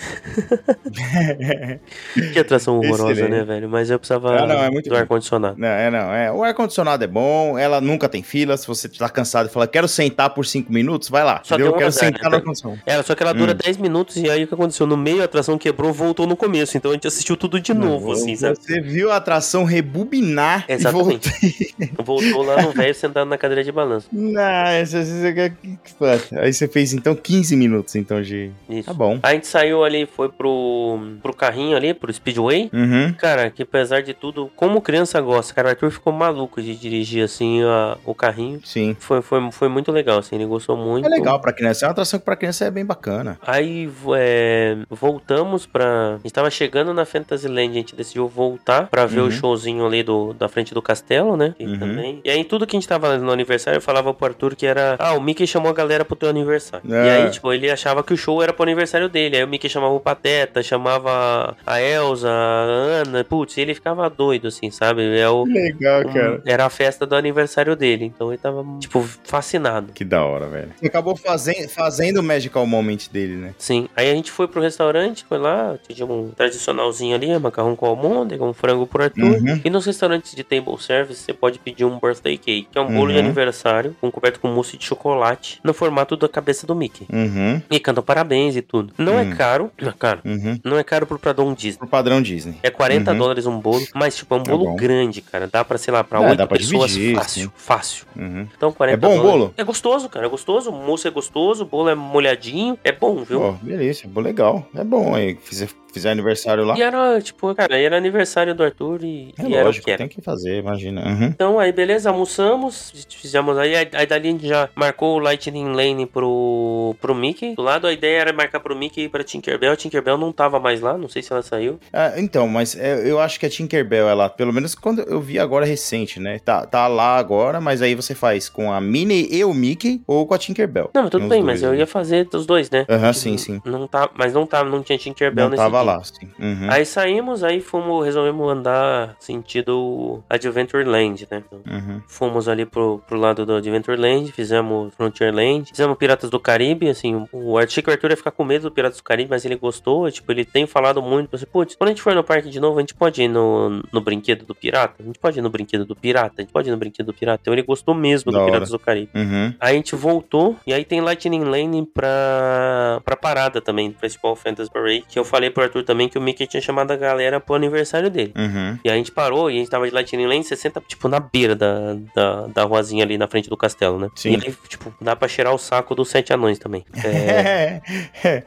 que atração horrorosa,
Excelente.
né, velho? Mas eu precisava
Ah, não, é muito
do
bom.
ar-condicionado.
Não, é, não, é. O ar-condicionado é bom, ela nunca tem fila. Se você tá cansado e fala, quero sentar por cinco minutos, vai lá.
Só
entendeu?
tem um
quero
azar,
sentar
né?
no ar-condicionado.
Era, só que ela dura
Hum.
10 minutos e aí o que aconteceu? No meio a atração quebrou, voltou no começo. Então a gente assistiu tudo de novo, assim, sabe?
Você viu a atração rebobinar e voltar.
Exatamente. Voltou lá no velho sentado na cadeira de balanço.
Não, essa- essa- essa- é que- que fato. Aí você fez então 15 minutos então de.
Isso.
Tá bom.
A gente saiu ali, foi pro, pro carrinho ali, pro Speedway.
Uhum.
Cara, que apesar de tudo, como criança gosta, cara, o Arthur ficou maluco de dirigir assim a- o carrinho.
Sim.
Foi, foi, foi muito legal, assim, ele gostou muito.
É legal pra criança. É uma atração que pra criança é bem bacana.
Aí é, voltamos pra. A gente tava chegando na Fantasyland, a gente decidiu voltar pra ver
Uhum.
o showzinho ali do, da frente do castelo, né? Que
Uhum.
também. E aí tudo que a gente tava no aniversário, eu falava pro Arthur que era. Ah, o Mickey chamou a galera pro teu aniversário.
É.
E aí, tipo, ele achava que o show era pro aniversário dele. Aí o Mickey chamava o Pateta, chamava a Elsa, a Ana. Putz, ele ficava doido, assim, sabe? É o-
Legal,
Era a festa do aniversário dele. Então ele tava, tipo, fascinado.
Que da hora, velho. Você acabou fazendo, fazendo o Magical Moment dele, né?
Sim, aí a gente foi pro restaurante, foi lá, tinha um tradicionalzinho ali, é macarrão com almôndega, um frango por Arthur.
Uhum.
E nos restaurantes de table service, você pode pedir um birthday cake, que é um bolo de
Uhum.
aniversário, um coberto com mousse de chocolate, no formato da cabeça do Mickey.
Uhum.
E cantam parabéns e tudo. Não
Hum.
é caro, não é caro,
Uhum.
não é caro pro Pradom Disney.
Pro padrão Disney.
É 40
Uhum.
dólares um bolo, mas tipo, é um
Tá
bolo
bom.
grande, cara. Dá pra, sei lá, pra
É,
oito
dá pra
pessoas
dividir,
fácil,
sim.
fácil.
Uhum.
Então 40
É bom o
dólares.
bolo?
É gostoso, cara, é gostoso. O mousse é gostoso, o bolo é molhadinho, é bom, viu?
Pô, beleza, bom, legal. É bom aí. Fizer, fizer aniversário lá.
E era, tipo, cara, era aniversário do Arthur e, e
é
era o
lógico,
que era.
tem que fazer, imagina. Uhum.
Então, aí, beleza, almoçamos, fizemos aí, aí, aí dali a gente já marcou o Lightning Lane pro, pro Mickey. Do lado, a ideia era marcar pro Mickey e ir pra Tinkerbell. A Tinkerbell não tava mais lá, não sei se ela saiu.
Ah, então, mas é, eu acho que a Tinkerbell, ela, pelo menos quando eu vi agora recente, né? Tá, tá lá agora, mas aí você faz com a Minnie e o Mickey ou com a Tinkerbell.
Não, mas tudo
Nos
bem,
dois,
mas eu
né?
ia fazer dos dois, né?
Aham, sim, sim.
Não tá, mas não tava, não tinha Tinkerbell
Não
nesse
tava
dia.
lá, sim. Uhum.
Aí saímos, aí fomos, resolvemos andar sentido Adventureland, né?
Uhum.
Fomos ali pro, pro lado do Adventureland, fizemos Frontierland, fizemos Piratas do Caribe, assim, o achei que o Arthur ia ficar com medo do Piratas do Caribe, mas ele gostou, e, tipo, ele tem falado muito, assim, putz, quando a gente for no parque de novo, a gente pode ir no, no brinquedo do pirata? A gente pode ir no brinquedo do pirata? A gente pode ir no brinquedo do pirata? Então ele gostou mesmo
Da
do
hora.
Piratas do Caribe.
Uhum.
Aí a gente voltou, e aí tem Lightning Lane pra, pra parada também, do Festival Fantasy Parade, que eu falei pro Arthur também que o Mickey tinha chamado a galera pro aniversário dele.
Uhum.
E a gente parou e a gente tava de Lightning Lane 60, tipo, na beira da, da, da ruazinha ali na frente do castelo, né?
Sim.
E aí, tipo, dá pra cheirar o saco dos sete anões também. É,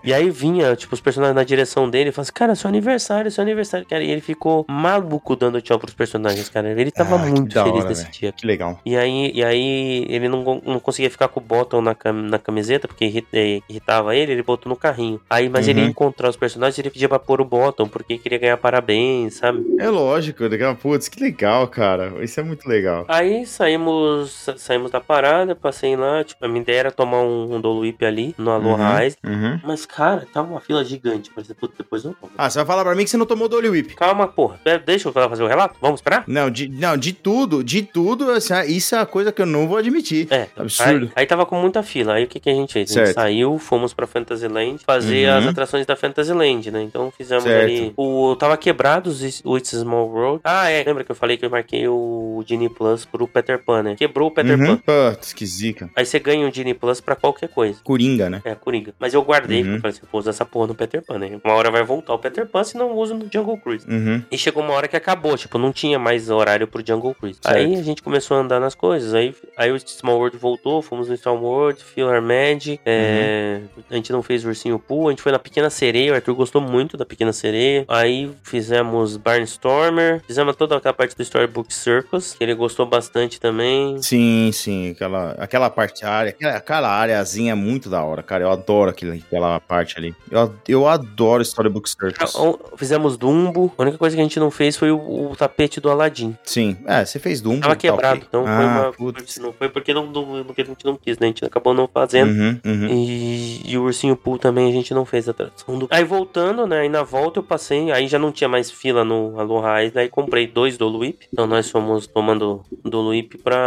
e aí vinha, tipo, os personagens na direção dele e falavam assim, cara, seu aniversário, seu aniversário, cara. E ele ficou maluco dando tchau pros personagens, cara. Ele tava
Ah, que
muito
da
feliz
hora,
nesse
velho.
dia.
que legal.
E aí, e aí ele não, gon- não conseguia ficar com o bottom na, cam- na camiseta, porque irri- eh, irritava ele, ele botou no carrinho. Aí, mas ele
Uhum.
ia encontrar os personagens, ele pedia pra pôr o bottom, porque queria ganhar parabéns, sabe?
É lógico, legal. Putz, que legal, cara. Isso é muito legal.
Aí saímos, sa- saímos da parada, passei lá, tipo, a minha ideia era tomar um, um Doluip ali no Aloha Ice.
Uhum.
Mas, cara, tava uma fila gigante. Mas puta, depois eu tomo.
Ah, você vai falar pra mim que você não tomou Dolly Whip.
Calma, porra. Pera, Deixa eu fazer o relato? Vamos esperar?
Não, de, não, de tudo, de tudo, assim, ah, isso é a coisa que eu não vou admitir.
É,
Absurdo.
Aí, aí tava com muita fila. Aí o que, que a gente fez? A gente
Certo.
saiu, fomos pra Fantasyland fazer
Uhum.
as atrações da Fantasyland, né? Então fizemos
Certo.
ali. O tava quebrado os It's- o It's a Small World. Ah, é. Lembra que eu falei que eu marquei o Genie Plus pro Peter Pan, né? Quebrou o Peter
Uhum.
Pan.
Putz, que zica.
Aí você ganha o Genie Plus pra qualquer coisa.
Coringa, né?
É, Coringa. Mas eu guardei,
Uhum.
porque eu falei assim, pô, usa essa porra no Peter Pan, né? Uma hora vai voltar o Peter Pan, senão eu uso no Jungle Cruise.
Uhum.
E chegou uma hora que acabou, tipo, não tinha mais horário pro Jungle Cruise.
Certo.
Aí a gente começou a andar nas coisas, aí, aí o Small World voltou, fomos no Small
Uhum.
World, Filler Magic, é, a gente não fez Ursinho Poo, a gente foi na Pequena Sereia, o Arthur gostou muito muito da Pequena Sereia. Aí fizemos Barnstormer, fizemos toda aquela parte do Storybook Circus, que ele gostou bastante também.
Sim, sim, aquela, aquela parte, a área, aquela, aquela áreazinha é muito da hora, cara. Eu adoro aquela, aquela parte ali. Eu, eu adoro Storybook Circus.
É, um Então, Fizemos Dumbo. A única coisa que a gente não fez foi o, o tapete do Aladdin.
Sim, é, você fez Dumbo.
Tava quebrado,
ok.
então foi
Ah,
uma.
putz.
Não foi porque, não, não- porque a gente não quis, né? A gente acabou não fazendo.
Uhum, uhum.
E, e o Ursinho Poo também a gente não fez a tradução do. Aí voltando, né? Aí na volta eu passei, aí já não tinha mais fila no Aloha Island, aí comprei dois do Luip. Então nós fomos tomando do Luip pra.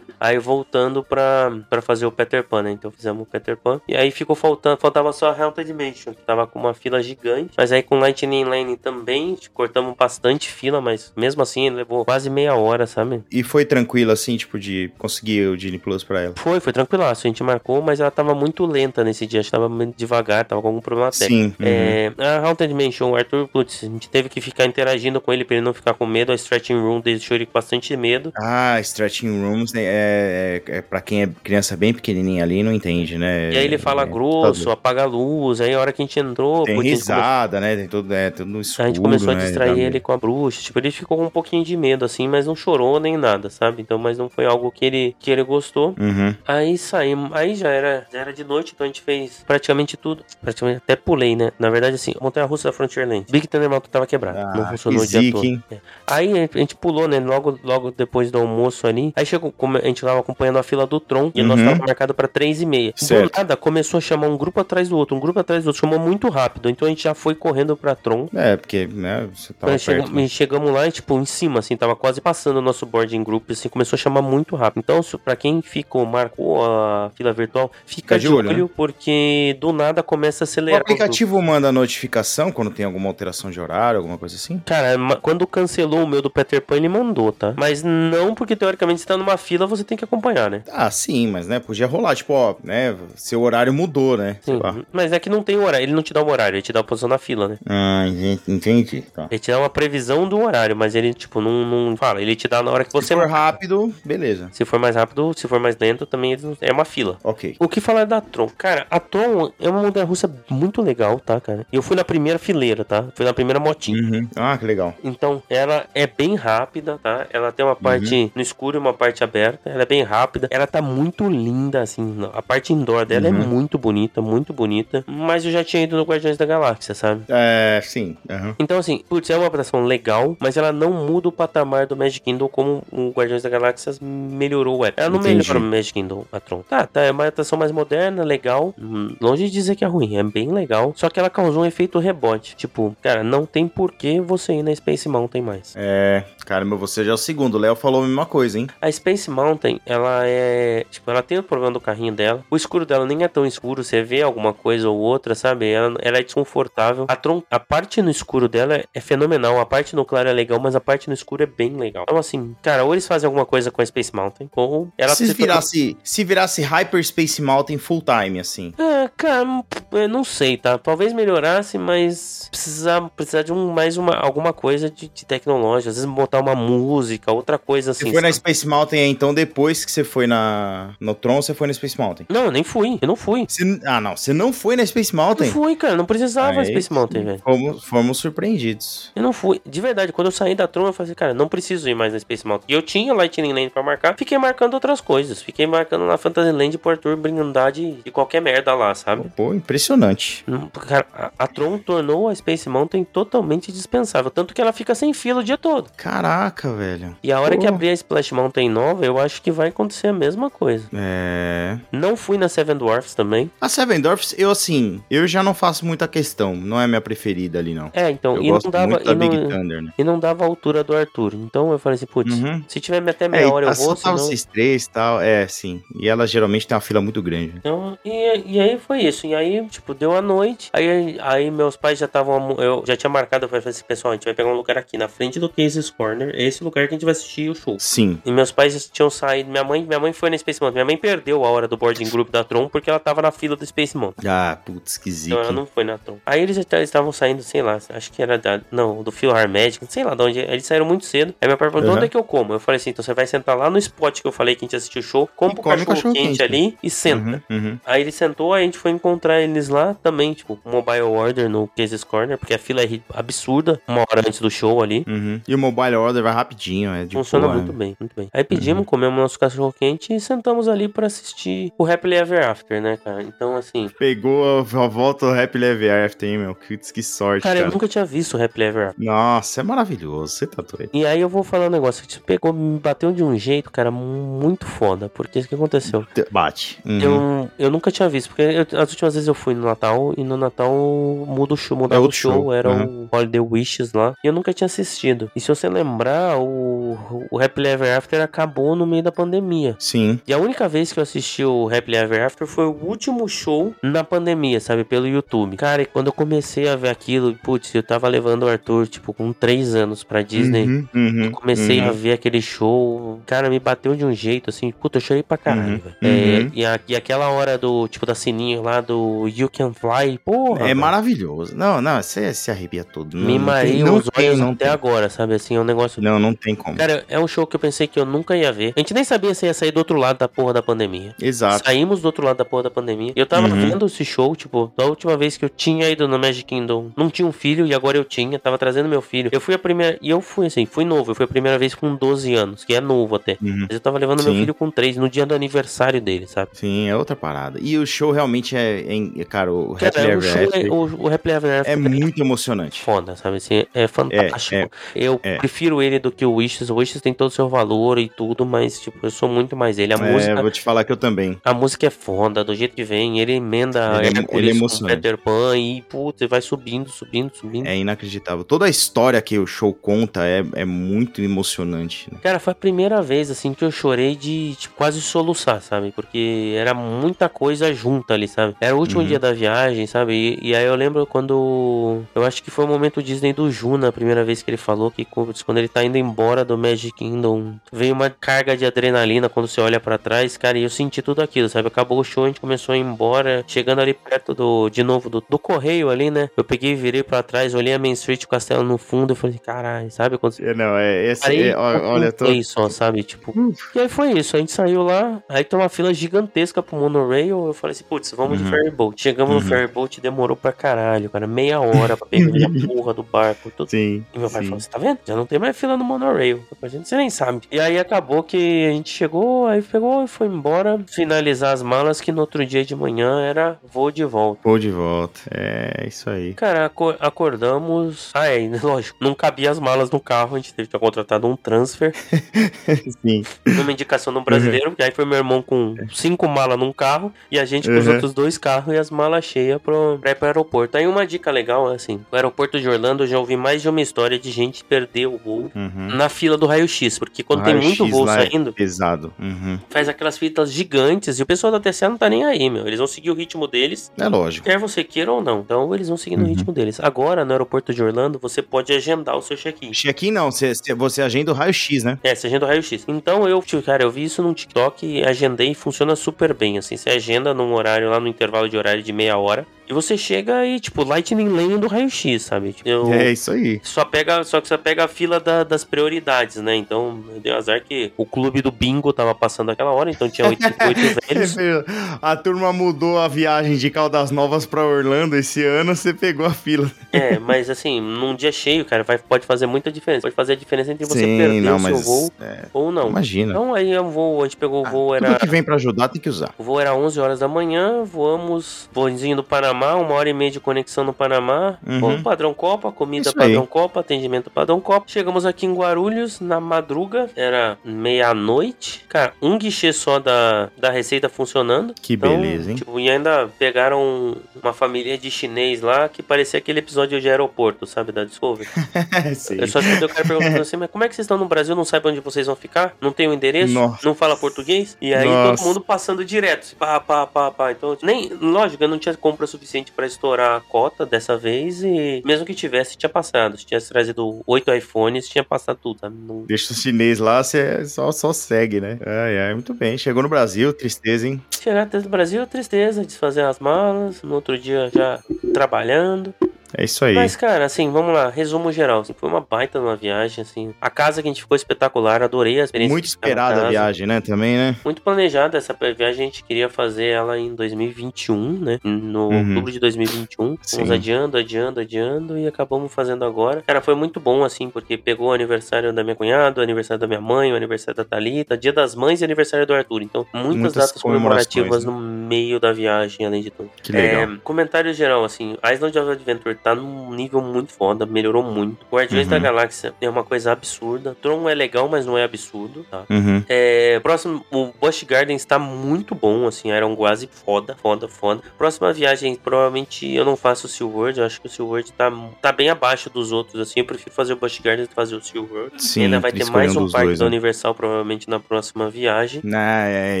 Aí voltando pra, pra fazer o Peter Pan, né? Então fizemos o Peter Pan. E aí ficou faltando, faltava só a Haunted Mansion, que tava com uma fila gigante. Mas aí com Lightning Lane também, cortamos bastante fila, mas mesmo assim levou quase meia hora, sabe?
E foi tranquilo, assim, tipo, de conseguir o Genie Plus pra ela.
Foi, foi tranquilaço. A gente marcou, mas ela tava muito lenta nesse dia. A gente tava muito devagar, tava com algum problema técnico.
Sim. uhum.
É, a Haunted Mansion, o Arthur Plutz, a gente teve que ficar interagindo com ele pra ele não ficar com medo. A Stretching Room deixou ele com bastante medo.
Ah, Stretching Rooms né, é, é, é pra quem é criança bem pequenininha ali, não entende, né?
E aí ele fala
É,
grosso,
tá
apaga a luz. Aí a hora que a gente entrou,
Tem
putz, a gente começou-
risada, né? Tem tudo, é, tudo no escuro,
A gente começou a
né,
distrair
dá-
ele com a bruxa. Tipo, ele ficou com um pouquinho de medo, assim, mas não chorou nem nada, sabe? Então, mas não foi algo que ele, que ele gostou.
Uhum.
Aí saímos, aí já era, já era de noite, então a gente fez praticamente tudo. Praticamente até pulei, né? Na verdade, assim, Montanha Russa da Frontierland. Big Thunder Mountain tava quebrado, não funcionou
Ah, que
o dia
zica,
todo.
hein?
É. Aí a gente pulou, né? Logo, logo depois do almoço ali. Aí chegou, como a gente tava acompanhando a fila do Tron e o nosso
Uhum.
tava marcado pra 3 e meia. Do
Certo.
nada começou a chamar um grupo atrás do outro, um grupo atrás do outro, chamou muito rápido. Então a gente já foi correndo pra Tron.
É, porque, né, você tava
Quando chega-
perto. né?
e chegamos lá, e, tipo, em cima, assim, tava quase passando o nosso boarding group, assim, começou a chamar muito rápido. Então, se- pra quem ficou, marcou a fila virtual, fica de, olho,
né?
porque do nada começa
O
a acelerar. o grupo.
aplicativo manda notificação quando tem alguma alteração de horário, alguma coisa assim?
Cara, ma- quando cancelou o meu do Peter Pan, ele mandou, tá? Mas não porque, teoricamente, você tá numa fila, você tem que acompanhar, né?
Ah, sim, mas, né, podia rolar, tipo, ó, né, seu horário mudou, né? Sei
Sim,
lá.
mas é que não tem horário, ele não te dá um horário, ele te dá a posição na fila, né?
Ah, entendi, entendi. Tá.
Ele te dá uma previsão do horário, mas ele, tipo, não, não fala, ele te dá na hora que você...
Se for rápido, beleza.
Se for mais rápido, se for mais lento, também ele não- é uma fila.
Ok.
O que falar da Tron? Cara, a Tron é uma montanha russa muito legal, tá, cara? Eu fui na primeira fileira, tá? Fui na primeira motinha.
Uhum. Ah, que legal.
Então, ela é bem rápida, tá? Ela tem uma parte no escuro e uma parte aberta. Ela é bem rápida. Ela tá muito linda, assim. A parte indoor dela é
Uhum.
muito bonita, muito bonita. Mas eu já tinha ido no Guardiões da Galáxia, sabe?
É, sim. aham.
Então, assim, putz, é uma atração legal, mas ela não muda o patamar do Magic Kingdom como o Guardiões da Galáxia melhorou. Ela, ela não
Entendi.
melhorou o Magic Kingdom, a Tron. Tá, tá, é uma atração mais moderna, legal. Hum, Longe de dizer que é ruim, é bem legal. Só que ela causou um efeito rebote. Tipo, cara, não tem porquê você ir na Space Mountain mais.
É, caramba, você já é o segundo. O Léo falou a mesma coisa, hein?
A Space Mountain, ela é. Tipo, ela tem o problema do carrinho dela. O escuro dela nem é tão escuro, você vê alguma coisa ou outra, sabe? Ela, ela é desconfortável. A, tron- a parte no escuro dela é fenomenal. A parte no claro é legal, mas a parte no escuro é bem legal. Então, assim, cara, ou eles fazem alguma coisa com a Space Mountain, ou ela
se,
se torna-
virasse, se virasse Hyperspace Mountain full time, assim.
É, cara, hum, eu não sei, tá? Talvez melhorasse, mas precisar, precisar de um, mais uma, alguma coisa de, de tecnológica. Às vezes botar uma música, outra coisa assim.
Você foi na
sabe?
Space Mountain, então depois que você foi na no Tron, você foi na Space Mountain.
Não, eu nem fui, eu não fui.
Você, ah, não, você não foi na Space
Não
Mountain?
fui, cara, não precisava
Aí
Space Mountain,
sim,
velho.
Fomos, fomos surpreendidos.
Eu não fui. De verdade, quando eu saí da Tron, eu falei, assim, cara, não preciso ir mais na Space Mountain. E eu tinha Lightning Lane pra marcar, fiquei marcando outras coisas. Fiquei marcando na Fantasyland por Arthur brindar de, de qualquer merda lá, sabe?
Pô, impressionante.
Não, Cara, a- a Tron tornou a Space Mountain totalmente dispensável. Tanto que ela fica sem fila o dia todo.
Caraca, velho.
E a hora que
Pô.
abrir a Splash Mountain nova, eu acho que vai acontecer a mesma coisa.
É.
Não fui na Seven Dwarfs também.
A Seven Dwarfs, eu assim, eu já não faço muita questão. Não é minha preferida ali, não.
É, então,
eu
e não,
gosto
dava,
muito da
e,
Big
não,
Thunder, né?
e não dava a altura do Arthur. Então eu falei assim, putz,
Uhum.
se tiver até meia
É, e
hora eu
tá, só
vou,
tá
senão...
vocês três e tal. É, sim. E ela geralmente tem uma fila muito grande.
Então, e, e aí foi isso. E aí, tipo, deu a noite. Aí, aí meus pais já estavam. Eu já tinha marcado. Eu falei assim, pessoal, a gente vai pegar um lugar aqui na frente do Case Score. Warner, é esse lugar que a gente vai assistir o show.
Sim.
E meus pais tinham saído. Minha mãe, minha mãe foi na Space Mountain. Minha mãe perdeu a hora do boarding group da Tron porque ela tava na fila do Space Mountain.
Ah, putz, que zica.
Então ela não foi na Tron. Aí eles já estavam saindo, sei lá, acho que era da. Não, do Philhar Magic, sei lá de onde. Eles saíram muito cedo. Aí meu pai perguntou:
Uhum.
onde é que eu como? Eu falei assim: então você vai sentar lá no spot que eu falei que a gente assistiu o show, compra o
come
cachorro, quente,
cachorro-quente.
ali e senta.
Uhum, uhum.
Aí ele sentou, aí a gente foi encontrar eles lá também, tipo, mobile order no Cases Corner, porque a fila é ri- absurda, uma hora antes do show ali.
Uhum. E o mobile order vai rapidinho, é de
Funciona
boa,
muito
né?
bem, muito bem. Aí pedimos, comemos nosso cachorro quente e sentamos ali pra assistir o Happily Ever After, né, cara? Então, assim,
Pegou a a volta do Rap Level After, hein, meu? Que, que sorte,
cara,
cara.
eu nunca tinha visto o Happily Ever After.
Nossa, é maravilhoso. Você tá doido.
E aí eu vou falar um negócio, isso pegou, me bateu de um jeito, cara, mu- muito foda, porque isso que aconteceu.
Bate. Uhum.
Eu, eu nunca tinha visto, porque eu- as últimas vezes eu fui no Natal e no Natal muda o show, mudava o
É outro
show,
show, né?
era o Holiday Wishes lá, e eu nunca tinha assistido. E se você lembrar, o, o Happily Ever After acabou no meio da pandemia.
Sim.
E a única vez que eu assisti o Happily Ever After foi o último show na pandemia, sabe? Pelo YouTube. Cara, e quando eu comecei a ver aquilo, putz, eu tava levando o Arthur, tipo, com 3 anos pra Disney.
Uhum, uhum,
Eu comecei
uhum.
a ver aquele show, cara, me bateu de um jeito assim, puta, eu chorei pra caralho,
Uhum,
velho.
uhum.
É, e, a- e aquela hora do, tipo, da sininho lá do You Can Fly, porra.
É
velho,
maravilhoso. Não, não, você se arrepia todo. Não-
Me
não tem-
maria
não
os
tem,
olhos
não
até
tem.
agora, sabe? Assim, é um negócio.
Não, não tem como.
Cara, é um show que eu pensei que eu nunca ia ver. A gente nem sabia se ia sair do outro lado da porra da pandemia.
Exato.
Saímos do outro lado da porra da pandemia. Eu tava
Uhum.
vendo esse show, tipo, da última vez que eu tinha ido no Magic Kingdom. Não tinha um filho e agora eu tinha. Tava trazendo meu filho. Eu fui a primeira. E eu fui assim, fui novo. Eu fui a primeira vez com 12 anos, que é novo até.
Uhum.
Mas eu tava levando meu
Sim.
filho com 3 no dia do aniversário dele, sabe?
Sim, é outra parada. E o show realmente é, em- é, cara, o Happy
Cara, o
Ever
show é,
After
o, o Happily Ever After
é muito emocionante.
foda, sabe? Assim, é fantástico.
é,
eu
é.
prefiro ele do que o Wishes. O Wishes tem todo o seu valor e tudo, mas, tipo, eu sou muito mais ele. A música
É, vou te falar que eu também.
A música é foda, do jeito que vem, ele emenda
Ele é-
Hércules
ele é
com
emocionante.
Peter Pan e puta, vai subindo, subindo, subindo.
É inacreditável. Toda a história que o show conta é, é muito emocionante. né?
Cara, foi a primeira vez assim que eu chorei de tipo, quase soluçar, sabe? Porque era muita coisa junta ali, sabe? Era o último
Uhum.
dia da viagem, sabe? E, e aí eu lembro quando. Eu acho que foi o momento Disney do Juna, a primeira vez que ele falou que co- quando ele tá indo embora do Magic Kingdom, veio uma carga de adrenalina quando você olha pra trás, cara, e eu senti tudo aquilo, sabe? Acabou o show, a gente começou a ir embora, chegando ali perto do. De novo, do, do correio ali, né? Eu peguei, virei pra trás, olhei a Main Street, o castelo no fundo, eu falei, caralho, sabe? Quando
É, Não, é, esse-
Parei um
é, ó- olha, tô, Hum.
Foi só, sabe? Tipo. E aí foi isso. A gente saiu lá, aí tem uma fila gigantesca pro monorail. Eu falei assim, putz, vamos de
Uhum.
ferryboat. Chegamos
Uhum.
no ferryboat, demorou pra caralho, cara. Meia hora pra pegar a porra do barco. Tudo.
sim.
E meu pai
sim.
falou, você tá vendo? Já não tem mais fila no monorail. A gente você nem sabe. E aí acabou que a gente chegou, aí pegou e foi embora finalizar as malas, que no outro dia de manhã era voo de volta.
Pô, de volta. É isso aí.
Cara, aco- acordamos. Ah, é, lógico. Não cabia as malas no carro, a gente teve que ter contratado um transfer.
Sim.
numa indicação de um brasileiro,
Uhum.
que aí foi meu irmão com cinco malas num carro e a gente com os
Uhum.
outros dois carros e as malas cheias pro, pra ir pro aeroporto. Aí uma dica legal é assim: o aeroporto de Orlando eu já ouvi mais de uma história de gente perder o voo.
Uhum.
Na fila do raio-x, porque quando tem muito
Raio-X
voo
lá é
saindo,
pesado. Uhum.
faz aquelas fitas gigantes e o pessoal da TCA não tá nem aí, meu. Eles vão seguir o ritmo deles
É lógico.
Quer você queira ou não. Então eles vão seguindo o
Uhum.
ritmo deles. Agora, no aeroporto de Orlando, você pode agendar o seu check-in.
Check-in não, você, você agenda o raio-x, né?
É, você agenda o raio-x. Então eu, tipo, cara, eu vi isso num TikTok e agendei e funciona super bem, assim. Você agenda num horário lá, no intervalo de horário de meia hora. E você chega e, tipo, lightning lane do raio-x, sabe? Tipo, Eu...
É isso aí.
Só pega, só que só pega a fila da- das prioridades, né? Então, deu azar que o clube do bingo tava passando aquela hora, então tinha oito,
É
oito velhos.
A turma mudou a viagem de Caldas Novas pra Orlando esse ano, você pegou a fila.
É, mas assim, num dia cheio, cara, vai, pode fazer muita diferença. Pode fazer a diferença entre você
Sim,
perder
não,
o seu
mas
voo
é,
ou não.
imagina. Ah,
Então aí o voo, a gente pegou o voo,
Tudo
era.
que vem pra ajudar tem que usar.
O voo era 11 horas da manhã, voamos voozinho do Panamá, uma hora e meia de conexão no Panamá,
Uhum.
voo padrão Copa, comida
Isso aí.
padrão Copa, atendimento padrão Copa. Chegamos aqui em Guarulhos na madruga, era meia-noite. Cara, um guichê só da, da Receita funcionando.
Que
Então,
beleza, hein?
Tipo, e ainda pegaram uma família de chinês lá que parecia aquele episódio de aeroporto, sabe, da Discovery.
É, sim.
Eu só escutei o cara perguntando assim, mas como é que vocês estão no Brasil, não sabem onde vocês vão ficar? Não tem o endereço?
Nossa.
Não fala português? E aí
Nossa.
todo mundo passando direto, assim, pá, pá, pá, pá. Então, nem, lógico, eu não tinha compra suficiente suficiente para estourar a cota dessa vez e mesmo que tivesse, tinha passado. Se tivesse trazido oito iPhones, tinha passado tudo. Tá? Não...
Deixa o chinês lá, você é só, só segue, né? Ai, ai, muito bem. Chegou no Brasil, tristeza, hein?
Chegar no Brasil, é tristeza, desfazer as malas, no outro dia já trabalhando.
É isso aí.
Mas, cara, assim, vamos lá. Resumo geral. Assim, foi uma baita numa viagem, assim. A casa que a gente ficou espetacular, adorei a experiência.
Muito esperada a viagem, né? Também, né?
Muito planejada essa viagem. A gente queria fazer ela em 2021, né? No uhum. outubro de 2021. Sim. um, Fomos adiando, adiando, adiando e acabamos fazendo agora. Cara, foi muito bom, assim, porque pegou o aniversário da minha cunhada, o aniversário da minha mãe, o aniversário da Thalita, dia das mães e aniversário do Arthur. Então, muitas, muitas datas comemorativas né? no meio da viagem, além de tudo.
Que legal.
É, comentário geral, assim, Island of Adventure tá num nível muito foda, melhorou muito. Guardiões uhum. da Galáxia é uma coisa absurda. Tron é legal, mas não é absurdo, tá?
Uhum.
É, próximo, o Busch Gardens tá muito bom, assim, Iron Guazi, foda, foda, foda. Próxima viagem, provavelmente eu não faço o Silverd, eu acho que o Silverd tá, tá bem abaixo dos outros, assim, eu prefiro fazer o Busch Gardens do que fazer o Silverd.
Sim,
ainda vai ter mais um parque
dois,
da Universal, né? provavelmente, na próxima viagem.
Na, é,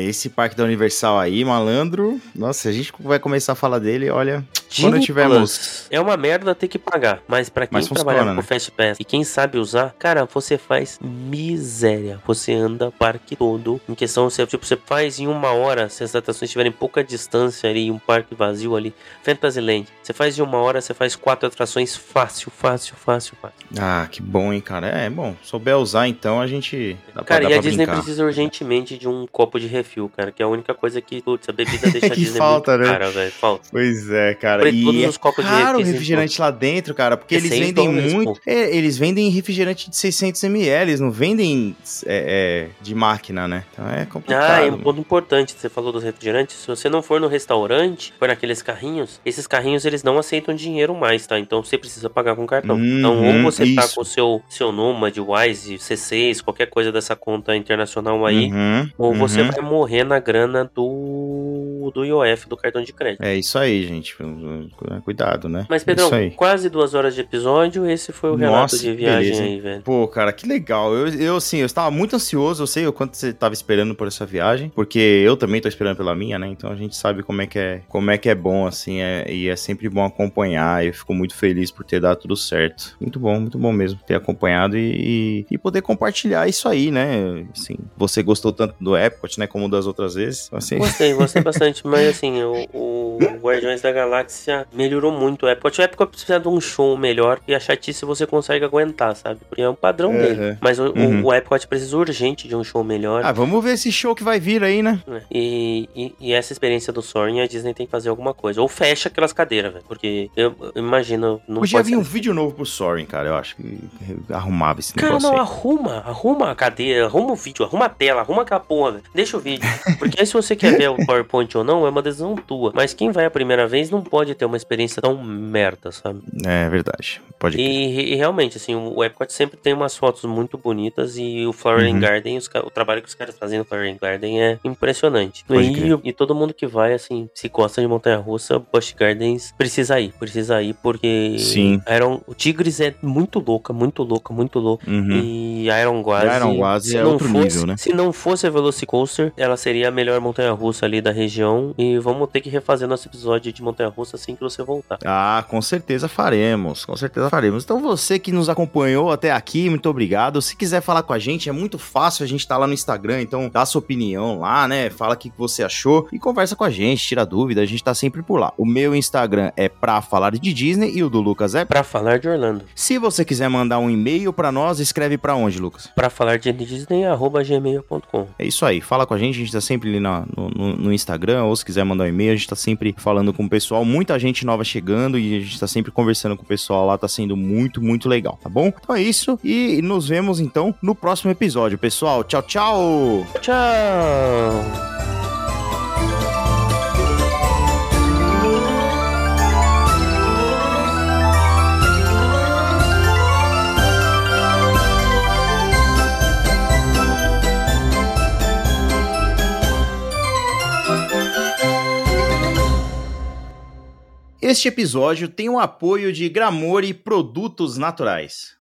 esse parque da Universal aí, malandro, nossa, a gente vai começar a falar dele, olha, Gini quando tivermos...
É uma merda ter que pagar. Mas para quem mas funciona, trabalha né? com Fast Pass e quem sabe usar, cara, você faz miséria. Você anda parque todo. Em questão, você, tipo, você faz em uma hora, se as atrações estiverem pouca distância ali, um parque vazio ali. Fantasyland, você faz em uma hora, você faz quatro atrações fácil, fácil, fácil, fácil.
Ah, que bom, hein, cara. É, bom. Souber usar, então a gente.
Dá cara, pra, e a Disney brincar. precisa urgentemente de um copo de refil, cara, que é a única coisa que, putz, a bebida deixa a Disney
falta,
muito né? cara, velho. Falta.
Pois é, cara.
E todos é os copos
caro
de refil,
refrigerante lá dentro, cara, porque é eles vendem dólares, muito. É, eles vendem refrigerante de 600 ml, eles não vendem é, de máquina, né? Então é complicado.
Ah, é um ponto importante. Você falou dos refrigerantes. Se você não for no restaurante, for naqueles carrinhos, esses carrinhos eles não aceitam dinheiro mais, tá? Então você precisa pagar com cartão. Uhum, então, ou você isso. tá com o seu, seu Nomad, Wise, C6, qualquer coisa dessa conta internacional aí,
uhum,
ou você
uhum.
vai morrer na grana do, do IOF, do cartão de crédito.
É isso aí, gente. Cuidado, né?
Mas, Pedrão, quase duas horas de episódio. Esse foi o relato
Nossa,
de viagem
beleza,
aí, velho.
Pô, cara, que legal. Eu, eu, assim, eu estava muito ansioso. Eu sei o quanto você estava esperando por essa viagem, porque eu também estou esperando pela minha, né? Então a gente sabe como é que é, como é, que é bom, assim, é, e é sempre bom acompanhar. Eu fico muito feliz por ter dado tudo certo. Muito bom, muito bom mesmo ter acompanhado e, e, e poder compartilhar isso aí, né? Assim, você gostou tanto do Epcot, né? Como das outras vezes. Assim...
Gostei, gostei bastante. Mas, assim, o, o Guardiões da Galáxia melhorou muito o Epcot. O Epcot precisa de um show melhor e a chatice você consegue aguentar, sabe? Porque é um padrão uhum. dele. Mas o, uhum. o Epcot precisa urgente de um show melhor.
Ah, vamos ver esse show que vai vir aí, né?
E, e, e essa experiência do Soaring, a Disney tem que fazer alguma coisa. Ou fecha aquelas cadeiras, velho. Porque eu, eu imagino. Não
Podia vir um vídeo novo pro Soaring, cara. Eu acho que arrumava esse
cara,
negócio.
Cara, não, aí. arruma. Arruma a cadeira, arruma o vídeo, arruma a tela, arruma aquela porra, velho. Deixa o vídeo. Porque aí, se você quer ver o PowerPoint ou não, é uma decisão tua. Mas quem vai a primeira vez não pode ter uma experiência tão merda, sabe?
É verdade. Pode
e, e, realmente, assim, o Epcot sempre tem umas fotos muito bonitas e o Flowering uhum. Garden, os, o trabalho que os caras fazem no Flowering Garden é impressionante. E, e, todo mundo que vai, assim, se gosta de montanha-russa, Busch Gardens precisa ir, precisa ir, porque
Sim.
Iron, o Tigres é muito louca, muito louca, muito louca.
Uhum.
E Iron Guazi,
Iron Guazi é outro
fosse,
nível, né?
Se não fosse a Velocicoaster, ela seria a melhor montanha-russa ali da região e vamos ter que refazer nosso episódio de montanha-russa assim que você voltar.
Ah, com certeza faremos, com certeza faremos. Então você que nos acompanhou até aqui, muito obrigado. Se quiser falar com a gente, é muito fácil, a gente tá lá no Instagram, então dá sua opinião lá, né? Fala o que você achou e conversa com a gente, tira dúvida, a gente tá sempre por lá. O meu Instagram é pra falar de Disney e o do Lucas é
pra falar de Orlando.
Se você quiser mandar um e-mail para nós, escreve para onde, Lucas?
Pra falar de Disney, arroba gmail.com.
É isso aí, fala com a gente, a gente tá sempre ali na, no, no, no Instagram, ou se quiser mandar um e-mail, a gente tá sempre falando com o pessoal, muita gente nova chegando e a gente tá sempre conversando com o pessoal lá, tá sendo muito, muito legal, tá bom? Então é isso e nos vemos então no próximo episódio, pessoal. Tchau, tchau!
Tchau!
Este episódio tem o apoio de Gramore Produtos Naturais.